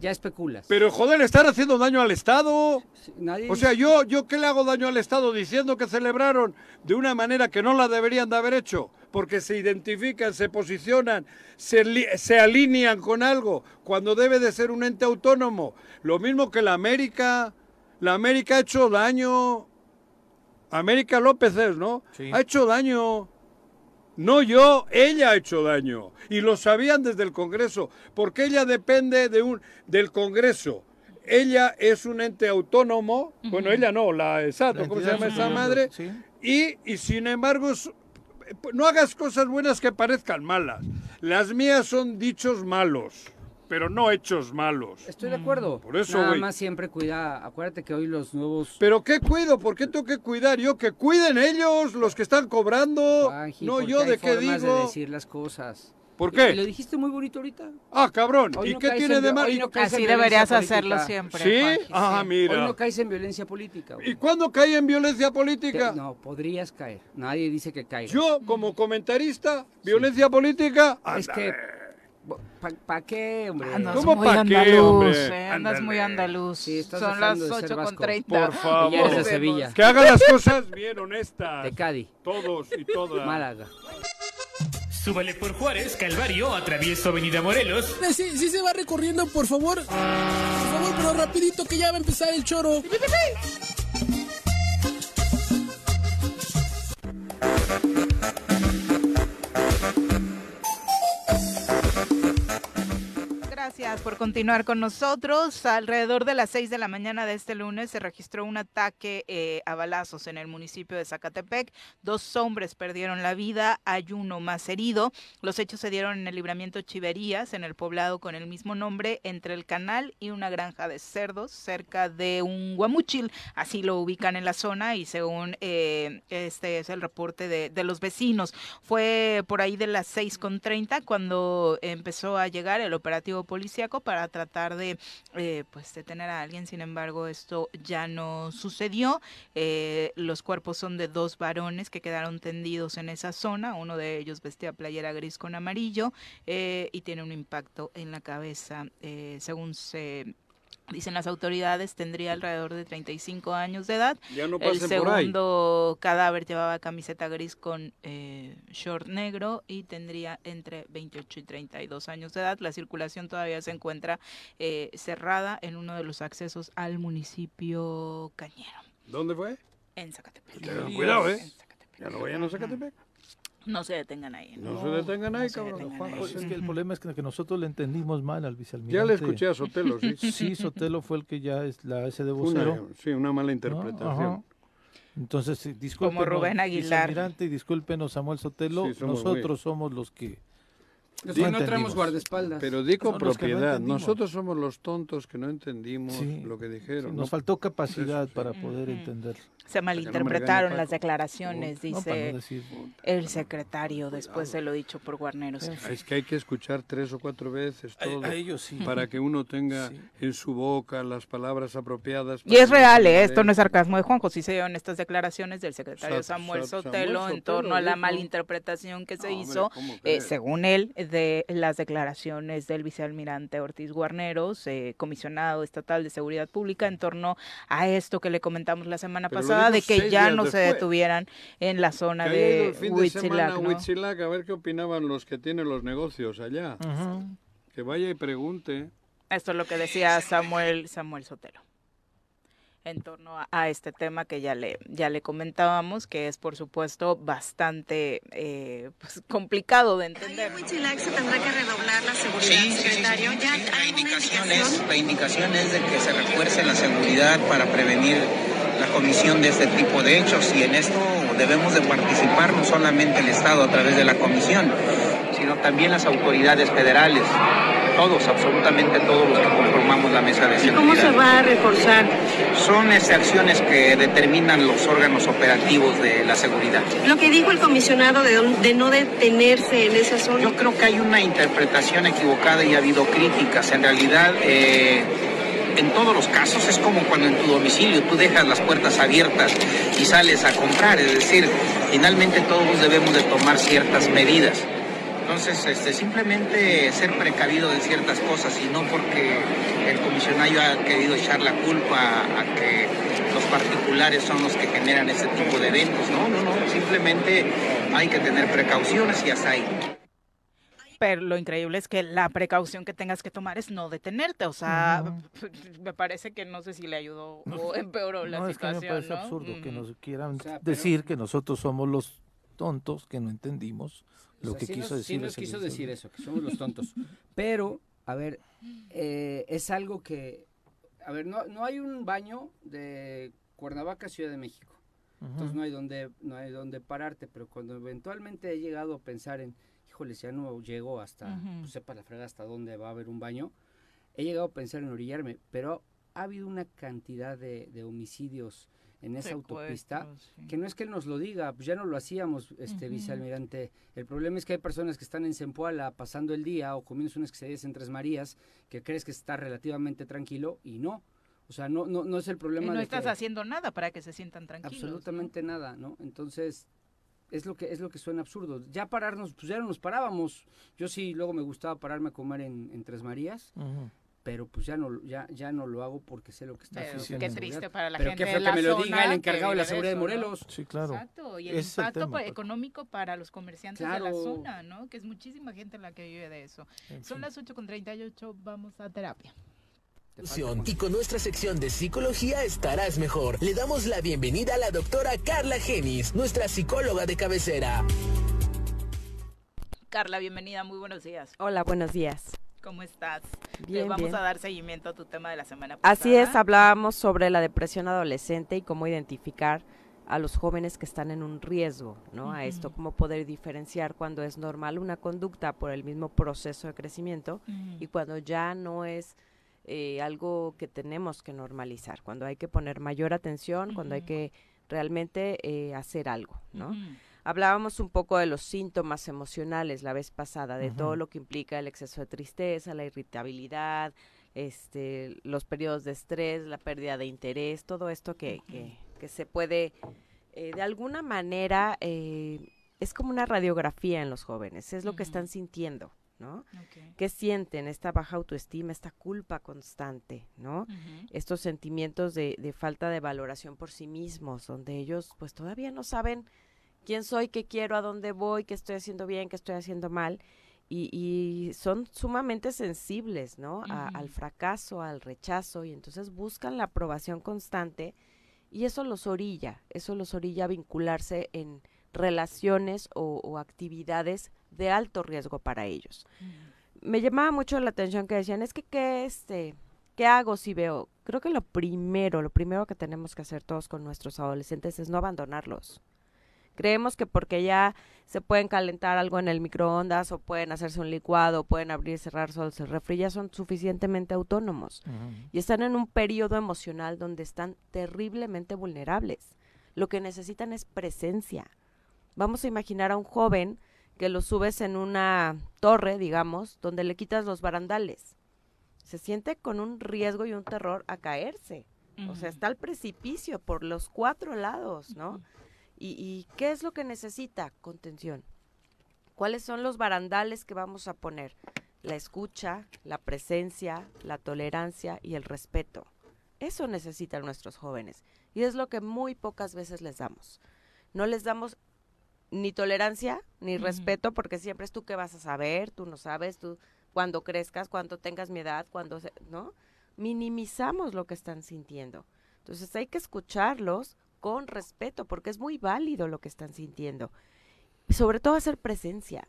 Ya especulas. Pero joder, están haciendo daño al Estado. Nadie O sea, yo, yo qué le hago daño al Estado diciendo que celebraron de una manera que no la deberían de haber hecho, porque se identifican, se posicionan, se, li- se alinean con algo, cuando debe de ser un ente autónomo. Lo mismo que la América, la América ha hecho daño, América López es, ¿no? Sí. Ha hecho daño. No yo, ella ha hecho daño. Y lo sabían desde el Congreso, porque ella depende de un, del Congreso. Ella es un ente autónomo, bueno, ella no, la exacto, La ¿cómo se entidad llama esa superior, madre? sí. Y, y sin embargo, es- no hagas cosas buenas que parezcan malas. Las mías son dichos malos, pero no hechos malos. Estoy de acuerdo. Por eso, Nada güey. más siempre cuida. Acuérdate que hoy los nuevos. Pero ¿qué cuido? ¿Por qué tengo que cuidar yo? Que cuiden ellos los que están cobrando. Angie, no porque yo hay de qué formas digo. de decir las cosas. ¿Por Y- qué? y lo dijiste muy bonito ahorita. Ah, cabrón. Hoy ¿Y no qué caes tiene en- de malo? hoy no caes en Así violencia deberías política. hacerlo siempre. ¿Sí? Juanji, Ah, mira. Hoy no caes en violencia política. güey. ¿Y cuándo cae en violencia Te- política? no, podrías caer. Nadie dice que caigas. Yo, como comentarista, violencia política. Es que. ¿Para qué, hombre? Andas ¿Cómo muy pa' qué, andaluz, hombre? eh, andas muy andaluz. Sí, estás Son las dejando de ser 8 con vasco. 30. Por favor. Y eres de Sevilla. Que hagan las cosas bien honestas. De Cádiz. Todos y todas. Málaga. Súbale por Juárez, Calvario, atravieso Avenida Morelos. Sí, sí se va recorriendo, por favor. Por favor, pero rapidito que ya va a empezar el choro. Gracias por continuar con nosotros. Alrededor de las 6 de la mañana de este lunes se registró un ataque eh, a balazos en el municipio de Zacatepec. Dos hombres perdieron la vida, hay uno más herido. Los hechos se dieron en el libramiento Chiverías, en el poblado con el mismo nombre, entre el canal y una granja de cerdos cerca de un guamuchil. Así lo ubican en la zona y según eh, este es el reporte de, de los vecinos. Fue por ahí de las 6.30 cuando empezó a llegar el operativo policial policíaco para tratar de eh, pues detener a alguien. Sin embargo, esto ya no sucedió. Eh, los cuerpos son de dos varones que quedaron tendidos en esa zona. Uno de ellos vestía playera gris con amarillo eh, y tiene un impacto en la cabeza, eh, según se Dicen las autoridades, tendría alrededor de 35 años de edad. Ya no el pasen por ahí. segundo cadáver llevaba camiseta gris con eh, short negro y tendría entre 28 y 32 años de edad. La circulación todavía se encuentra eh, cerrada en uno de los accesos al municipio Cañero, ¿Dónde fue? en Zacatepec. Tengan Cuidado, ¿eh? Ya no vayan a Zacatepec. No se detengan ahí. ¿eh? No, se detengan ahí, se cabrón. detengan ahí. Pues es que el problema es que, que nosotros le entendimos mal al vicealmirante. Ya le escuché a Sotelo, sí. Sí, Sotelo fue el que ya es la S de Una- vocero. sí, una mala Ajá. interpretación. Entonces, sí, discúlpenos, Rubén Aguilar. vicealmirante, y discúlpenos, Samuel Sotelo. Sí, somos nosotros muy- somos los que. Di- entendimos. Pero di con Son los que no propiedad. entendimos. Nosotros somos los tontos que no entendimos Sí. lo que dijeron. Sí, nos ¿no? faltó capacidad para poder Ujú. entenderlo. Se malinterpretaron Paco. las declaraciones, No, para no dice decir- el secretario después de lo dicho por Guarneros. Es que hay que escuchar tres o cuatro veces A- todo a ellos sí. para que uno tenga en su boca las palabras apropiadas. Y es para que real, se ¿eh? le esto no es dé. sarcasmo de Juanjo, sí se dieron estas declaraciones del secretario Sa- Samuel Sa- Samuel Sotelo en Sotelo torno a la dijo. malinterpretación que se No, hombre, hizo, ¿cómo eh, crees? según él, eh, de las declaraciones del vicealmirante Ortiz Guarneros, eh, comisionado estatal de Seguridad Pública, en torno a esto que le comentamos la semana Pero lo pasada, dijo de que seis ya días no se después. detuvieran en la zona Que haya ido el de fin de semana Huitzilac, a ¿no? Huitzilac a ver qué opinaban los que tienen los negocios allá. Ujú. Que vaya y pregunte. Esto es lo que decía Samuel, Samuel Sotelo en torno a, a este tema que ya le, ya le comentábamos, que es por supuesto bastante eh, pues, complicado de entender. se tendrá que redoblar la seguridad, secretario. ¿Ya hay una indicación? es- la indicación es de que se refuerce la seguridad para prevenir la comisión de este tipo de hechos y en esto debemos de participar no solamente el Estado a través de la comisión, sino también las autoridades federales, todos, absolutamente todos los que conformamos la mesa de ¿Y seguridad. cómo se va a reforzar? Son este, acciones que determinan los órganos operativos de la seguridad. Lo que dijo el comisionado de, de no detenerse en esa zona. Yo creo que hay una interpretación equivocada y ha habido críticas. En realidad, eh, en todos los casos es como cuando en tu domicilio tú dejas las puertas abiertas y sales a comprar. Es decir, finalmente todos debemos de tomar ciertas medidas. Entonces, este, simplemente ser precavido de ciertas cosas y no porque el comisionario ha querido echar la culpa a, a que los particulares son los que generan este tipo de eventos. No, no, no. Simplemente hay que tener precauciones y hasta ahí. Pero lo increíble es que la precaución que tengas que tomar es no detenerte, o sea, me parece que no sé si le ayudó o empeoró la No, es que a mí situación. me parece ¿no? absurdo que Ujú. nos quieran O sea, pero- decir que nosotros somos los tontos que no entendimos lo O sea, que sí quiso nos- decir. sí nos ese quiso vicealmirante. decir eso, que somos los tontos. Pero, a ver, eh, es algo que... A ver, no, no hay un baño de Cuernavaca, Ciudad de México. Entonces Ujú. no hay donde no hay donde pararte, pero cuando eventualmente he llegado a pensar en, híjole, si ya no llego hasta, Ujú. pues, sepa la fregada hasta dónde va a haber un baño, he llegado a pensar en orillarme, pero ha habido una cantidad de, de homicidios en esa autopista Secuestros, que no es que él nos lo diga, pues ya no lo hacíamos, este Ujú. vicealmirante. El problema es que hay personas que están en Zempoala pasando el día o comiendo unas quesadillas en Tres Marías que crees que está relativamente tranquilo y no. O sea, no, no, no es el Y problema no de estás que- haciendo nada para que se sientan tranquilos. absolutamente nada, ¿no? Entonces es lo que es lo que suena absurdo. Ya pararnos, pues ya no nos parábamos. Yo sí luego me gustaba pararme a comer en, en Tres Marías pero pues ya no ya ya no lo hago porque sé lo que está Pero sucediendo. qué en seguridad. triste para la pero gente qué de feo la que me lo zona diga el encargado de la que vive seguridad de eso, ¿no? Morelos Sí, claro. Exacto, y el Ese es el impacto pues, tema, pa- Paco. económico para los comerciantes de la Claro. zona, ¿no? Que es muchísima gente la que vive de eso. En Son fin. las 8.38, vamos a terapia. Y con nuestra sección de psicología estarás mejor. Le damos la bienvenida a la doctora Carla Genis, nuestra psicóloga de cabecera. Carla, bienvenida, muy buenos días. Hola, buenos días. ¿Cómo estás? Bien, Te vamos bien. a dar seguimiento a tu tema de la semana pasada. Así es, hablábamos sobre la depresión adolescente y cómo identificar a los jóvenes que están en un riesgo, ¿no? A esto, Ujú. cómo poder diferenciar cuando es normal una conducta por el mismo proceso de crecimiento Ujú. y cuando ya no es eh, algo que tenemos que normalizar, cuando hay que poner mayor atención, cuando hay que realmente eh, hacer algo, ¿no? Ujú. Hablábamos un poco de los síntomas emocionales la vez pasada, de Ujú. todo lo que implica el exceso de tristeza, la irritabilidad, este, los periodos de estrés, la pérdida de interés, todo esto que, que- que se puede, eh, de alguna manera, eh, es como una radiografía en los jóvenes, es lo que están sintiendo, ¿no? Ok. ¿Qué sienten? Esta baja autoestima, esta culpa constante, ¿no? Ujú. Estos sentimientos de, de falta de valoración por sí mismos, donde ellos pues todavía no saben quién soy, qué quiero, a dónde voy, qué estoy haciendo bien, qué estoy haciendo mal. Y, y son sumamente sensibles, ¿no? A- Ujú. Al fracaso, al rechazo, y entonces buscan la aprobación constante y eso los orilla, eso los orilla a vincularse en relaciones o- o actividades de alto riesgo para ellos me llamaba mucho la atención que decían, es que qué este, qué hago si veo. Creo que lo primero, lo primero que tenemos que hacer todos con nuestros adolescentes es no abandonarlos. Creemos que porque ya se pueden calentar algo en el microondas o pueden hacerse un licuado, pueden abrir y cerrar solos el refri, ya son suficientemente autónomos y están en un periodo emocional donde están terriblemente vulnerables. Lo que necesitan es presencia. Vamos a imaginar a un joven que lo subes en una torre, digamos, donde le quitas los barandales. Se siente con un riesgo y un terror a caerse. O sea, Ujú. está al precipicio por los cuatro lados, ¿no? Y- ¿Y qué es lo que necesita? Contención. ¿Cuáles son los barandales que vamos a poner? La escucha, la presencia, la tolerancia y el respeto. Eso necesitan nuestros jóvenes y es lo que muy pocas veces les damos. No les damos ni tolerancia ni Ujú. respeto porque siempre es tú que vas a saber, tú no sabes, tú cuando crezcas, cuando tengas mi edad, cuando, se- ¿no? Minimizamos lo que están sintiendo. Entonces hay que escucharlos con respeto porque es muy válido lo que están sintiendo. Sobre todo hacer presencia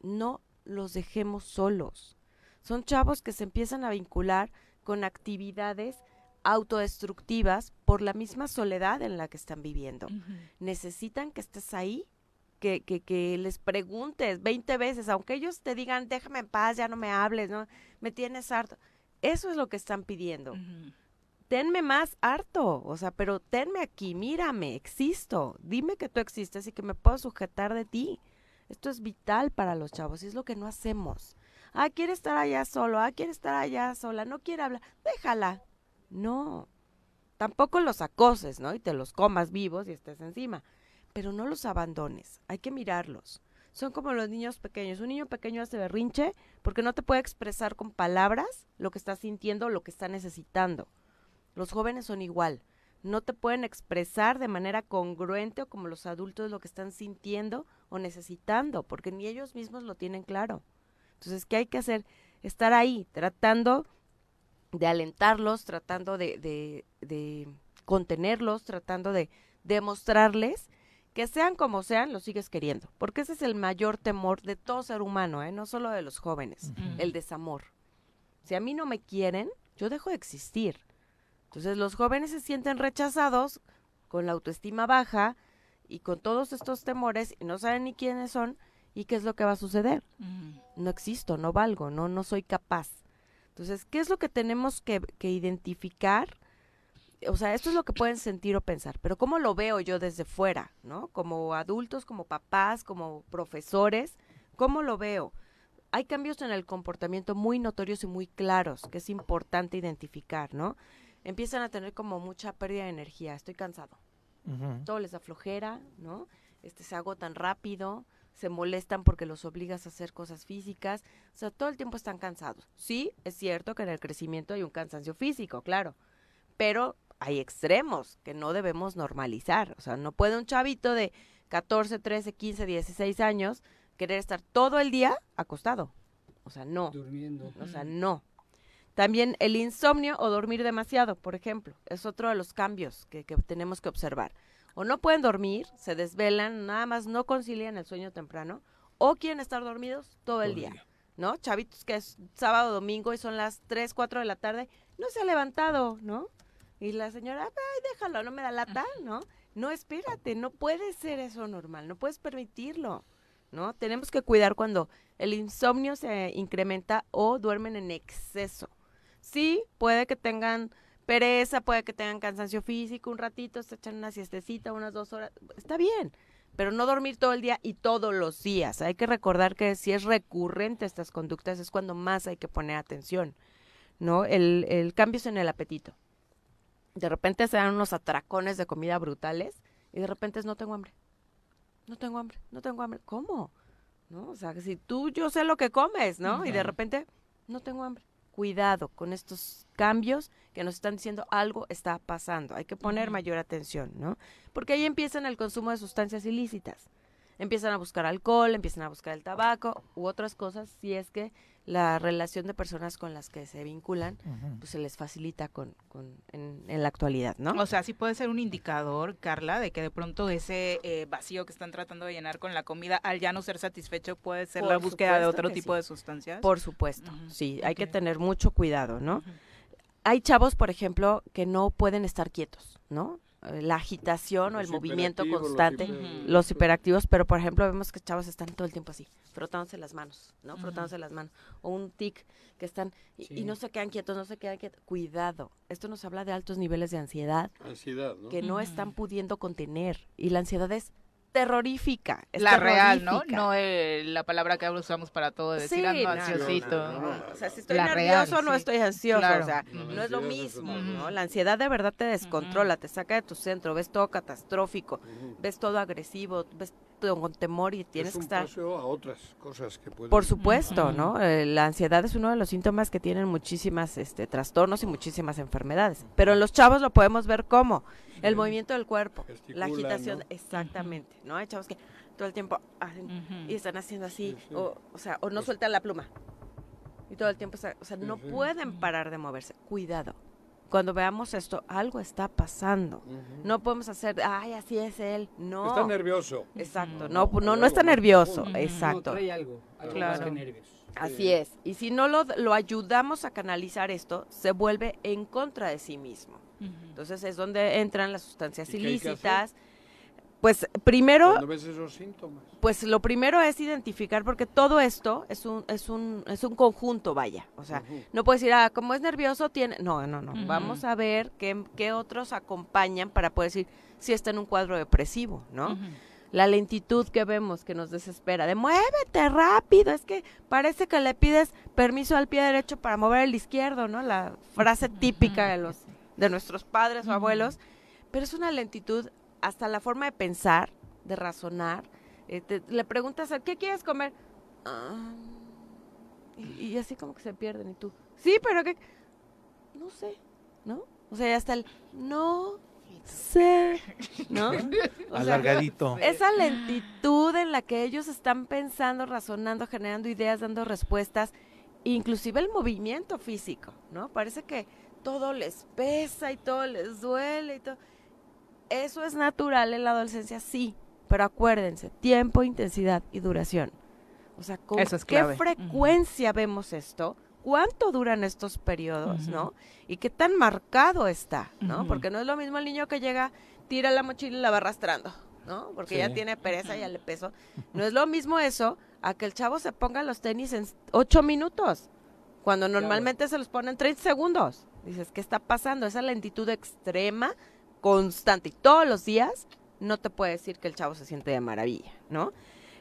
no los dejemos solos. Son chavos que se empiezan a vincular con actividades autodestructivas por la misma soledad en la que están viviendo. Necesitan que estés ahí, que, que, que les preguntes 20 veces, aunque ellos te digan, déjame en paz, ya no me hables, no, me tienes harto. Eso es lo que están pidiendo. Tenme más harto, o sea, pero tenme aquí, mírame, existo, dime que tú existes y que me puedo sujetar de ti. Esto es vital para los chavos y es lo que no hacemos. Ah, quiere estar allá solo, ah, quiere estar allá sola, no quiere hablar, déjala. No, tampoco los acoses, ¿no? Y te los comas vivos y estés encima. Pero no los abandones, hay que mirarlos. Son como los niños pequeños. Un niño pequeño hace berrinche porque no te puede expresar con palabras lo que está sintiendo o lo que está necesitando. Los jóvenes son igual. No te pueden expresar de manera congruente o como los adultos lo que están sintiendo o necesitando, porque ni ellos mismos lo tienen claro. Entonces, ¿qué hay que hacer? Estar ahí, tratando de alentarlos, tratando de, de- de contenerlos, tratando de demostrarles que sean como sean, los sigues queriendo. Porque ese es el mayor temor de todo ser humano, ¿eh? no solo de los jóvenes, el desamor. Si a mí no me quieren, yo dejo de existir. Entonces los jóvenes se sienten rechazados, con la autoestima baja y con todos estos temores y no saben ni quiénes son y qué es lo que va a suceder no existo, no valgo, no, no soy capaz. Entonces, ¿qué es lo que tenemos que, que identificar? O sea, esto es lo que pueden sentir o pensar, pero ¿cómo lo veo yo desde fuera, no? Como adultos, como papás, como profesores, ¿cómo lo veo? Hay cambios en el comportamiento muy notorios y muy claros que es importante identificar, ¿no? Empiezan a tener como mucha pérdida de energía, estoy cansado, todo les da flojera, ¿no? Este, se agotan rápido, se molestan porque los obligas a hacer cosas físicas, o sea, todo el tiempo están cansados. Sí, es cierto que en el crecimiento hay un cansancio físico, claro, pero hay extremos que no debemos normalizar, o sea, no puede un chavito de 14, 13, 15, 16 años querer estar todo el día acostado, o sea, no. Durmiendo. O sea, no. También el insomnio o dormir demasiado, por ejemplo, es otro de los cambios que, que tenemos que observar. O no pueden dormir, se desvelan, nada más no concilian el sueño temprano, o quieren estar dormidos todo el día, ¿no? Chavitos que es sábado, domingo y son las 3, 4 de la tarde, no se ha levantado, ¿no? Y la señora, ay, déjalo, no me da lata, ¿no? No, espérate, no puede ser eso normal, no puedes permitirlo. ¿no? Tenemos que cuidar cuando el insomnio se incrementa o duermen en exceso. Sí, puede que tengan pereza, puede que tengan cansancio físico un ratito, se echan una siestecita, unas dos horas, está bien, pero no dormir todo el día y todos los días. Hay que recordar que si es recurrente estas conductas es cuando más hay que poner atención, ¿no? El, el cambio es en el apetito. De repente se dan unos atracones de comida brutales y de repente es no tengo hambre no tengo hambre, no tengo hambre. ¿Cómo? ¿No? O sea, si tú, yo sé lo que comes, ¿no? Y de Ajá. repente, no tengo hambre. Cuidado con estos cambios que nos están diciendo algo está pasando. Hay que poner Ujú. mayor atención, ¿no? Porque ahí empiezan el consumo de sustancias ilícitas. Empiezan a buscar alcohol, empiezan a buscar el tabaco u otras cosas si es que la relación de personas con las que se vinculan Ujú. pues se les facilita con, con- en, en la actualidad, ¿no? O sea, sí puede ser un indicador, Carla, de que de pronto ese eh, vacío que están tratando de llenar con la comida, al ya no ser satisfecho, puede ser la Por búsqueda de supuesto otro que tipo sí. de sustancias. Por supuesto, sí, hay que tener mucho cuidado, ¿no? Hay chavos, por ejemplo, que no pueden estar quietos, ¿no? Eh, La agitación o el Los movimiento hiperactivos, los constante, los, hiper- hiperactivos, pero por ejemplo vemos que chavos están todo el tiempo así, frotándose las manos, ¿no? Ujú. Frotándose las manos. O un tic que están y, y Sí. no se quedan quietos, no se quedan quietos. Cuidado, esto nos habla de altos niveles de ansiedad, Ansiedad, ¿no? que no están pudiendo contener. Y la ansiedad es terrorífica. es La real, ¿no? terrorífica. No eh, la palabra que ahora usamos para todo, de decir Sí, ando no, ansiosito. no, no, no. O sea, si estoy La real, nervioso, no sí. estoy ansioso. Claro. O sea, No, no, la es lo ansiedad es mismo, otra ¿no? La ansiedad de verdad te descontrola, te saca de tu centro, ves todo catastrófico, Ujú. ves todo agresivo, ves todo con temor y tienes es un que estar. paseo a otras cosas que pueden... Por supuesto, ¿no? Eh, la ansiedad es uno de los síntomas que tienen muchísimas este, trastornos y muchísimas enfermedades. Pero en los chavos lo podemos ver como el movimiento del cuerpo, la Gesticulan, agitación, ¿no? exactamente, ¿no? Hay chavos que todo el tiempo hacen Ujú. y están haciendo así, Sí, sí. O, o sea, o no sueltan la pluma. Y todo el tiempo, está- o sea, Sí, no sí. pueden parar de moverse. Cuidado. Cuando veamos esto, algo está pasando. Ujú. No podemos hacer, ay, así es él. No. Está nervioso. Exacto. Ujú. No, No, pues, no, algo, no está ¿no? nervioso. Ujú. No, Exacto. trae algo, algo más que nervios. Así es. Y si no lo, lo ayudamos a canalizar esto, se vuelve en contra de sí mismo. Entonces es donde entran las sustancias ¿Y qué hay que hacer? ilícitas. Pues primero Cuando ves esos síntomas. pues lo primero es identificar, porque todo esto es un, es un, es un conjunto, vaya. O sea, Ujú. no puedes decir, ah, como es nervioso, tiene. No, no, no. Ujú. Vamos a ver qué, qué otros acompañan para poder decir si está en un cuadro depresivo, ¿no? Ujú. La lentitud que vemos que nos desespera, de muévete rápido, es que parece que le pides permiso al pie derecho para mover el izquierdo, ¿no? La frase típica de los de nuestros padres o abuelos, pero es una lentitud hasta la forma de pensar, de razonar. Eh, te- le preguntas, a- ¿qué quieres comer? Ah, y, y así como que se pierden y tú, sí, pero que no sé, ¿no? O sea, ya está el no sé, ¿no? O sea, Alargadito. Esa Ah. lentitud en la que ellos están pensando, razonando, generando ideas, dando respuestas, inclusive el movimiento físico, ¿no? Parece que todo les pesa y todo les duele y todo. Eso es natural en la adolescencia, sí, pero acuérdense, tiempo, intensidad y duración. O sea, ¿con Eso es qué clave. frecuencia vemos esto? ¿Cuánto duran estos periodos, no? Y qué tan marcado está, ¿no? Ujú. Porque no es lo mismo el niño que llega, tira la mochila y la va arrastrando, ¿no? Porque ya Sí. tiene pereza, ya le peso. No es lo mismo eso a que el chavo se ponga los tenis en ocho minutos, cuando normalmente se los pone en 30 segundos. Dices, ¿qué está pasando? Esa lentitud extrema, constante y todos los días, no te puede decir que el chavo se siente de maravilla, ¿no?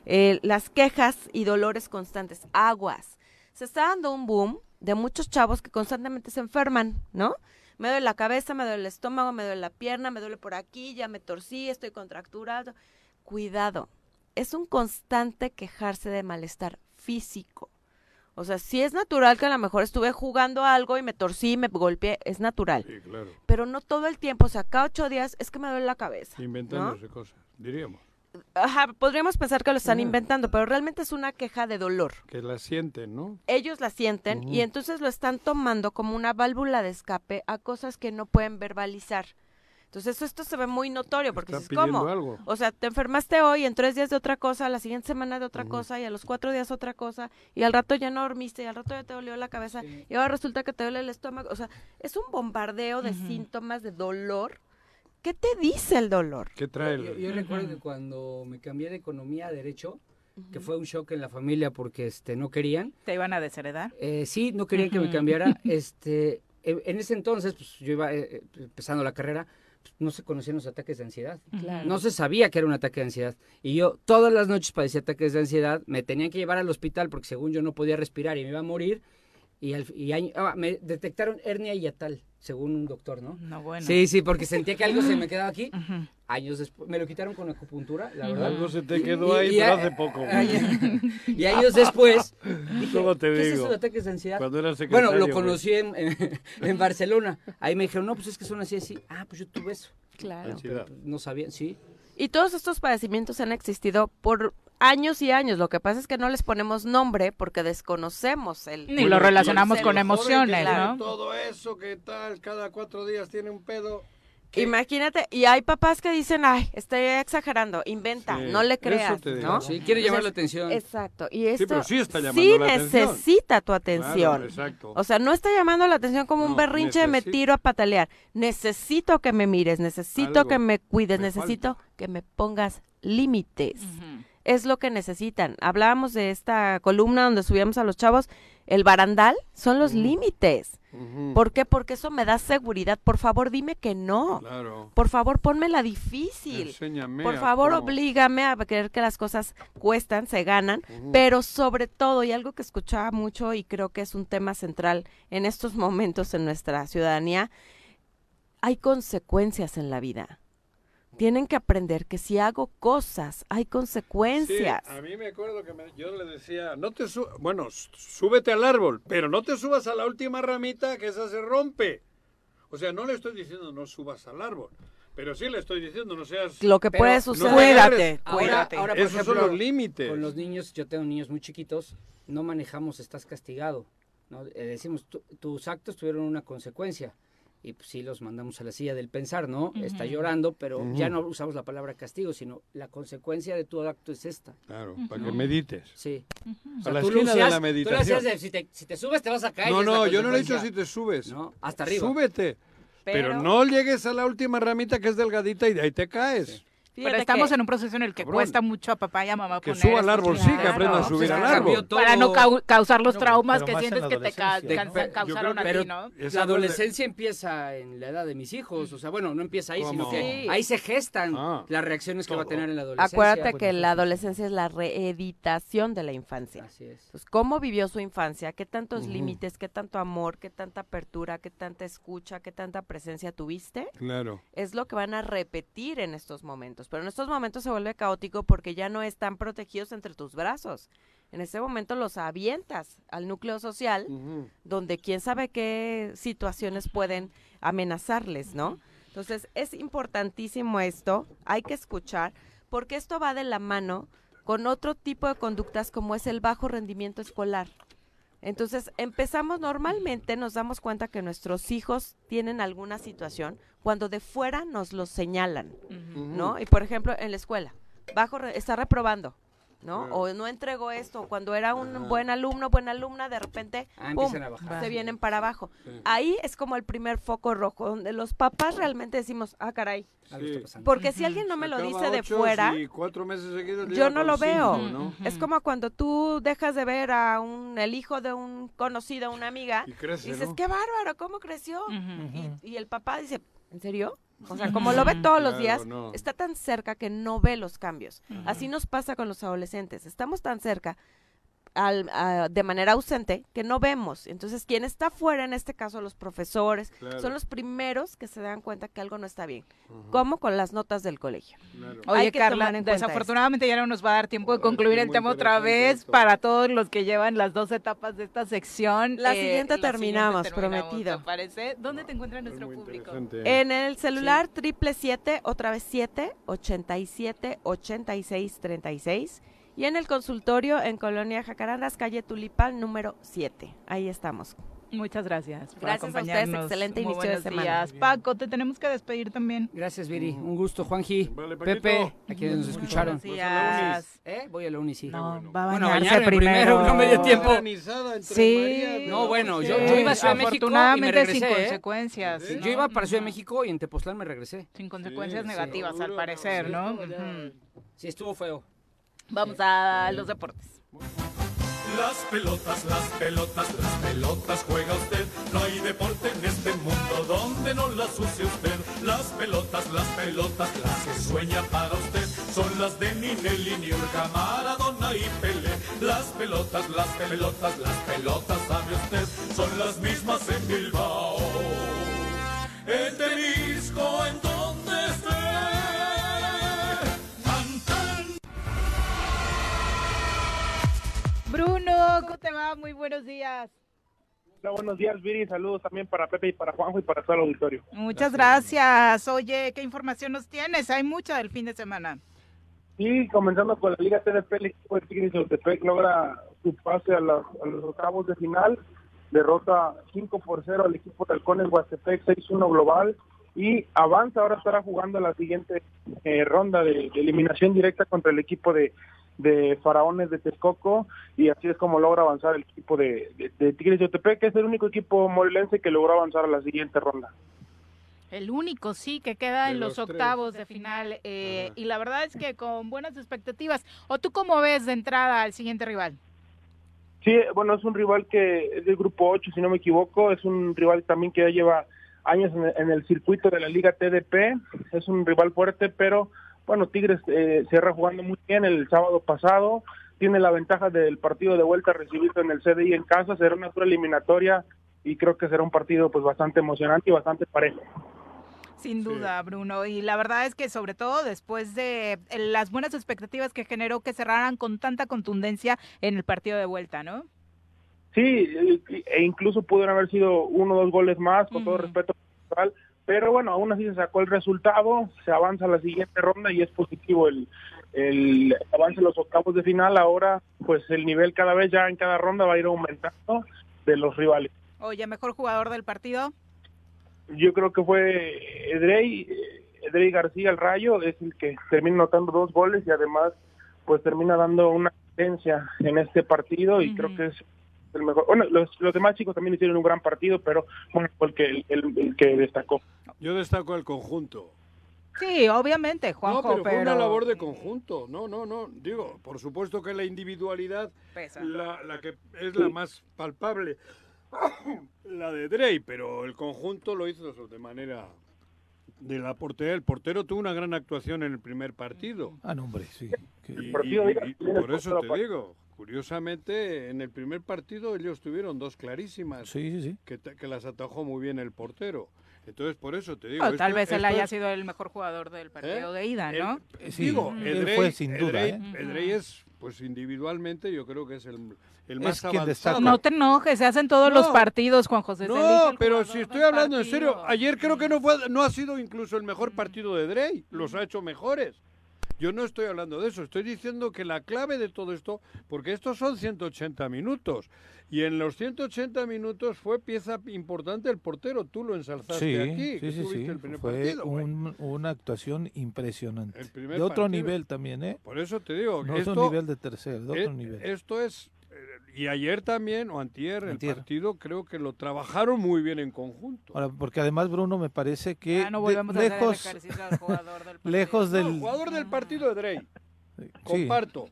Eh, las quejas y dolores constantes, aguas. Se está dando un boom de muchos chavos que constantemente se enferman, ¿no? Me duele la cabeza, me duele el estómago, me duele la pierna, me duele por aquí, ya me torcí, estoy contracturado. Cuidado, es un constante quejarse de malestar físico. O sea, sí es natural que a lo mejor estuve jugando algo y me torcí, me golpeé, es natural. Sí, claro. Pero no todo el tiempo, o sea, cada ocho días es que me duele la cabeza. ¿no? Inventándose cosas, diríamos. Ajá, podríamos pensar que lo están Ujú. inventando, pero realmente es una queja de dolor. Que la sienten, ¿no? Ellos la sienten y Ujú. entonces lo están tomando como una válvula de escape a cosas que no pueden verbalizar. Entonces esto, esto se ve muy notorio porque Está dices, ¿cómo? pidiendo algo. O sea, te enfermaste hoy, en tres días de otra cosa, la siguiente semana de otra cosa y a los cuatro días otra cosa y al rato ya no dormiste y al rato ya te dolió la cabeza y ahora resulta que te duele el estómago. O sea, es un bombardeo de síntomas de dolor. ¿Qué te dice el dolor? ¿Qué trae Yo, yo recuerdo que cuando me cambié de economía a derecho, que fue un shock en la familia porque este no querían. ¿Te iban a desheredar? Eh, sí, no querían que me Ujú. cambiara. Este, en en ese entonces, pues yo iba eh, eh, empezando la carrera, pues, no se conocían los ataques de ansiedad. Claro. No se sabía que era un ataque de ansiedad. Y yo todas las noches padecía ataques de ansiedad. Me tenían que llevar al hospital porque según yo no podía respirar y me iba a morir. Y, al- y año- ah, me detectaron hernia hiatal, según un doctor, ¿no? No, bueno. Sí, sí, porque sentía que algo se me quedaba aquí. Años después, me lo quitaron con acupuntura, la verdad. Algo se te quedó ahí, pero a- hace poco. ay, y años después, dije, Luego te ¿qué es digo. eso de ataques de ansiedad? Cuando era secretario, bueno, lo güey. conocí en, en- en Barcelona. Ahí me dijeron, no, pues es que son así, así. Ah, pues yo tuve eso. Claro. Pero, pues, no sabía, sí. Y todos estos padecimientos han existido por años y años. Lo que pasa es que no les ponemos nombre porque desconocemos el... Ni lo relacionamos con emociones, Claro. ¿no? Todo eso que tal, cada cuatro días tiene un pedo. Imagínate, y hay papás que dicen, ay, estoy exagerando, inventa, Sí, no le eso creas, te digo. ¿no? Sí, quiere llamar la atención. Exacto, y Sí, esto pero sí está llamando sí la atención. necesita tu Claro, atención. exacto. O sea, no está llamando la atención como un No, berrinche de me necesita- tiro a patalear. Necesito que me mires, necesito Algo que me cuides, me necesito que me pongas límites. Es lo que necesitan. Hablábamos de esta columna donde subíamos a los chavos, el barandal son los límites. Mm. ¿Por qué? Porque eso me da seguridad. Por favor, dime que no. Claro. Por favor, ponme la difícil. Enséñame Por a favor, cómo. oblígame a creer que las cosas cuestan, se ganan, Ujú. pero sobre todo, y algo que escuchaba mucho y creo que es un tema central en estos momentos en nuestra ciudadanía, hay consecuencias en la vida. Tienen que aprender que si hago cosas, hay Sí, consecuencias. a mí me acuerdo que me- yo le decía, no te su- bueno, s- súbete al árbol, pero no te subas a la última ramita que esa se rompe. O sea, no le estoy diciendo no subas al árbol, pero sí le estoy diciendo no seas Lo que Pero puede no suceder. te agarres. Ahora- Ahora, por Pues, Esos ejemplo, son los límites. Con los niños, yo tengo niños muy chiquitos, no manejamos, estás castigado. ¿no? Eh, decimos, "Tu- tus actos tuvieron una consecuencia. Y pues sí, los mandamos a la silla del pensar, ¿no? Está Ujú. llorando, pero ya no Ujú. usamos la palabra castigo, sino la consecuencia de tu acto es esta. Claro, Ujú. para que medites. Sí. A O sea, la tú lo esquina de usas- la tú lo hacías meditación. de, si, te, si te subes, te vas a caer. y No, es la no, yo no le he dicho si consecuencia. te subes. No, hasta arriba. Súbete. Pero, Pero- no llegues a la última ramita que es delgadita y de ahí te caes. Pero estamos en un proceso en el que Cabrón. cuesta mucho a papá y a mamá Que poner suba al estos árbol, sí, que límites, aprenda a ¿no? subir al Pues cambió árbol. todo. Para no cau- causar los No, traumas pero que más en sientes la que te ca- adolescencia. cansa- causaron a ti, ¿no? La adolescencia empieza en la edad de mis hijos, o sea, bueno, no empieza ahí, ¿Cómo? sino que Sí. ahí se gestan las reacciones que va a tener en la adolescencia. pues, Acuérdate que la adolescencia es la reeditación de la infancia. Así es. Entonces, ¿cómo vivió su infancia? ¿Qué tantos Ujú. límites, qué tanto amor, qué tanta apertura, qué tanta escucha, qué tanta presencia tuviste? Claro. Es lo que van a repetir en estos momentos. Pero en estos momentos se vuelve caótico porque ya no están protegidos entre tus brazos. En ese momento los avientas al núcleo social, donde quién sabe qué situaciones pueden amenazarles, ¿no? Entonces, es importantísimo esto, hay que escuchar, porque esto va de la mano con otro tipo de conductas como es el bajo rendimiento escolar. Entonces, empezamos normalmente, nos damos cuenta que nuestros hijos tienen alguna situación cuando de fuera nos los señalan, ¿no? Y por ejemplo, en la escuela, bajo re- está reprobando, ¿no? Claro. O no entregó esto, cuando era un Ajá. buen alumno, buena alumna, de repente Ah, ¡pum! empiezan a bajar. se vienen para abajo. Sí. Ahí es como el primer foco rojo, donde los papás realmente decimos, ah, caray. Algo está pasando. Porque si Ujú. alguien no me lo Sacaba dice de ocho fuera, y cuatro meses seguidos yo lleva no con lo veo. cinco, ¿no? Es como cuando tú dejas de ver a un, el hijo de un conocido, una amiga, Y crece, dices, ¿no? qué bárbaro, ¿cómo creció? Ujú. y, y el papá dice, ¿en serio? O sea, como lo ve todos los Claro, días, no. está tan cerca que no ve los cambios. Así nos pasa con los adolescentes. Estamos tan cerca al- a- de manera ausente que no vemos. Entonces, quien está fuera, en este caso los profesores, Claro. son los primeros que se dan cuenta que algo no está bien. Ujú. Como con las notas del colegio. Hay Oye, que Carla, tomar en cuenta desafortunadamente ya no nos va a dar tiempo de concluir el muy tema otra interesante vez para todos los que llevan las dos etapas de esta sección. La Eh, siguiente la terminamos, terminamos, prometido. ¿te parece? ¿Dónde te encuentra nuestro público? En el celular triple siete, otra vez siete, ochenta y siete, ochenta y seis, treinta y seis. Y en el consultorio en Colonia Jacarandas, calle Tulipán, número 7. Ahí estamos. Muchas gracias. por Gracias a ustedes, acompañarnos. excelente Muy inicio de buenos semana. días. Paco, te tenemos que despedir también. Gracias, Viri. Un gusto, Juanji. Paquito. Pepe, Pues a quienes nos escucharon. Buenos días. ¿Eh? Voy a la UNI, sí. No, va a bañarse Bueno, bañarme primero, primero. no me dio tiempo. Organizada entre Sí. María, No, pero bueno, sí. yo, yo iba a Ciudad de México y me Afortunadamente regresé. sin ¿eh? consecuencias, Sí, ¿no? Yo iba para Ciudad de México y en Tepoztlán me regresé. Sin consecuencias Sí, sí. negativas, al parecer, Sí, ¿no? no, ya. Ujú. Sí, estuvo feo. Vamos a los deportes. Las pelotas, las pelotas, las pelotas juega usted. No hay deporte en este mundo donde no las use usted. Las pelotas, las pelotas, las que sueña para usted. Son las de Ninelli, Niurka, Maradona y Pelé. Las pelotas, las pelotas, las pelotas, sabe usted. Son las mismas en Bilbao. En Tenisco, en donde esté. Tan, tan. Bruno, ¿cómo te va? Muy buenos días. Hola, buenos días, Viri. Saludos también para Pepe y para Juanjo y para todo el auditorio. Muchas gracias. Oye, ¿qué información nos tienes? Hay mucha del fin de semana. Y comenzando con la Liga TDP, el equipo de Tigres de Otepec logra su pase a, la- a los octavos de final. Derrota 5 por 0 al equipo de Halcones Huastepec, 6-1 global. Y avanza, ahora estará jugando la siguiente eh, ronda de, de eliminación directa contra el equipo de, de Faraones de Texcoco. Y así es como logra avanzar el equipo de, de- de Tigres de Otepec, que es el único equipo morelense que logró avanzar a la siguiente ronda. El único, sí, que queda De en los, los tres. octavos de final. eh, y la verdad es que con buenas expectativas. ¿O tú cómo ves de entrada al siguiente rival? Sí, bueno, es un rival que es del grupo 8, si no me equivoco. Es un rival también que ya lleva años en el, en el circuito de la Liga TDP. Es un rival fuerte, pero bueno, Tigres eh, cierra jugando muy bien el sábado pasado. Tiene la ventaja del partido de vuelta recibido en el CDI en casa. Será una dura eliminatoria y creo que será un partido pues bastante emocionante y bastante parejo. Sin duda, Bruno. Y la verdad es que sobre todo después de eh, las buenas expectativas que generó que cerraran con tanta contundencia en el partido de vuelta, ¿no? Sí, e- e incluso pudieron haber sido uno o dos goles más, con todo respeto, total, pero bueno, aún así se sacó el resultado, se avanza a la siguiente ronda y es positivo el, el avance a los octavos de final. Ahora, pues el nivel cada vez ya en cada ronda va a ir aumentando de los rivales. Oye, mejor jugador del partido. Yo creo que fue Edrey, Edrey García, el Rayo, es el que termina anotando dos goles y además pues termina dando una asistencia en este partido y creo que es el mejor. Bueno, los, los demás chicos también hicieron un gran partido, pero bueno, fue el que, el, el- el que destacó. Yo destaco al conjunto. Sí, obviamente, Juanjo, no, pero, fue una pero- labor de conjunto. No, no, no. Digo, por supuesto que la individualidad la, la que es la más palpable, la de Drey, pero el conjunto lo hizo de manera de la portería. El portero tuvo una gran actuación en el primer partido. Ah, no, hombre, sí. que- Y- y- y por eso te digo, curiosamente, en el primer partido ellos tuvieron dos clarísimas Sí, sí, sí. Que, ta- que las atajó muy bien el portero. Entonces, por eso te digo. O tal esto- vez él esto haya es- sido el mejor jugador del partido de ida, ¿no? eh, digo, Ujú. Edrey, Mm. fue sin duda, Edrey- ¿eh? Edrey es, pues individualmente, yo creo que es el, el Es más quien avanzado. No te enojes, se hacen todos los No. partidos, Juan José. se elige No, el pero si estoy hablando en serio, ayer creo que no fue, Mm. no ha sido incluso el mejor partido de Drey, los ha hecho mejores. Yo no estoy hablando de eso, estoy diciendo que la clave de todo esto, porque estos son 180 minutos, y en los 180 minutos fue pieza importante el portero, tú lo ensalzaste Sí, aquí, sí, que sí, tuviste sí, el primer Fue partido. un- una actuación impresionante. El De primer otro partido. nivel también, ¿eh? Por eso te digo, No es esto, un nivel de tercer, de eh, otro nivel. Esto es, eh, y ayer también, o antier, Antier. el partido creo que lo trabajaron muy bien en conjunto. Ahora, porque además, Bruno, me parece que Ya no de- volvemos a hacer el lejos, ejercicio del jugador del lejos No, del... el jugador del partido de Drey. sí, Comparto.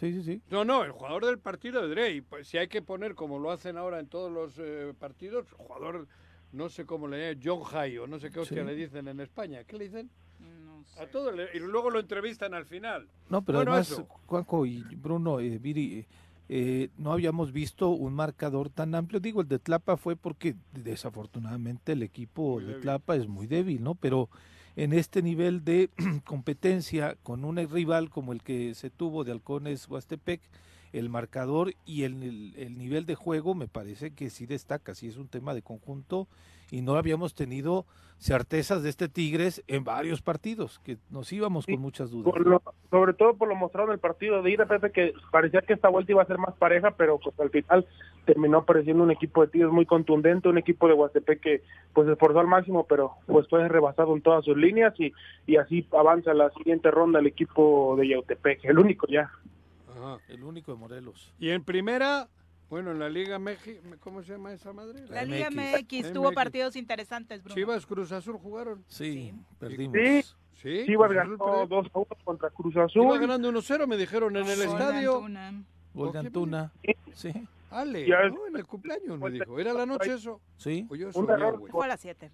sí, sí, sí. No, no, el jugador del partido de Drey. Pues, si hay que poner, como lo hacen ahora en todos los eh, partidos, jugador, no sé cómo le llaman, John Jai o no sé qué hostia Sí. le dicen en España. ¿Qué le dicen? A todos. le- Y luego lo entrevistan al final. No, pero Bueno, además, eso. Juanjo y Bruno, eh, Viri, eh, eh, no habíamos visto un marcador tan amplio. Digo, el de Tlapa fue porque desafortunadamente el equipo de Tlapa es muy débil, ¿no? Pero en este nivel de competencia con un rival como el que se tuvo de Halcones Huastepec, el marcador y el, el, el, nivel de juego me parece que sí destaca, sí es un tema de conjunto y no habíamos tenido certezas de este Tigres en varios partidos, que nos íbamos sí, con muchas dudas. Lo, sobre todo por lo mostrado en el partido de ida, Pepe, que parecía que esta vuelta iba a ser más pareja, pero pues, al final terminó apareciendo un equipo de Tigres muy contundente, un equipo de Huastepec que pues esforzó al máximo, pero pues fue rebasado en todas sus líneas y, y así avanza la siguiente ronda el equipo de Yautepec, el único ya. Ajá. El único de Morelos. Y en primera, bueno, en la Liga México, ¿cómo se llama esa madre? La, la Liga MX, MX tuvo MX. partidos interesantes, Bruno. Chivas Cruz Azul jugaron. Sí, sí. perdimos. Sí. Sí, Chivas ganó 2 a 1 contra Cruz Azul. Iba ganando 1-0, me dijeron en el Gol estadio. Antuna. Gol de Antuna. Sí. Ale, ¿no? en el cumpleaños me dijo. ¿Era la noche eso? Sí. Pues O yo Un soñé, error, fue a las 7.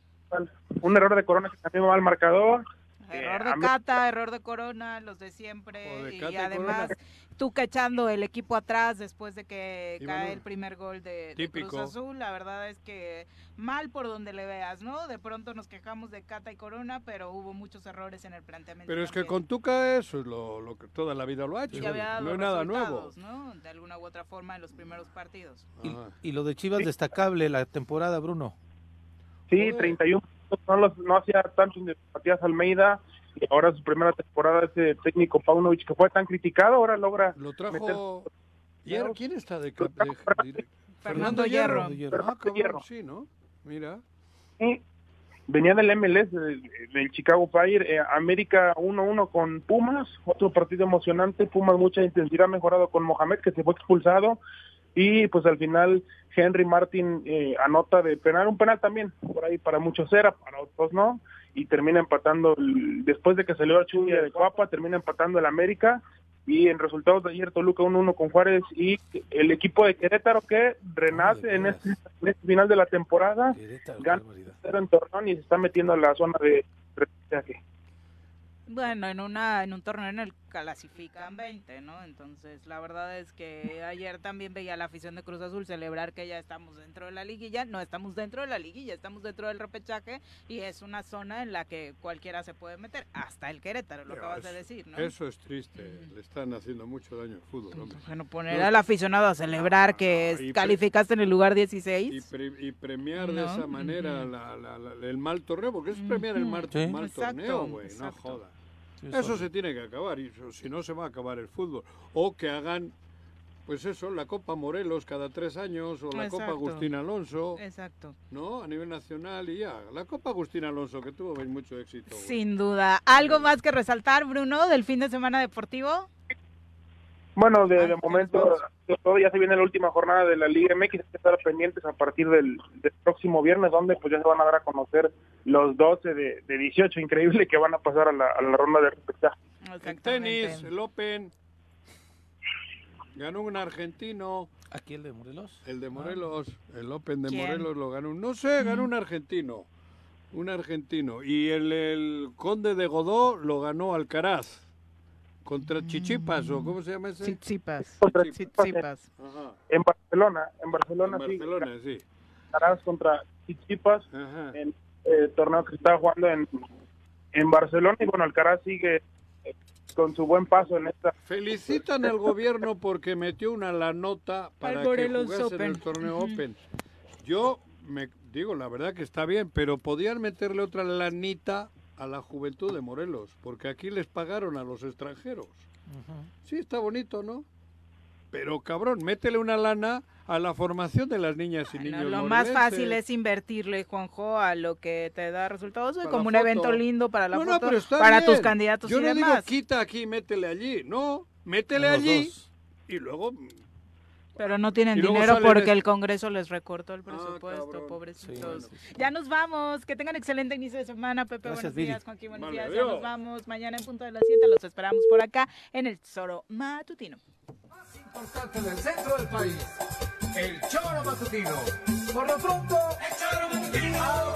Un error de Corona que también va al marcador. Error de Cata, error de Corona, los de siempre. De y además, y tú cachando el equipo atrás después de que bueno, cae el primer gol de, de, Cruz Azul. La verdad es que mal por donde le veas, ¿no? De pronto nos quejamos de Cata y Corona, pero hubo muchos errores en el planteamiento. Pero es también. que con Tuca eso es lo, lo, que toda la vida lo ha hecho. Sí, había no es nada nuevo. ¿no? De alguna u otra forma en los primeros partidos. Y, y, lo de Chivas destacable la temporada, Bruno. Sí, 31 no, los, no hacía tanto de Matías Almeida y ahora su primera temporada ese técnico Paunovic que fue tan criticado ahora logra lo trajo meter... Hierro, quién está de, cap... de... Fernando, Fernando Hierro, Hierro. Fernando ah, cabrón, Hierro. sí no mira sí. venía del MLS del, del Chicago Fire eh, América 1-1 con Pumas otro partido emocionante Pumas mucha intensidad mejorado con Mohamed que se fue expulsado y pues al final Henry Martin eh, anota de penal, un penal también, por ahí para muchos era, para otros no, y termina empatando, el, después de que salió Archudia de Coapa, termina empatando el América, y en resultados de ayer Toluca 1-1 con Juárez y el equipo de Querétaro que renace en este, en este, final de la temporada, Querétaro, gana cero en tornón y se está metiendo a la zona de repechaje. Bueno, en una en un torneo en el clasifican 20, ¿no? Entonces, la verdad es que ayer también veía a la afición de Cruz Azul celebrar que ya estamos dentro de la liguilla. No estamos dentro de la liguilla, estamos dentro del repechaje y es una zona en la que cualquiera se puede meter, hasta el Querétaro, lo Pero acabas eso, de decir, ¿no? Eso es triste, mm. le están haciendo mucho daño al fútbol, hombre. Bueno, poner no, al aficionado a celebrar no, que no, calificaste en el lugar 16. Y, pre, y premiar de esa manera mm -hmm. la, la, la, el mal torneo, porque es premiar el mal, ¿Sí? mal torneo, güey, no joda. Eso se tiene que acabar, y si no se va a acabar el fútbol. O que hagan, pues eso, la Copa Morelos cada tres años, o la Exacto. Copa Agustín Alonso. Exacto. ¿No? A nivel nacional y ya. La Copa Agustín Alonso, que tuvo mucho éxito. Güey. Sin duda. ¿Algo más que resaltar, Bruno, del fin de semana deportivo? Bueno, de, de Ah, momento ya se viene la última jornada de la Liga MX, hay que estar pendientes a partir del, del, próximo viernes, donde pues ya se van a dar a conocer los 12 de, de 18, increíble, que van a pasar a la, a la ronda de repechaje. El tenis, el Open, ganó un argentino. ¿Aquí el de Morelos? El de Morelos, el Open de ¿Quién? Morelos lo ganó, no sé, ganó un argentino, un argentino. Y el, el Conde de Godó lo ganó Alcaraz contra Chichipas o cómo se llama ese Chichipas contra Chichipas, Chichipas. En, Barcelona en Barcelona en Barcelona sí, sí. contra Chichipas Ajá. en eh, torneo que está jugando en en Barcelona y bueno Alcaraz sigue eh, con su buen paso en esta felicitan al gobierno porque metió una la nota para el que jugase Open. en el torneo uh -huh. Open yo me digo la verdad que está bien pero podían meterle otra lanita a la juventud de Morelos, porque aquí les pagaron a los extranjeros. Uh -huh. Sí, está bonito, ¿no? Pero cabrón, métele una lana a la formación de las niñas y bueno, niños. Lo morelenses. más fácil es invertirle, Juanjo, a lo que te da resultados, para como un foto. evento lindo para la no, foto, no, para bien. tus candidatos Yo y no Digo, demás. quita aquí, métele allí. No, métele allí dos. y luego pero no tienen dinero porque de... el Congreso les recortó el presupuesto, ah, pobrecitos. Sí, bueno. Ya nos vamos. Que tengan excelente inicio de semana, Pepe. Gracias, buenos Viri. días, Joaquín. Buenos vale, días. Adiós. Ya nos vamos. Mañana en punto de las 7 los esperamos por acá en el Tesoro Matutino. Más importante del centro del país, el Choro Matutino. Por lo pronto, el Choro Matutino.